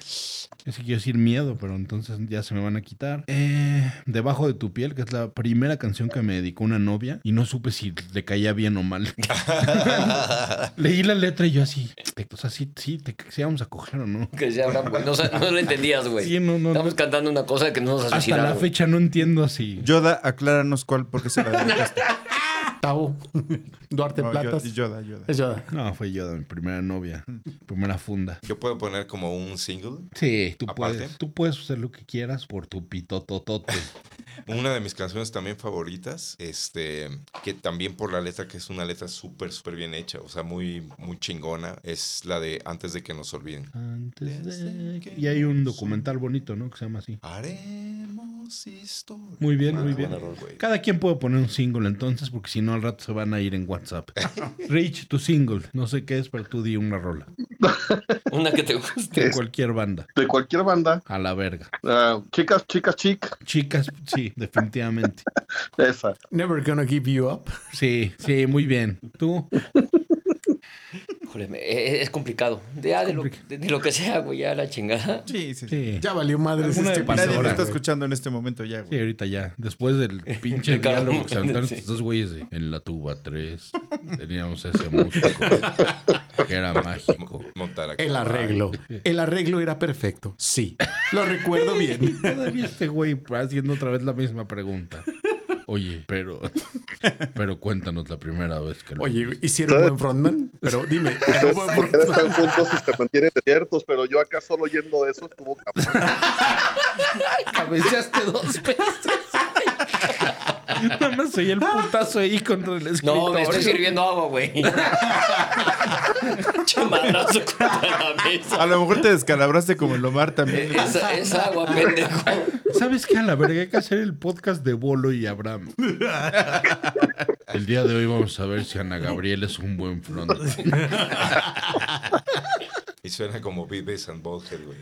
Speaker 1: Es que quiero decir miedo, pero entonces ya se me van a quitar. Eh, Debajo de tu piel, que es la primera canción que me dedicó una novia y no supe si le caía bien o mal. Leí la letra y yo así, o sea, sí, sí, te, sí vamos a coger o no.
Speaker 2: Que ya, güey, no, o sea, no lo entendías, güey.
Speaker 1: Sí, no, no,
Speaker 2: Estamos
Speaker 1: no.
Speaker 2: cantando una cosa que no nos ha
Speaker 1: Hasta
Speaker 2: suicidado.
Speaker 1: la fecha no entiendo si...
Speaker 6: Yoda, acláranos cuál, porque se la dedicaste.
Speaker 8: Tavo. Duarte
Speaker 6: No, Yoda,
Speaker 8: Platas.
Speaker 6: Yoda, Yoda.
Speaker 8: Es Yoda.
Speaker 1: No, fue yo, mi primera novia, primera funda.
Speaker 3: Yo puedo poner como un single.
Speaker 1: Sí, tú
Speaker 3: Aparte.
Speaker 1: puedes, tú puedes hacer lo que quieras por tu pitototote.
Speaker 3: Una de mis canciones también favoritas, este, que también por la letra, que es una letra súper, súper bien hecha, o sea, muy, muy chingona, es la de Antes de que nos olviden.
Speaker 1: Antes
Speaker 3: Desde
Speaker 1: de...
Speaker 3: que
Speaker 1: Y hay un
Speaker 3: nos
Speaker 1: documental bonito, ¿no? Que se llama así.
Speaker 3: Haremos historia.
Speaker 1: Muy bien, muy
Speaker 3: Ah,
Speaker 1: bien.
Speaker 3: buena rola, güey.
Speaker 1: Cada quien puede poner un single entonces, porque si no al rato se van a ir en WhatsApp. Rich, tu single. No sé qué es, pero tú di una rola.
Speaker 2: Una que te guste.
Speaker 1: De cualquier banda.
Speaker 7: De cualquier banda.
Speaker 1: A la verga.
Speaker 7: Ah, chicas, chicas, chic.
Speaker 1: Chicas, sí, definitivamente.
Speaker 7: Esa.
Speaker 8: Never gonna give you up.
Speaker 1: Sí, sí, muy bien. Tú,
Speaker 2: Híjole, me- eh, es complicado. Ya de, lo,
Speaker 1: complica-
Speaker 2: de- de lo que sea, güey, ya la chingada.
Speaker 6: Sí, sí, sí.
Speaker 1: sí.
Speaker 8: Ya valió madre
Speaker 1: Alguna
Speaker 8: este
Speaker 1: de Pandora,
Speaker 6: Nadie lo
Speaker 8: episodio.
Speaker 6: está
Speaker 8: güey.
Speaker 6: escuchando en este momento ya,
Speaker 1: Sí,
Speaker 6: güey.
Speaker 1: ahorita ya. Después del pinche
Speaker 2: De cada
Speaker 1: diálogo que se
Speaker 2: uno,
Speaker 1: aventaron
Speaker 2: sí.
Speaker 1: estos dos güeyes de, en la tuba 3. Teníamos ese músico que era mágico.
Speaker 3: Montar a
Speaker 8: El
Speaker 3: caballo.
Speaker 8: arreglo. El arreglo era perfecto. Sí. Lo recuerdo bien.
Speaker 1: Todavía este güey haciendo otra vez la misma pregunta. Oye, pero pero cuéntanos la primera vez que lo
Speaker 8: Oye, hicieron buen frontman, pero dime,
Speaker 7: Pues
Speaker 8: ¿era buen frontman?
Speaker 7: Están juntos y se mantienen despiertos, pero yo acá solo yendo de eso estuvo cabrón.
Speaker 2: Cabeceaste dos veces.
Speaker 1: Nada
Speaker 3: Ah,
Speaker 1: más soy el putazo ahí contra el escritorio.
Speaker 2: No, me estoy sirviendo agua, güey. Chamadrazo contra la mesa.
Speaker 6: A lo mejor te descalabraste como el Omar también.
Speaker 3: Eh,
Speaker 2: Es, es agua, pendejo.
Speaker 1: ¿Sabes qué? A la verga hay que hacer el podcast de Bolo y Abraham. El día de hoy vamos a ver si Ana Gabriel es un buen front.
Speaker 3: Y suena como Vives and Butthead, güey.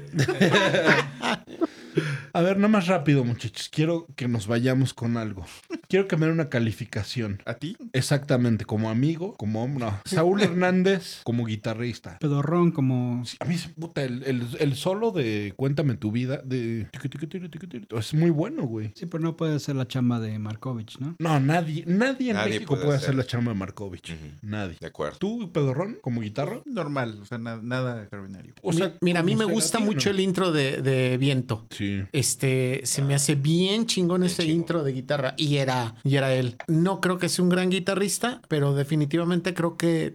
Speaker 1: A ver, nada más rápido, muchachos. Quiero que nos vayamos con algo. Quiero que me den una calificación.
Speaker 6: ¿A ti?
Speaker 1: Exactamente, como amigo, como hombre. no. Saúl Hernández, como guitarrista.
Speaker 5: Pedorrón como...
Speaker 1: Sí, A mí, se- puta, el, el- el solo de Cuéntame tu vida de... es muy bueno, güey.
Speaker 5: Sí, pero no puede ser la chamba de Markovich, ¿no?
Speaker 1: No, nadie, nadie en
Speaker 3: Nadie
Speaker 1: México
Speaker 3: puede
Speaker 1: puede hacer
Speaker 3: hacer.
Speaker 1: la chamba de Markovich.
Speaker 3: Ujú.
Speaker 1: Nadie.
Speaker 3: De acuerdo.
Speaker 1: ¿Tú, Pedorrón, como guitarra?
Speaker 6: Normal, o sea, na- nada extraordinario.
Speaker 1: O sea,
Speaker 8: Mira, a mí
Speaker 1: como
Speaker 8: me gusta
Speaker 1: Cerati,
Speaker 8: mucho
Speaker 1: ¿no?
Speaker 8: el intro de, de Viento.
Speaker 1: Sí.
Speaker 8: Este, se me hace bien chingón ese
Speaker 3: Ah, chingón.
Speaker 8: intro de guitarra y era, y era él. No creo que sea un gran guitarrista, pero definitivamente creo que eh,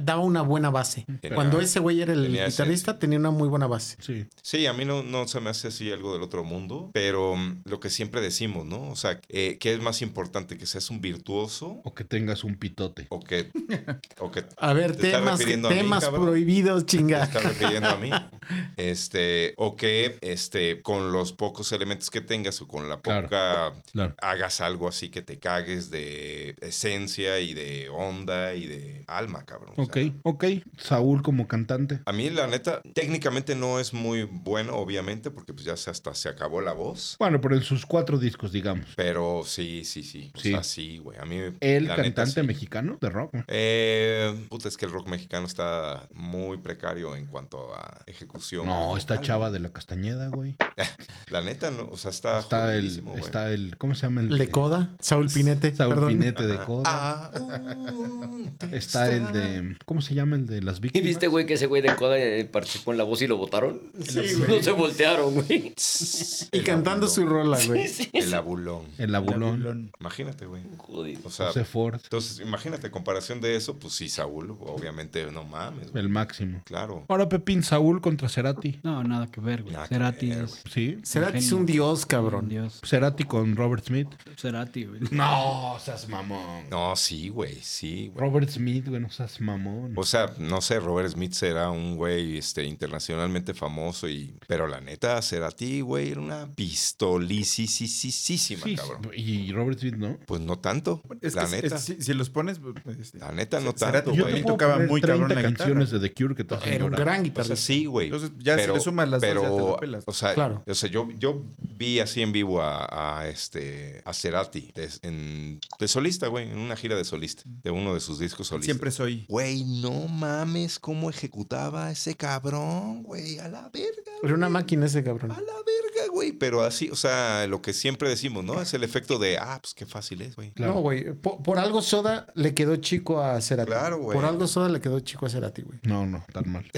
Speaker 8: daba una buena base.
Speaker 3: Tenía-
Speaker 8: Cuando ese güey era el
Speaker 3: tenía
Speaker 8: guitarrista, tenía una muy buena base.
Speaker 1: Sí.
Speaker 3: Sí, a mí no, no se me hace así algo del otro mundo, pero mm, lo que siempre decimos, ¿no? O sea, eh, ¿qué es más importante? ¿Que seas un virtuoso
Speaker 1: O que tengas un pitote.
Speaker 3: o que... O que
Speaker 8: A ver,
Speaker 3: ¿Te estás
Speaker 8: temas,
Speaker 3: refiriendo a mí,
Speaker 8: temas
Speaker 3: cabrón?
Speaker 8: prohibidos,
Speaker 3: te
Speaker 8: chinga.
Speaker 3: estás refiriendo a mí? Este, o que este, con los pocos elementos que tengas o con la
Speaker 1: Claro.
Speaker 3: poca...
Speaker 1: Claro.
Speaker 3: Hagas algo así que te cagues de esencia y de onda y de alma, cabrón. O sea,
Speaker 1: Ok, ok. Saúl como cantante.
Speaker 3: A mí, la neta, técnicamente no es muy bueno, obviamente, porque pues ya se hasta se acabó la voz.
Speaker 1: Bueno, pero en sus cuatro discos, digamos.
Speaker 3: Pero sí, sí, sí. O
Speaker 1: Sí.
Speaker 3: sea, sí, güey. A mí.
Speaker 1: El
Speaker 3: la neta,
Speaker 1: cantante
Speaker 3: sí.
Speaker 1: mexicano de rock. ¿no?
Speaker 3: Eh, puta, es que el rock mexicano está muy precario en cuanto a ejecución.
Speaker 1: No, esta chava de la Castañeda, güey.
Speaker 3: La neta, no. O sea, está.
Speaker 1: Está el,
Speaker 3: jodidísimo, Ah, güey.
Speaker 1: está el, ¿cómo se llama? El
Speaker 8: Lecoda, Saúl Pinete,
Speaker 1: Saúl
Speaker 8: perdón.
Speaker 1: Pinete de Coda.
Speaker 3: Ah, un
Speaker 1: Está el
Speaker 3: texto.
Speaker 1: de. ¿Cómo se llama el de las
Speaker 2: ¿Y
Speaker 1: víctimas?
Speaker 2: viste, güey, que ese güey de coda eh, participó en la voz y lo votaron? no se voltearon, güey.
Speaker 8: Y
Speaker 3: El
Speaker 8: cantando su
Speaker 3: abulón.
Speaker 8: rola, güey.
Speaker 3: El abulón.
Speaker 1: El abulón.
Speaker 6: Abulón.
Speaker 3: Imagínate, güey.
Speaker 2: Joder.
Speaker 3: O sea,
Speaker 1: José Ford,
Speaker 3: entonces, imagínate, comparación de eso, pues sí, Saúl, obviamente, no mames. güey.
Speaker 1: el máximo.
Speaker 3: Claro.
Speaker 1: Ahora Pepín, Saúl contra contra Cerati.
Speaker 5: No, nada que ver, güey.
Speaker 3: Nada que
Speaker 5: Cerati
Speaker 3: ver,
Speaker 5: es.
Speaker 1: Sí.
Speaker 4: Cerati es
Speaker 5: genio.
Speaker 4: un dios,
Speaker 5: un
Speaker 4: cabrón.
Speaker 5: Dios.
Speaker 1: Cerati con Robert Smith.
Speaker 5: Cerati, güey.
Speaker 1: No, seas mamón.
Speaker 3: No, sí, güey, sí, güey.
Speaker 1: Robert Smith, güey, no seas mamón.
Speaker 3: O sea, no sé, Robert Smith será un güey este, internacionalmente famoso y... Pero la neta, Cerati, güey, era una pistolicísima,
Speaker 1: Sí,
Speaker 3: cabrón.
Speaker 1: y Robert Smith, ¿no?
Speaker 3: Pues no tanto,
Speaker 6: Es
Speaker 3: la
Speaker 6: que
Speaker 3: neta. Ah,
Speaker 6: es- si, si los pones. este,
Speaker 3: La neta, no
Speaker 6: Cerati,
Speaker 3: tanto,
Speaker 6: yo
Speaker 1: Yo te
Speaker 3: güey.
Speaker 6: tampoco-
Speaker 1: puedo
Speaker 6: tocaba
Speaker 1: poner
Speaker 6: muy cabrón
Speaker 1: 30
Speaker 6: la guitarra.
Speaker 1: canciones de The Cure que te hacen
Speaker 4: Era un
Speaker 1: llorar.
Speaker 4: gran
Speaker 3: O sea,
Speaker 4: guitarrista.
Speaker 3: sí, güey.
Speaker 6: Entonces, ya si le sumas las dos, ya te la pelas.
Speaker 3: O sea,
Speaker 4: Claro.
Speaker 3: o sea, yo, yo vi así en vivo a, a este a Cerati de, en- de solista, güey, en una gira de solista, de uno de sus discos solistas.
Speaker 6: Siempre soy.
Speaker 3: Güey, no mames cómo ejecutaba ese cabrón, güey, a la verga,
Speaker 4: Era una máquina ese cabrón.
Speaker 3: a la verga, güey. Pero así, o sea, lo que siempre decimos, ¿no? Es el efecto de, ah, pues qué fácil es, güey.
Speaker 1: Claro.
Speaker 4: No, güey. Por, por algo Soda le quedó chico a Cerati.
Speaker 3: Claro, güey.
Speaker 4: Por algo Soda le quedó chico a Cerati, güey.
Speaker 1: No, no, tan mal.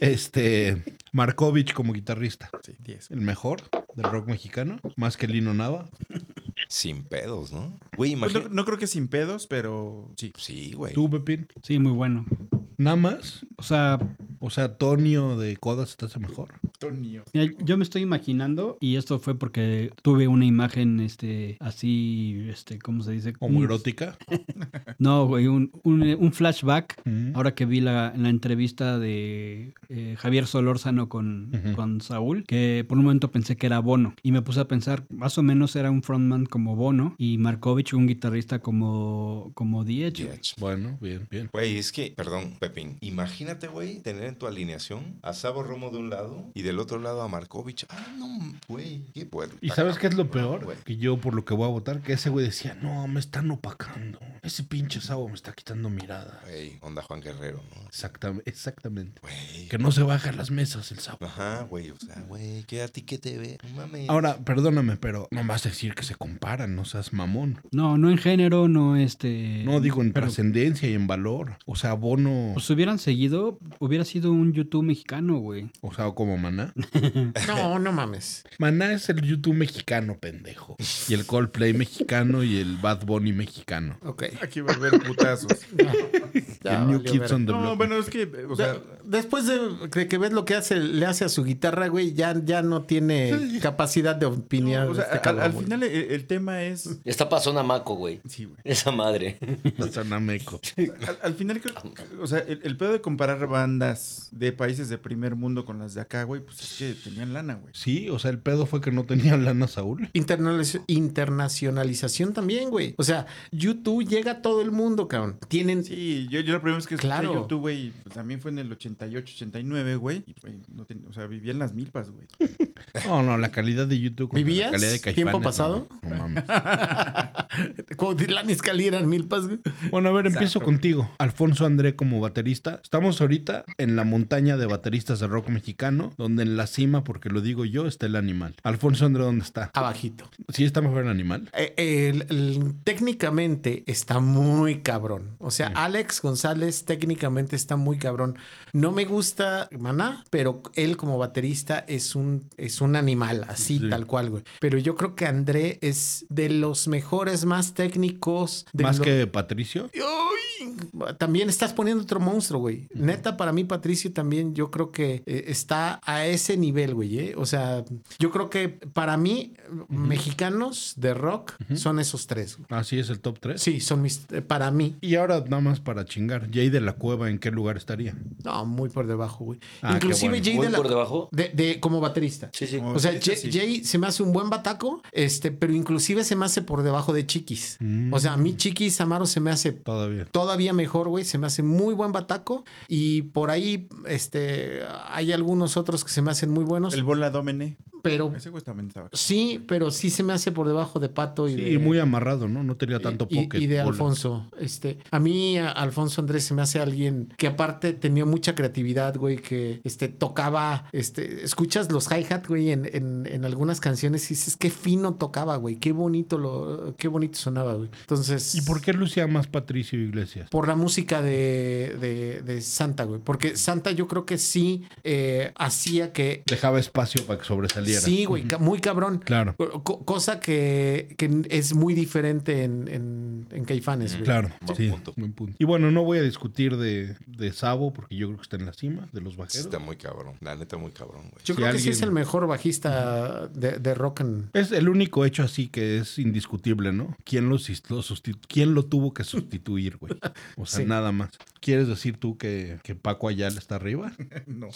Speaker 1: Este, Markovich como guitarrista.
Speaker 6: Sí, 10.
Speaker 1: El mejor del rock mexicano, más que Lino Nava.
Speaker 3: Sin pedos, ¿no? Güey,
Speaker 6: Pues no,
Speaker 3: imagínate.
Speaker 6: no creo que sin pedos, pero sí.
Speaker 3: Sí, güey.
Speaker 1: Tú, Pepín.
Speaker 5: Sí, muy bueno.
Speaker 1: Nada más.
Speaker 5: O sea,
Speaker 1: O sea, Tonio de Codas te hace mejor.
Speaker 5: Mira, yo me estoy imaginando, y esto fue porque tuve una imagen este, así, este, ¿cómo se dice?
Speaker 1: Como
Speaker 5: Un-
Speaker 1: erótica.
Speaker 5: No, güey, un, un- un flashback.
Speaker 1: Mm.
Speaker 5: Ahora que vi la, la entrevista de eh, Javier Solórzano con,
Speaker 1: Ujú.
Speaker 5: con Saúl, que por un momento pensé que era Bono. Y me puse a pensar, más o menos era un frontman como Bono y Markovich un guitarrista como, como Diez. güey.
Speaker 3: Yes.
Speaker 1: Bueno, bien, bien.
Speaker 3: Güey, es que, perdón, Pepín, imagínate, güey, tener en tu alineación a Sabo Romo de un lado y del otro lado a Markovich. Ah, no, güey, qué bueno.
Speaker 1: ¿Y sabes qué es lo
Speaker 3: Cabrón,
Speaker 1: peor?
Speaker 3: güey.
Speaker 1: Que yo, por lo que voy a votar, que ese güey decía, no, me están opacando. Ese pinche sabo me está quitando mirada.
Speaker 3: Güey, onda Juan Guerrero, ¿no?
Speaker 1: Exactamente, exactamente.
Speaker 3: Güey.
Speaker 1: Que no se baja las mesas el sabo.
Speaker 3: Ajá, güey, o sea, güey, que a ti que te ve. No mames.
Speaker 1: Ahora, perdóname, pero no vas a decir que se comparan, no seas mamón.
Speaker 5: No, no en género, no este...
Speaker 1: No, digo en
Speaker 5: pero-
Speaker 1: trascendencia y en valor. O sea, Bono,
Speaker 5: Pues hubieran seguido, hubiera sido un YouTube mexicano, güey.
Speaker 1: o sea, como Maná.
Speaker 4: No, no mames.
Speaker 1: Maná es el YouTube mexicano, pendejo. Y el Coldplay mexicano y el Bad Bunny mexicano.
Speaker 4: Ok.
Speaker 6: Aquí va a haber putazos.
Speaker 1: Y
Speaker 4: Ya
Speaker 1: el New
Speaker 4: valió
Speaker 1: Kids
Speaker 4: verga.
Speaker 1: on the
Speaker 6: no,
Speaker 1: Block.
Speaker 6: bueno, es que, eh, o sea,
Speaker 4: De- Después de, de que ves lo que hace, le hace a su guitarra, güey, ya, ya no tiene capacidad de opinión.
Speaker 6: no, o sea,
Speaker 4: este
Speaker 6: al,
Speaker 4: cabrón,
Speaker 6: al
Speaker 4: güey.
Speaker 6: final el, el tema es.
Speaker 2: Está pasona maco, güey.
Speaker 6: Sí, güey.
Speaker 2: Esa madre.
Speaker 1: La Zanameco.
Speaker 6: Al, al final creo. O sea, el, el pedo de comparar bandas de países de primer mundo con las de acá, güey, pues es que tenían lana, güey.
Speaker 1: Sí, o sea, el pedo fue que no tenía lana Saúl.
Speaker 4: Internaliz- internacionalización también, güey. O sea, YouTube llega a todo el mundo, cabrón. Tienen
Speaker 6: Sí, yo, yo la primera vez que escuché
Speaker 4: Claro.
Speaker 6: YouTube, güey, pues, también fue en el 88, 89, güey. Y, güey, no ten- o sea, vivía en las milpas, güey.
Speaker 1: No, no, la calidad de YouTube. contra
Speaker 4: ¿Vivías?
Speaker 1: La calidad de
Speaker 4: ¿Tiempo
Speaker 1: Caifanes,
Speaker 4: pasado?
Speaker 1: No, no mames.
Speaker 4: Cuautitlán Izcalli eran milpas, güey.
Speaker 1: Bueno, a ver, empiezo contigo. Alfonso André como baterista. Estamos ahorita en la montaña de bateristas de rock mexicano, donde en la cima, porque lo digo yo, está el animal. Alfonso André, ¿dónde está?
Speaker 4: Abajito.
Speaker 1: ¿Sí está mejor el animal?
Speaker 4: Eh, el- el- técnicamente está muy cabrón. O sea, Alex González técnicamente está muy cabrón. No me gusta Maná, pero él como baterista es un, es un animal, así
Speaker 1: Sí.
Speaker 4: tal cual, güey. Pero yo creo que André es de los mejores, más técnicos. de
Speaker 1: Más
Speaker 4: lo-
Speaker 1: que Patricio.
Speaker 4: Ay, También estás poniendo otro monstruo, güey. Neta, para mí, Patricio también yo creo que eh, está a ese nivel, güey. ¿eh? O sea, yo creo que para mí, mexicanos de rock son esos tres. güey.
Speaker 1: Así Ah, es el top 3.
Speaker 4: Sí, son mis. eh, Para mí,
Speaker 1: Y ahora nada más para chingar, Jay de la Cueva, ¿en qué lugar estaría?
Speaker 4: no, muy por debajo, güey.
Speaker 1: Ah, qué
Speaker 4: Inclusive
Speaker 1: bueno.
Speaker 4: Jay
Speaker 2: Muy
Speaker 4: de la-
Speaker 2: por debajo.
Speaker 4: de- de- como baterista.
Speaker 2: Sí, sí.
Speaker 6: Como
Speaker 4: O sea,
Speaker 6: baterista,
Speaker 4: Jay,
Speaker 6: sí.
Speaker 4: Jay se me hace un buen bataco, este, pero inclusive se me hace por debajo de Chiquis.
Speaker 1: Mm.
Speaker 4: O sea, a mí Chiquis Amaro se me hace
Speaker 1: Todavía.
Speaker 4: todavía mejor, güey. Se me hace muy buen bataco. Y por ahí, este, hay algunos otros que se me hacen muy buenos.
Speaker 6: El Bola Domene.
Speaker 4: pero
Speaker 6: Ese güey también estaba.
Speaker 4: sí, pero sí se me hace por debajo de Pato y
Speaker 1: Sí,
Speaker 4: de...
Speaker 1: y muy amarrado, ¿no? No tenía
Speaker 4: y-
Speaker 1: tanto
Speaker 4: y-
Speaker 1: pocket.
Speaker 4: y de
Speaker 1: bola.
Speaker 4: Alfonso. Este, a mí, a- Alfonso Andrés se me hace alguien que aparte tenía mucha creatividad, güey, que este, tocaba, este, escuchas los hi-hat, güey, en, en- en algunas canciones y dices, qué fino tocaba, güey, qué bonito lo, qué bonito sonaba, güey. Entonces...
Speaker 1: ¿Y por qué lucía más Patricio Iglesias?
Speaker 4: Por la música de, de- de Santa, güey. Porque Santa yo creo que sí eh, hacía que...
Speaker 1: Dejaba espacio para que sobresaliera. saliera.
Speaker 4: Sí, güey, ca- muy cabrón.
Speaker 1: Claro.
Speaker 4: Co- cosa que, que es muy diferente en, en, en Caifanes, güey.
Speaker 1: Claro,
Speaker 3: Buen
Speaker 1: sí,
Speaker 3: punto.
Speaker 1: buen punto. Y bueno, no voy a discutir de, de Sabo porque yo creo que está en la cima de los
Speaker 3: Sí,
Speaker 1: bajeros.
Speaker 3: Está muy cabrón. La neta, muy cabrón, güey.
Speaker 1: Si
Speaker 4: Yo creo que sí
Speaker 1: alguien-
Speaker 4: es el mejor bajista de, de rock en...
Speaker 1: Es el único hecho así que es indiscutible, ¿no? ¿Quién lo, sis- lo sustitu- ¿Quién lo tuvo que sustituir, güey? O sea,
Speaker 4: Sí.
Speaker 1: nada más. ¿Quieres decir tú que, que Paco Ayala está arriba?
Speaker 6: No.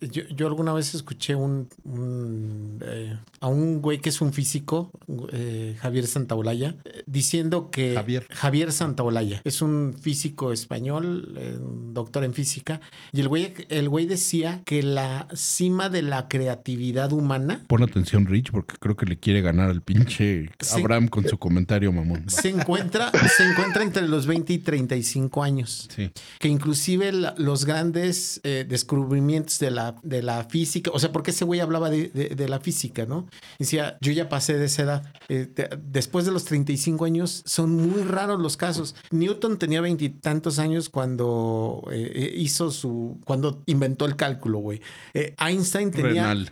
Speaker 4: Yo, yo alguna vez escuché un, un, eh, a un güey que es un físico, eh, Javier Santaolalla, eh, diciendo que
Speaker 1: Javier.
Speaker 4: Santaolalla es un físico español, eh, un doctor en física, y el güey, el güey decía que la cima de la creatividad humana
Speaker 1: Pon atención, Rich, porque creo que le quiere ganar al pinche
Speaker 4: Sí.
Speaker 1: Abraham con su comentario, mamón.
Speaker 4: se encuentra, se encuentra entre los 20 y 35 años.
Speaker 1: Sí.
Speaker 4: que inclusive la- los grandes eh, descubrimientos de la, de la física, o sea, porque ese güey hablaba de, de- de la física, ¿no? Decía, yo ya pasé de esa edad, Eh, te- después de los 35 años son muy raros los casos. Newton tenía veintitantos años cuando eh, eh, hizo su, cuando inventó el cálculo, güey. Eh, Einstein tenía...
Speaker 1: Renal.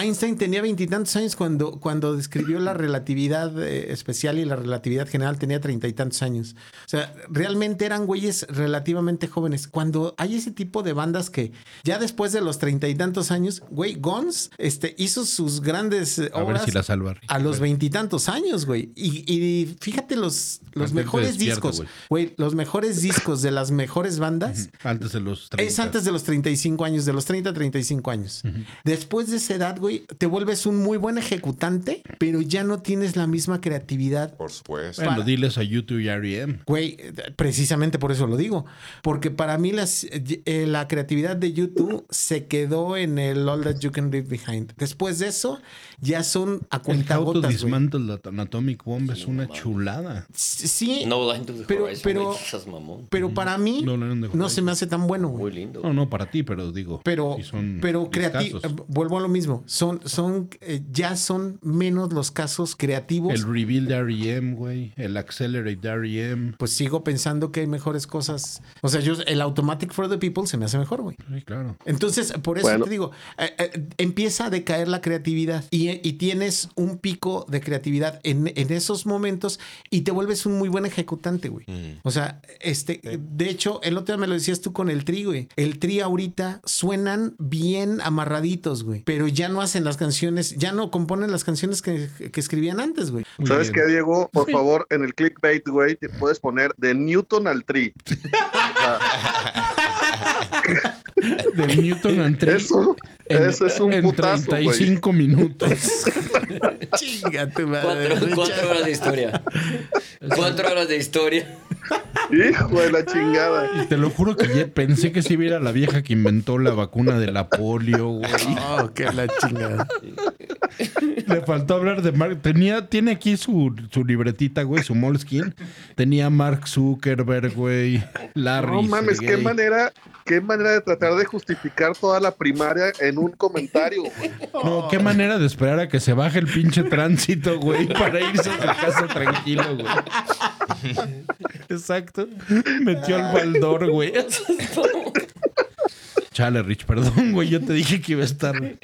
Speaker 4: Einstein tenía veintitantos años cuando, cuando describió la relatividad eh, especial y la relatividad general tenía treinta y tantos años. O sea, realmente eran güeyes relativamente jóvenes. Cuando hay ese tipo de bandas que ya después de los treinta y tantos años, güey, Guns este, hizo sus grandes eh,
Speaker 1: A ver
Speaker 4: obras
Speaker 1: si la salva. Rich.
Speaker 4: a los veintitantos años, güey. Y, y fíjate los, los
Speaker 1: Mantente
Speaker 4: mejores
Speaker 1: despierto,
Speaker 4: discos, güey, los mejores discos de las mejores bandas
Speaker 1: Antes de los 30.
Speaker 4: es antes de los 35 años, de los 30 a 35 años. Después de esa edad, güey, te vuelves un muy buen ejecutante, pero ya no tienes la misma creatividad.
Speaker 3: Por supuesto.
Speaker 1: Bueno,
Speaker 4: para-
Speaker 1: diles a YouTube y E R.E.M.
Speaker 4: Güey, eh, precisamente por eso lo digo. Porque para mí las, eh, eh, la creatividad de YouTube se quedó en el All That You Can Leave Behind. Después de eso, ya son a
Speaker 1: El How to
Speaker 4: cuentagotas, güey.
Speaker 1: Dismantle the Atomic Bomb es una chulada.
Speaker 4: Sí,
Speaker 2: No, Line to the
Speaker 4: Pero-
Speaker 2: Horizon,
Speaker 4: pero-
Speaker 2: güey, seas mamón.
Speaker 4: pero para mí
Speaker 1: No, no, no, no,
Speaker 4: no se me hace tan bueno, güey.
Speaker 2: Muy lindo.
Speaker 1: No, no, para ti, pero digo.
Speaker 4: Pero,
Speaker 1: sí son
Speaker 4: pero eh, creativo,
Speaker 1: discazos.
Speaker 4: vuelvo a lo mismo, son, son, eh, ya son menos los casos creativos.
Speaker 1: El Reveal de R.E.M., güey. El Accelerate de E R.E.M.
Speaker 4: pues sigo pensando que hay mejores cosas. O sea, yo, el Automatic for the People se me hace mejor, güey.
Speaker 1: Sí, claro.
Speaker 4: Entonces, por eso
Speaker 7: Bueno.
Speaker 4: te digo, eh, eh, empieza a decaer la creatividad y, eh, y tienes un pico de creatividad en, en esos momentos y te vuelves un muy buen ejecutante, güey. O sea, este, de hecho, el otro día me lo decías tú con el tri, güey. El tri ahorita suenan bien amarraditos, güey, pero ya no hacen las canciones, ya no componen las canciones que, que escribían antes, güey.
Speaker 1: Muy
Speaker 7: ¿Sabes
Speaker 1: bien.
Speaker 7: qué, Diego? Por favor, en el clickbait, güey, te puedes poner de Newton al Tree.
Speaker 1: De Newton and Tree
Speaker 7: Eso,
Speaker 1: en-
Speaker 7: eso es un
Speaker 1: en
Speaker 7: putazo, güey.
Speaker 1: 35 minutos.
Speaker 4: Chinga tu madre,
Speaker 2: Cuatro,
Speaker 4: Richard.
Speaker 2: cuatro horas de historia. Cuatro horas de historia.
Speaker 7: Hijo de la chingada.
Speaker 1: Y te lo juro que ya pensé que si viera la vieja que inventó la vacuna de la polio, güey.
Speaker 4: Oh, qué la chingada.
Speaker 1: Le faltó hablar de Mark. Tenía, tiene aquí su, su libretita, güey, su moleskin. Tenía Mark Zuckerberg, güey. Larry.
Speaker 7: No mames, qué
Speaker 1: Sergey.
Speaker 7: manera, qué manera de tratar de justificar toda la primaria en un comentario. güey.
Speaker 1: No, qué manera de esperar a que se baje el pinche tránsito, güey, para irse a su casa tranquilo, güey. Exacto. Metió al baldor, güey. Chale, Rich, perdón, güey. Yo te dije que iba a estar.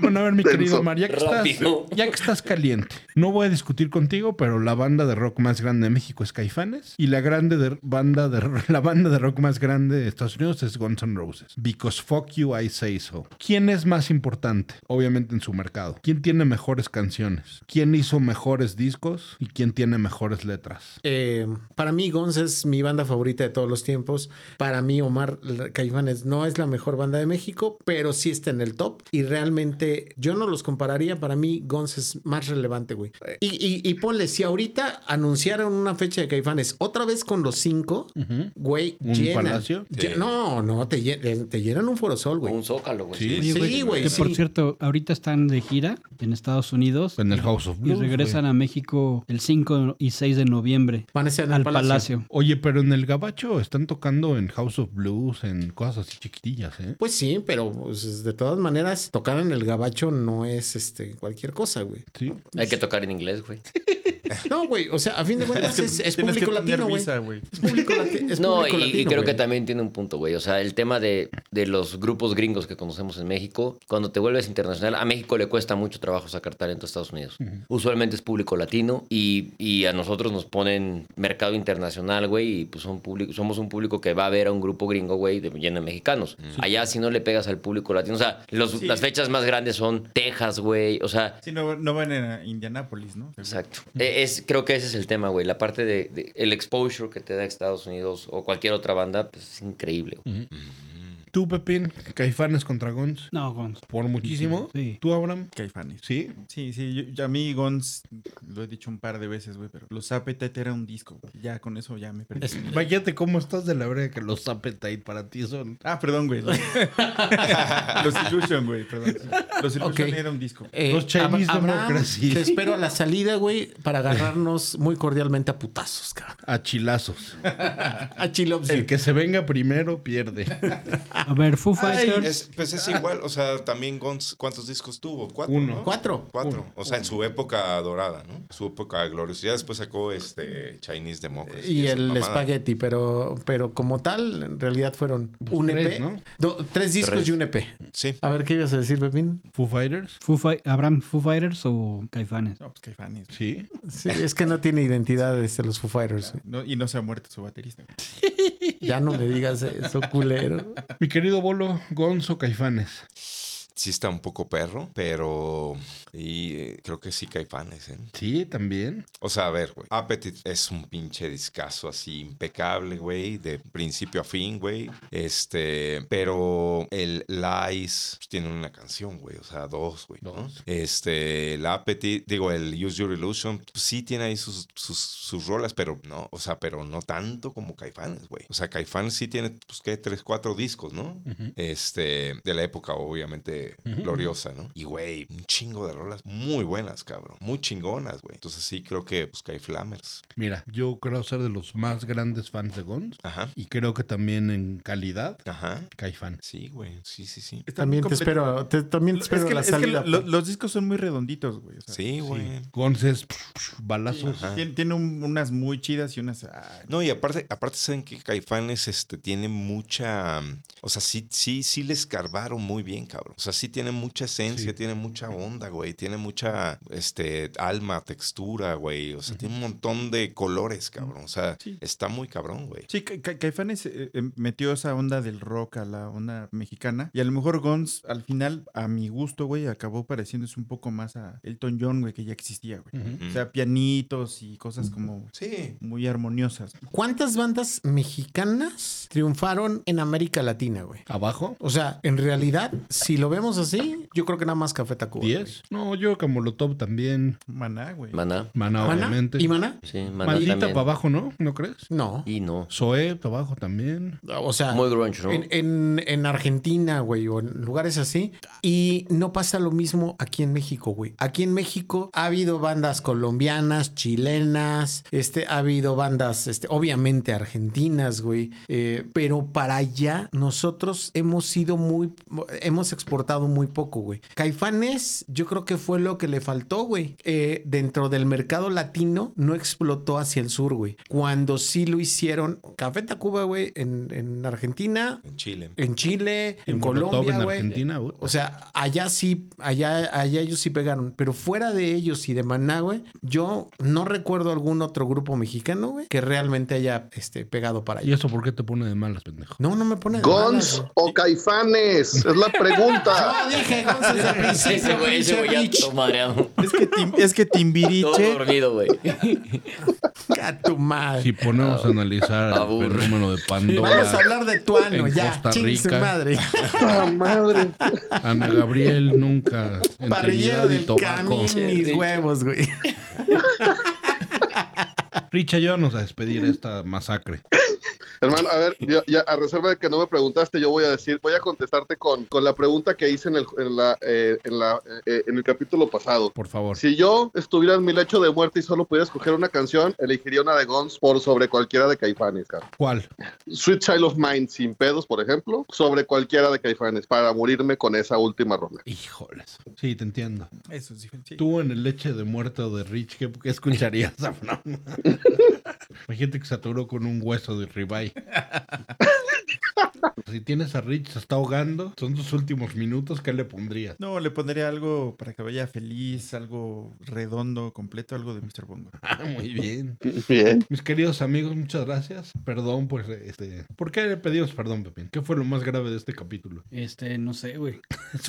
Speaker 1: Bueno, a ver, mi
Speaker 7: Tenso.
Speaker 1: querido Omar, ya que, estás,
Speaker 2: Rápido.
Speaker 1: ya que estás caliente, no voy a discutir contigo, pero la banda de rock más grande de México es Caifanes y la, grande de- banda de, la banda de rock más grande de Estados Unidos es Guns N' Roses. Because fuck you, I say so. ¿Quién es más importante? Obviamente en su mercado. ¿Quién tiene mejores canciones? ¿Quién hizo mejores discos? ¿Y quién tiene mejores letras?
Speaker 4: Eh, para mí, Guns es mi banda favorita de todos los tiempos. Para mí, Omar L- Caifanes no es la mejor banda de México, pero sí está en el top. Y realmente yo no los compararía. Para mí, Guns es más relevante, güey. Y, y- y ponle, si ahorita anunciaron una fecha de Caifanes otra vez con los cinco, güey,
Speaker 1: ¿Un
Speaker 4: llenan.
Speaker 1: palacio?
Speaker 4: Lle- No, no, te, lle- eh, te llenan un forosol,
Speaker 2: O
Speaker 4: güey.
Speaker 2: un zócalo, güey.
Speaker 1: Sí.
Speaker 5: Oye,
Speaker 4: Sí, güey.
Speaker 5: Que por
Speaker 4: sí.
Speaker 5: cierto, ahorita están de gira en Estados Unidos.
Speaker 1: En el House of
Speaker 5: Y
Speaker 1: Blues. güey.
Speaker 5: regresan a México el 5 y 6 de noviembre
Speaker 4: Van a ser en el
Speaker 5: al Palacio.
Speaker 1: Oye, pero en el Gabacho están tocando en House of Blues, en cosas así chiquitillas, ¿eh?
Speaker 4: Pues sí, pero pues, de todas maneras, tocar en el gabacho no es este cualquier cosa, güey.
Speaker 1: Sí.
Speaker 2: Hay que tocar en inglés, güey.
Speaker 8: No, güey, o sea, a fin de cuentas es, es público latino, güey.
Speaker 6: güey.
Speaker 8: Es público, lati- es
Speaker 2: No, y,
Speaker 8: público
Speaker 2: y
Speaker 8: latino,
Speaker 2: creo
Speaker 8: güey.
Speaker 2: que también tiene un punto, güey. O sea, el tema de, de los grupos gringos que conocemos en México, cuando te vuelves internacional, a México le cuesta mucho trabajo sacar talento a Estados Unidos. Usualmente es público latino y, y a nosotros nos ponen mercado internacional, güey, y pues son público, somos un público que va a ver a un grupo gringo, güey, de lleno de mexicanos. Allá si no le pegas al público latino, o sea, los-
Speaker 6: Sí.
Speaker 2: las fechas más grandes son Texas, güey, o sea,
Speaker 6: Sí, no, no van a Indianápolis, ¿no?
Speaker 2: Exacto. E- Es, creo que ese es el tema, güey. La parte de, de- el exposure que te da Estados Unidos o cualquier otra banda, pues es increíble. güey.
Speaker 1: Tú, Pepín, Caifanes contra Guns.
Speaker 5: No, vamos.
Speaker 1: Por muchísimo.
Speaker 5: Sí.
Speaker 1: Tú, Abraham.
Speaker 6: Caifanes.
Speaker 1: Sí.
Speaker 6: Sí, sí, yo, yo- a mí Gons, lo he dicho un par de veces, güey, pero los Appetite era un disco. güey. Ya con eso ya me perdí.
Speaker 1: Váyate cómo estás de la verga que los Appetite para ti son.
Speaker 6: Ah, perdón, güey. Los, los Illusion, güey, perdón. Los Illusion
Speaker 4: Ok.
Speaker 6: era un disco.
Speaker 4: Eh,
Speaker 1: Los Chinese
Speaker 4: Ab- Abraham,
Speaker 1: Democracy.
Speaker 4: Te espero a la salida, güey, para agarrarnos muy cordialmente a putazos, cabrón.
Speaker 1: A chilazos.
Speaker 4: A Chilops.
Speaker 1: El que se venga primero pierde.
Speaker 5: A ver, Foo Fighters.
Speaker 3: Es- pues es igual, o sea, también Guns, ¿cuántos discos tuvo? Cuatro.
Speaker 1: Uno.
Speaker 3: ¿no?
Speaker 4: Cuatro.
Speaker 3: Cuatro. O sea, en su época dorada, ¿no? Su época gloriosa. Ya después sacó este Chinese Democracy.
Speaker 4: Y
Speaker 3: esa
Speaker 4: el
Speaker 3: mamada.
Speaker 4: espagueti, pero, pero como tal, en realidad fueron un EP,
Speaker 1: tres, ¿no?
Speaker 4: do- tres discos
Speaker 2: Tres.
Speaker 4: y un EP.
Speaker 3: Sí.
Speaker 4: A ver, ¿qué ibas a decir, Pepín?
Speaker 1: Foo Fighters.
Speaker 5: Foo Fi- ¿Habrán Foo Fighters o Caifanes?
Speaker 6: No, pues Caifanes. güey.
Speaker 1: Sí.
Speaker 4: Sí, es que no tiene identidad este, los Foo Fighters. güey.
Speaker 6: No, y no se ha muerto su baterista. güey.
Speaker 4: Ya no le digas eso, culero.
Speaker 1: Mi querido Bolo, Gonzo Caifanes.
Speaker 3: Sí está un poco perro, pero... Y eh, creo que sí Caifanes, ¿eh?
Speaker 1: Sí, también.
Speaker 3: O sea, a ver, güey. Appetite es un pinche discazo así impecable, güey, de principio a fin, güey. Este, pero el Lies pues, tiene una canción, güey, o sea, dos, güey. ¿no?
Speaker 1: Dos.
Speaker 3: Este, el Appetite, digo, el Use Your Illusion, pues, sí tiene ahí sus, sus, sus rolas, pero no, o sea, pero no tanto como Caifanes, güey. O sea, Caifanes sí tiene, pues, ¿qué? Tres, cuatro discos, ¿no? Este, de la época, obviamente, gloriosa, ¿no? Y, güey, un chingo de rolas muy buenas, cabrón. Muy chingonas, güey. Entonces sí creo que, pues, Caiflamers.
Speaker 1: Mira, yo creo ser de los más grandes fans de Guns.
Speaker 3: Ajá.
Speaker 1: Y creo que también en calidad,
Speaker 3: Ajá.
Speaker 1: Caifán.
Speaker 3: Sí, güey. Sí, sí, sí.
Speaker 6: Está
Speaker 4: También te
Speaker 6: complet-
Speaker 4: espero, te- también te
Speaker 6: Es
Speaker 4: espero
Speaker 6: que,
Speaker 4: a la
Speaker 6: es que
Speaker 4: salida. pues.
Speaker 6: lo- los discos son muy redonditos, güey. o sea,
Speaker 3: Sí, güey.
Speaker 1: Guns es psh, psh, balazos.
Speaker 3: Ajá.
Speaker 6: Tiene, tiene un- unas muy chidas y unas. ah,
Speaker 3: No, y aparte, aparte saben que Caifanes este, tiene mucha. mm, O sea, sí, sí, sí le escarbaron muy bien, cabrón. O sea, sí tiene mucha esencia,
Speaker 1: Sí.
Speaker 3: tiene mucha onda, güey. Tiene mucha este, alma, textura, güey. O sea, tiene un montón de colores, cabrón. O sea,
Speaker 6: Sí.
Speaker 3: está muy cabrón, güey.
Speaker 6: Sí, Ca- Ca- Caifanes eh, eh, metió esa onda del rock a la onda mexicana. Y a lo mejor Gons, al final, a mi gusto, güey, acabó pareciéndose un poco más a Elton John, güey, que ya existía, güey.
Speaker 1: Ujú.
Speaker 6: O sea, pianitos y cosas como
Speaker 3: Sí.
Speaker 6: muy armoniosas.
Speaker 4: ¿Cuántas bandas mexicanas triunfaron en América Latina, güey?
Speaker 1: Abajo,
Speaker 4: O sea, en realidad, si lo vemos así, yo creo que nada más Café Tacuba. güey.
Speaker 1: 10. No, yo como lo top también.
Speaker 6: Maná, güey.
Speaker 2: Maná.
Speaker 1: Maná,
Speaker 4: ¿Maná?
Speaker 1: obviamente.
Speaker 4: ¿Y Maná?
Speaker 2: Sí, Maná
Speaker 1: Maldita
Speaker 2: también.
Speaker 1: para abajo, ¿no? ¿No crees?
Speaker 4: No.
Speaker 2: Y no.
Speaker 1: Zoé para abajo también.
Speaker 4: O sea,
Speaker 2: Muy grunge, ¿no?
Speaker 4: en, en- en Argentina, güey, o en lugares así. Y no pasa lo mismo aquí en México, güey. Aquí en México ha habido bandas colombianas, chilenas, este, ha habido bandas, este, obviamente argentinas, güey. Eh, pero para allá nosotros hemos sido muy, hemos exportado muy poco, güey. Caifanes, yo creo que fue lo que le faltó, güey. Eh, dentro del mercado latino no explotó hacia el sur, güey. Cuando sí lo hicieron, Café Tacuba, güey, en, en Argentina,
Speaker 3: En Chile.
Speaker 4: en Chile, en,
Speaker 1: En Molotov,
Speaker 4: Colombia,
Speaker 1: en
Speaker 4: güey. eh,
Speaker 1: Argentina, güey.
Speaker 4: O sea, allá sí, allá, allá ellos sí pegaron. Pero fuera de ellos y de Maná, güey, yo no recuerdo algún otro grupo mexicano, güey, que realmente haya este, pegado para
Speaker 1: ¿Y
Speaker 4: allá.
Speaker 1: eso por qué te pone de malas, pendejo?
Speaker 4: No, no me pone de malas,
Speaker 7: ¿Gons
Speaker 4: güey.
Speaker 7: o Caifanes? Es la
Speaker 4: Yo
Speaker 7: pregunta.
Speaker 4: dije Gons desde el principio,
Speaker 2: Ese güey, ese
Speaker 4: pinche
Speaker 2: güey ya
Speaker 4: bitch.
Speaker 2: todo madreado.
Speaker 6: Es que, Tim- es que
Speaker 2: Todo
Speaker 6: Timbiriche.
Speaker 2: dormido, güey.
Speaker 4: A tu madre.
Speaker 1: Si ponemos a analizar el
Speaker 2: aburre.
Speaker 1: fenómeno de Pandora,
Speaker 4: Vamos a hablar de Tuano,
Speaker 1: en
Speaker 4: ya.
Speaker 1: Costa
Speaker 4: Chingue su
Speaker 1: Rica.
Speaker 4: madre.
Speaker 7: ¡Ah, madre!
Speaker 1: Ana Gabriel nunca en Trinidad
Speaker 4: Parrillero
Speaker 1: y
Speaker 4: del
Speaker 1: Tobago.
Speaker 4: camino, mis huevos, güey.
Speaker 1: Richa, llévanos a despedir esta masacre.
Speaker 7: Hermano, a ver, yo- ya, a reserva de que no me preguntaste, yo voy a decir, voy a contestarte con, con la pregunta que hice en el, en la, eh, en la, eh, en el capítulo pasado.
Speaker 1: Por favor.
Speaker 7: Si yo estuviera en mi lecho de muerte y solo pudiera escoger una canción, elegiría una de Guns por sobre cualquiera de Caifanes, cara.
Speaker 1: ¿Cuál?
Speaker 7: Sweet Child of Mine sin pedos, por ejemplo, sobre cualquiera de Caifanes, para morirme con esa última ronda.
Speaker 1: Híjoles. Sí, te entiendo.
Speaker 6: Eso es diferente.
Speaker 1: Tú en el leche de muerte o de Rich, ¿qué, qué escucharías, Abraham? Imagínate que se atoró con un hueso de ribeye. si tienes a Rich, se está ahogando, son tus últimos minutos, ¿qué le pondrías?
Speaker 6: No, le pondría algo para que vaya feliz, algo redondo, completo, algo de Mr. Bongo.
Speaker 1: Ah, muy bien.
Speaker 7: Bien.
Speaker 1: Mis queridos amigos, muchas gracias. Perdón, pues, este... ¿Por qué le pedimos perdón, Pepín? ¿Qué fue lo más grave de este capítulo?
Speaker 5: Este, no sé, güey.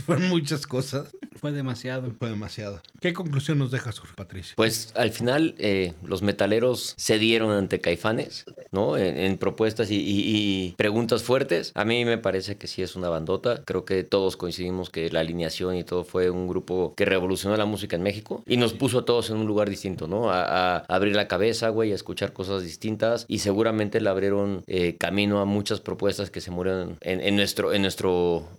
Speaker 1: Fueron muchas cosas.
Speaker 5: Fue demasiado.
Speaker 1: Fue demasiado. ¿Qué conclusión nos dejas, Jorge Patricio?
Speaker 2: Pues al final eh, los metaleros cedieron ante Caifanes, ¿no? En, en propuestas y, y- y preguntas fuertes. A mí me parece que sí es una bandota. Creo que todos coincidimos que la alineación y todo fue un grupo que revolucionó la música en México y nos puso a todos en un lugar distinto, ¿no? A, a abrir la cabeza, güey, a escuchar cosas distintas y seguramente le abrieron eh, camino a muchas propuestas que se murieron en, en nuestro, en nuestro,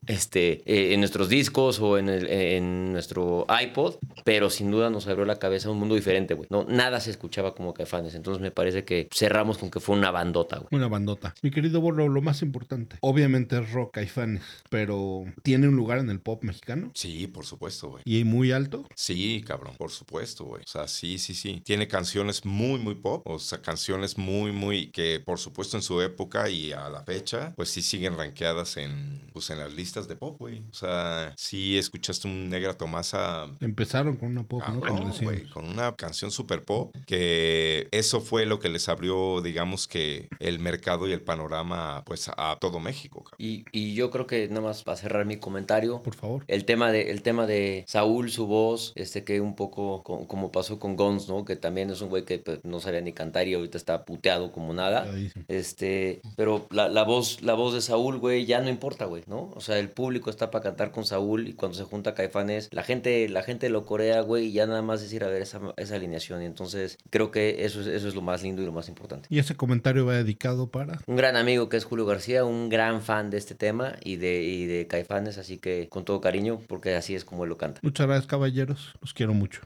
Speaker 2: este, eh, en nuestros discos o en, el- en nuestro iPod, pero sin duda nos abrió la cabeza a un mundo diferente, güey. No, nada se escuchaba como Caifanes, entonces me parece que cerramos con que fue una bandota, güey.
Speaker 1: Una bandota. Mi querido Borro, lo más importante. Obviamente es rock y fans, pero tiene un lugar en el pop mexicano
Speaker 3: Sí, por supuesto, güey.
Speaker 1: y muy alto.
Speaker 3: Sí, cabrón, por supuesto, güey. O sea, sí, sí, sí. Tiene canciones muy, muy pop. O sea, canciones muy, muy que, por supuesto, en su época y a la fecha, pues sí siguen rankeadas en, pues, en las listas de pop, güey. O sea, sí escuchaste un Negra Tomasa.
Speaker 1: Empezaron con una pop, ¿no?
Speaker 3: cabrón,
Speaker 1: Como decían.
Speaker 3: Ah, güey, con una canción super pop que eso fue lo que les abrió digamos que el mercado y el panorama pues a todo México cabrón.
Speaker 2: Y, y yo creo que nada más para cerrar mi comentario,
Speaker 1: Por favor.
Speaker 2: El tema de, el tema de Saúl, su voz, este que un poco co- como pasó con Gons, ¿no? Que también es un güey que pues, no sabía ni cantar y ahorita está puteado como nada.
Speaker 1: Cuidadísimo.
Speaker 2: Este, pero la, la voz, la voz de Saúl, güey, ya no importa, güey, ¿no? O sea, el público está para cantar con Saúl y cuando se junta Caifanes, la gente, la gente lo corea, güey, y ya nada más decir a ver esa, esa alineación. Entonces, creo que eso es, eso es lo más lindo y lo más importante.
Speaker 1: Y ese comentario va dedicado para.
Speaker 2: Un gran amigo que es Julio García, un gran fan de este tema y de, y de Caifanes, así que con todo cariño, porque así es como él lo canta.
Speaker 1: Muchas gracias, caballeros. Los quiero mucho.